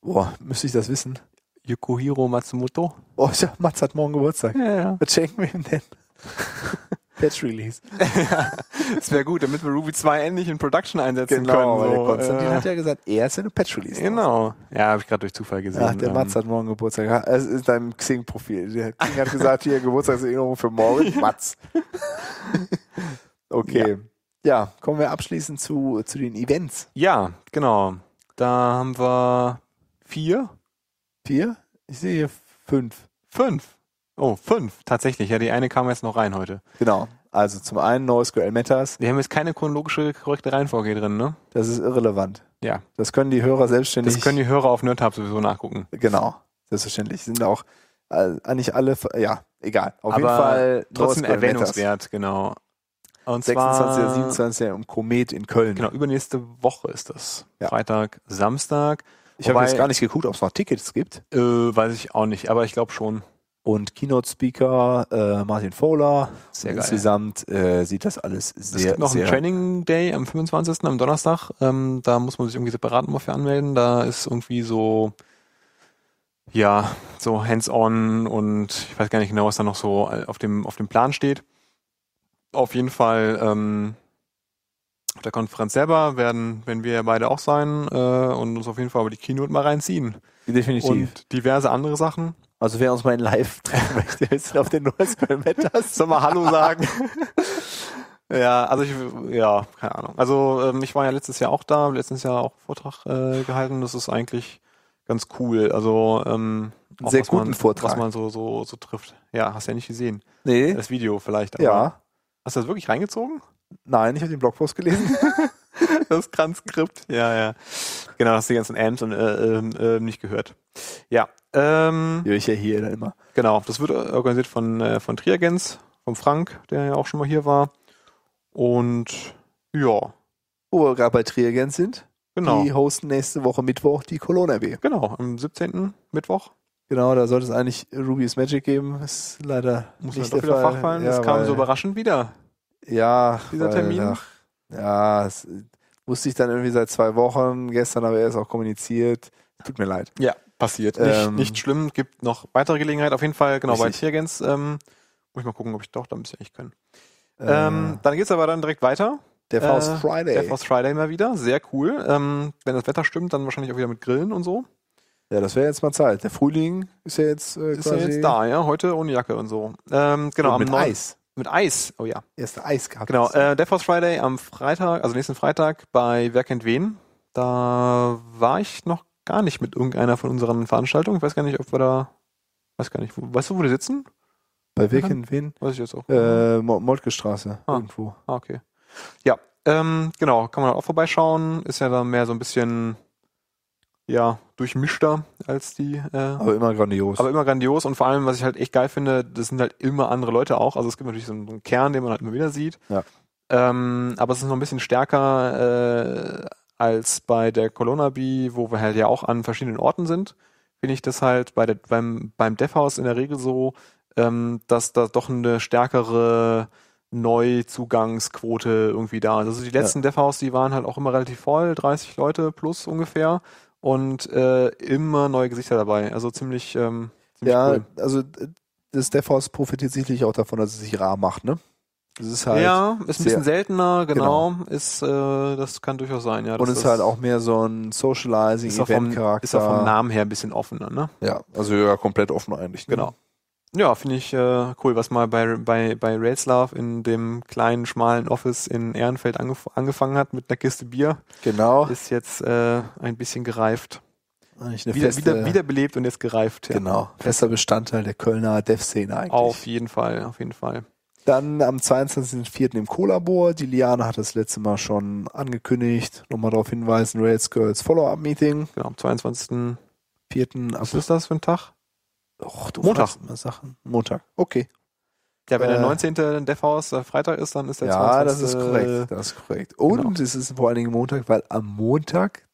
S1: Boah, müsste ich das wissen?
S2: Yokohiro Matsumoto.
S1: Oh ja, Mats hat morgen Geburtstag.
S2: Ja, ja.
S1: Was schenken wir ihm denn? Patch Release.
S2: Das wäre gut, damit wir Ruby 2 endlich in Production einsetzen
S1: Genau,
S2: können.
S1: der
S2: So.
S1: Konstantin
S2: äh,
S1: hat ja gesagt, erst wenn du Patch Release
S2: genau. Ja, habe ich gerade durch Zufall gesehen. ähm,
S1: Ach, der Matz hat morgen Geburtstag. Ja, Es ist dein Xing-Profil. Der Xing hat gesagt, hier Geburtstagserinnerung für morgen. Matz. okay. Ja. kommen wir abschließend zu, zu den Events.
S2: Ja, genau. Da haben wir vier,
S1: Vier? Ich sehe hier fünf.
S2: fünf. Oh, fünf, tatsächlich. Ja, die eine kam jetzt noch rein heute.
S1: Genau. Also zum einen NoSQL Matters.
S2: Wir haben jetzt keine chronologische korrekte Reihenfolge drin, ne?
S1: Das ist irrelevant.
S2: Ja.
S1: Das können die Hörer selbstständig.
S2: Das können die Hörer auf NerdHub sowieso nachgucken.
S1: genau. Selbstverständlich. Sind auch äh, eigentlich alle. Ja, egal. Auf
S2: Aber
S1: jeden Fall NoSQL
S2: Trotzdem
S1: Matters.
S2: erwähnungswert, genau.
S1: 26.
S2: Und zwar,
S1: 27. im Komet in Köln.
S2: Genau, übernächste Woche ist das.
S1: Ja.
S2: Freitag, Samstag.
S1: Ich habe
S2: Wobei-
S1: jetzt gar nicht geguckt, ob es noch Tickets gibt.
S2: Äh, weiß ich auch nicht, aber ich glaube schon.
S1: und Keynote-Speaker äh, Martin Fowler.
S2: Sehr
S1: Insgesamt äh, sieht das alles
S2: Es
S1: sehr,
S2: gibt noch
S1: sehr
S2: einen Training Day am 25. am Donnerstag. Ähm, da muss man sich irgendwie separat nochmal für anmelden. Da ist irgendwie so, ja, so hands-on und ich weiß gar nicht genau, was da noch so auf dem, auf dem Plan steht. Auf jeden Fall ähm, auf der Konferenz selber werden, werden wir ja beide auch sein äh, und uns auf jeden Fall über die Keynote mal reinziehen.
S1: definitiv.
S2: Und diverse andere Sachen.
S1: also wer uns mal in Live treffen möchte, ist auf den NoSQL Matters.
S2: Soll mal Hallo sagen? ja, also ich, ja, keine Ahnung. Also ähm, ich war ja letztes Jahr auch da, hab letztes Jahr auch einen Vortrag äh, gehalten. Das ist eigentlich ganz cool. Also ähm,
S1: Einen sehr
S2: was
S1: guten
S2: man,
S1: Vortrag.
S2: was man so so so trifft. Hm. Ja, hast ja nicht gesehen.
S1: Nee,
S2: Das Video vielleicht. aber-
S1: ja.
S2: Hast du das wirklich reingezogen?
S1: Nein, ich habe den Blogpost gelesen.
S2: Das Transkript. Ja, ja. Genau, hast die ganzen Amps und äh, ähm, ähm, nicht gehört. Ja. Ähm,
S1: Höre ich ja hier dann immer.
S2: Genau, das wird äh, organisiert von, äh, von Triergens, vom Frank, der ja auch schon mal hier war. Und ja,
S1: Wo wir gerade bei Triergens sind.
S2: genau.
S1: Die hosten nächste Woche Mittwoch die Cologne B.
S2: Genau, am 17. Mittwoch.
S1: Genau, da sollte es eigentlich Ruby's Magic geben. Ist leider
S2: Muss man
S1: nicht
S2: doch
S1: der
S2: wieder
S1: Fall.
S2: fachfallen.
S1: Ja,
S2: das kam
S1: weil-
S2: so überraschend wieder,
S1: Ja,
S2: dieser
S1: weil-
S2: Termin.
S1: ach, Ja, es äh, wusste ich dann irgendwie seit zwei Wochen. Gestern habe ich es auch kommuniziert. Tut mir leid.
S2: Ja, passiert.
S1: Ähm,
S2: nicht, nicht schlimm, gibt noch weitere Gelegenheit. Auf jeden Fall, genau, bei
S1: Richtig.
S2: Triergens. Ähm, muss ich mal gucken, ob ich doch, da müsste ich eigentlich können.
S1: Äh,
S2: Ähm, dann geht's aber dann direkt weiter.
S1: der Faust
S2: äh,
S1: Friday.
S2: Der Force Friday mal wieder, sehr cool. Ähm, wenn das Wetter stimmt, dann wahrscheinlich auch wieder mit Grillen und so.
S1: ja, das wäre jetzt mal Zeit. Der Frühling ist ja jetzt äh,
S2: Ist ja
S1: quasi
S2: jetzt da, ja, heute ohne Jacke und so. Ähm, genau,
S1: Und
S2: am
S1: mit
S2: neun-
S1: Eis.
S2: Mit Eis, oh ja.
S1: Erste Eis gehabt.
S2: Genau, äh, Devforce Friday am Freitag, also nächsten Freitag bei Wer kennt wen. Da war ich noch gar nicht mit irgendeiner von unseren Veranstaltungen. Ich weiß gar nicht, ob wir da, weiß gar nicht, wo, weißt du, wo wir sitzen?
S1: Bei Wirken, wen?
S2: Weiß ich jetzt auch.
S1: Äh, Mo- Moltke-Straße.
S2: Mhm. Ah.
S1: Irgendwo.
S2: Ah, okay. Ja, ähm, genau, kann man auch vorbeischauen. Ist ja dann mehr so ein bisschen, ja, durchmischter als die äh,
S1: Aber immer grandios.
S2: Aber immer grandios und vor allem, was ich halt echt geil finde, das sind halt immer andere Leute auch. Also es gibt natürlich so einen so einen Kern, den man halt immer wieder sieht.
S1: Ja.
S2: Ähm, aber es ist noch ein bisschen stärker äh, als bei der Colonna Bee, wo wir halt ja auch an verschiedenen Orten sind. Finde ich das halt bei der, beim, beim Dev House in der Regel so, ähm, dass da doch eine stärkere Neuzugangsquote irgendwie da ist. Also die letzten Dev House, die waren halt auch immer relativ voll, 30 Leute plus ungefähr und äh, immer neue Gesichter dabei. Also ziemlich, ähm, ziemlich
S1: ja,
S2: cool.
S1: also äh, das Deathhouse profitiert sicherlich auch davon, dass es sich rar macht, ne? Das ist halt.
S2: ja, ist ein
S1: sehr-
S2: bisschen seltener, genau. Ist, äh, das kann durchaus sein, ja.
S1: Und
S2: das
S1: es ist halt auch mehr so ein
S2: ist auch vom,
S1: Socializing-Event-Charakter.
S2: ist auch vom Namen her ein bisschen offener, ne?
S1: Ja, also ja, komplett offen eigentlich. ne?
S2: Genau. Ja, finde ich äh, cool, was mal bei, bei, bei Railslav in dem kleinen, schmalen Office in Ehrenfeld angef angefangen hat mit einer Kiste Bier,
S1: Genau.
S2: ist jetzt äh, ein bisschen gereift.
S1: Eigentlich eine
S2: Wieder,
S1: feste-
S2: wieder, wiederbelebt und jetzt gereift. Ja.
S1: Genau, fester Bestandteil der Kölner Dev-Szene eigentlich.
S2: Auf jeden Fall, auf jeden Fall.
S1: Dann am 22.04. im Kolabor. Die Liane hat das letzte Mal schon angekündigt. Nochmal darauf hinweisen, Rails Girls Follow-Up-Meeting.
S2: Genau, am 22.
S1: 4.
S2: Was
S1: April.
S2: ist das für ein Tag?
S1: Och, du
S2: Montag.
S1: fragst Immer Sachen. Montag. Okay.
S2: Ja, wenn der
S1: Äh,
S2: 19. in Dev House äh, Freitag ist, dann ist der
S1: Ja,
S2: 22.
S1: das ist korrekt. Das ist korrekt. Und
S2: genau.
S1: es ist vor allen Dingen Montag, weil am Montag,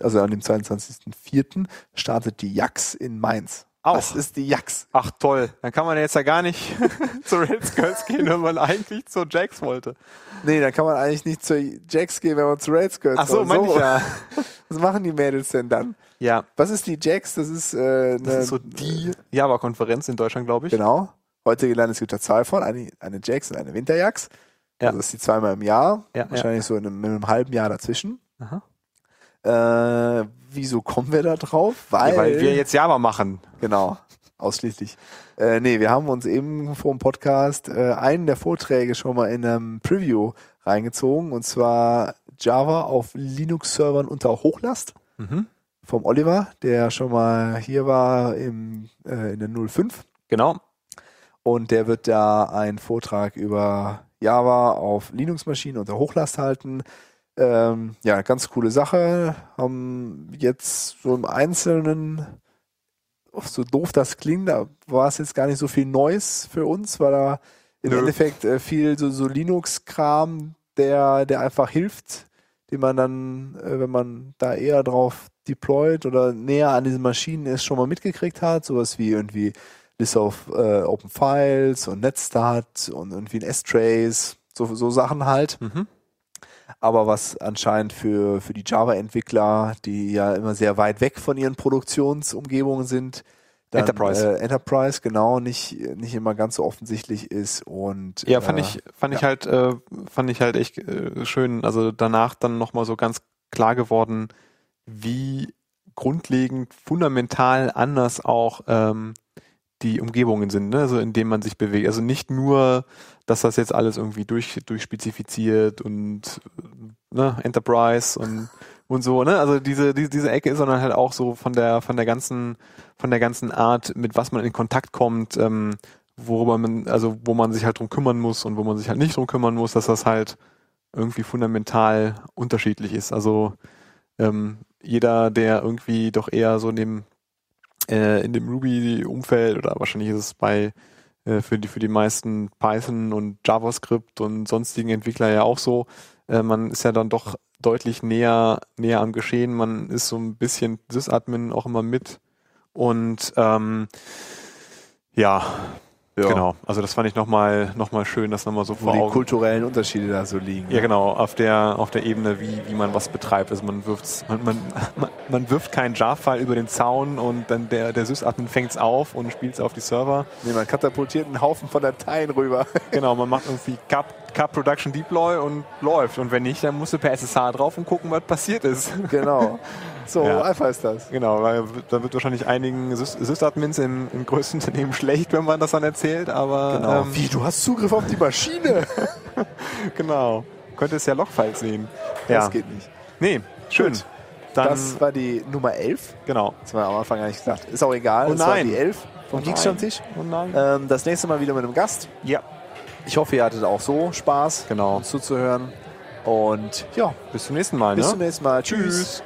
S1: also an dem 22.04. startet die Jax in Mainz.
S2: Auch.
S1: Was ist die Jax?
S2: Ach toll, dann kann man ja jetzt ja gar nicht zu Rails Girls gehen, wenn man eigentlich zu Jax wollte.
S1: Nee, dann kann man eigentlich nicht zur Jax gehen, wenn man zu Rails Girls
S2: Ach so,
S1: kommt.
S2: meine ich ja.
S1: Was machen die Mädels denn dann?
S2: Ja,
S1: Was ist die Jax? Das ist, äh,
S2: das
S1: ne-
S2: ist so die Java-Konferenz in Deutschland, glaube ich.
S1: äh, Genau. Heute gelandet, es gibt da zwei von, eine, eine Jax und eine Winterjax.
S2: Ja.
S1: Also das ist die zweimal im Jahr,
S2: Ja, ja,
S1: wahrscheinlich so in einem, in einem halben Jahr dazwischen.
S2: Aha.
S1: Äh, wieso kommen wir da drauf? Weil,
S2: Ja, weil wir jetzt Java machen.
S1: Genau, ausschließlich. Äh, nee, wir haben uns eben vor dem Podcast äh, einen der Vorträge schon mal in einem Preview reingezogen und zwar Java auf Linux-Servern unter Hochlast
S2: Mhm.
S1: vom Oliver, der schon mal hier war im, äh, in der 05.
S2: Genau.
S1: Und der wird da einen Vortrag über Java auf Linux-Maschinen unter Hochlast halten. Ähm, ja, ganz coole Sache. Haben jetzt so im Einzelnen, oh, so doof das klingt, da war es jetzt gar nicht so viel Neues für uns, weil da im
S2: Nö.
S1: Endeffekt äh, viel so, so Linux-Kram, der, der einfach hilft, den man dann, äh, wenn man da eher drauf deployt oder näher an diesen Maschinen ist, schon mal mitgekriegt hat. Sowas wie irgendwie bis auf äh, Open Files und Netstart und irgendwie ein S-Trace, so, so Sachen halt.
S2: Mhm.
S1: Aber was anscheinend für, für die Java-Entwickler, die ja immer sehr weit weg von ihren Produktionsumgebungen sind, dann,
S2: Enterprise.
S1: Äh, Enterprise, genau, nicht, nicht immer ganz so offensichtlich ist und.
S2: Ja, fand
S1: äh,
S2: ich, fand ich
S1: ja.
S2: halt, äh, fand ich halt echt äh, schön. Also danach dann nochmal so ganz klar geworden, wie grundlegend, fundamental anders auch ähm, die Umgebungen sind, ne? also in denen man sich bewegt. Also nicht nur, dass das jetzt alles irgendwie durch, durchspezifiziert und äh, ne? Enterprise und und so, ne? Also diese, diese, diese Ecke ist, sondern halt auch so von der, von der ganzen, von der ganzen Art, mit was man in Kontakt kommt, ähm, worüber man, also wo man sich halt drum kümmern muss und wo man sich halt nicht drum kümmern muss, dass das halt irgendwie fundamental unterschiedlich ist. Also ähm, jeder, der irgendwie doch eher so in dem, äh, in dem Ruby-Umfeld oder wahrscheinlich ist es bei äh, für die für die meisten Python und JavaScript und sonstigen Entwickler ja auch so, äh, man ist ja dann doch deutlich näher näher am Geschehen. Man ist so ein bisschen Sysadmin auch immer mit und ähm, ja,
S1: ja,
S2: Genau, also das fand ich nochmal noch mal schön, das nochmal so
S1: Wo
S2: vor
S1: die
S2: Augen.
S1: kulturellen Unterschiede da so liegen.
S2: ja genau, auf der, auf der Ebene, wie, wie man was betreibt. Also man wirft man, man, man- man wirft keinen Jar-File über den Zaun und dann der, der Sysadmin fängt es auf und spielt es auf die Server.
S1: Nee, man katapultiert einen Haufen von Dateien rüber.
S2: Genau, man macht irgendwie Cup, Cup Production Deploy und läuft. Und wenn nicht, dann musst du per SSH drauf und gucken, was passiert ist.
S1: genau. So
S2: Ja.
S1: einfach ist das.
S2: Genau, weil da wird wahrscheinlich einigen Sys- Sysadmins im, im größten Unternehmen schlecht, wenn man das dann erzählt, aber ähm,
S1: Wie, du hast Zugriff auf die Maschine?
S2: genau. Könnte es ja Logfiles nehmen.
S1: Das geht nicht.
S2: Nee, schön.
S1: Gut.
S2: Dann,
S1: das war die Nummer 11.
S2: genau.
S1: Das war am Anfang gar nicht gesagt. Ist auch egal.
S2: Oh
S1: das war
S2: nein.
S1: die 11 vom Geekstammtisch.
S2: Oh nein.
S1: Ähm, das nächste Mal wieder mit einem Gast.
S2: ja,
S1: Ich hoffe, ihr hattet auch so Spaß,
S2: genau.
S1: uns zuzuhören. Und ja,
S2: Bis zum nächsten Mal,
S1: bis
S2: ne?
S1: zum nächsten Mal. Tschüss.
S2: Tschüss.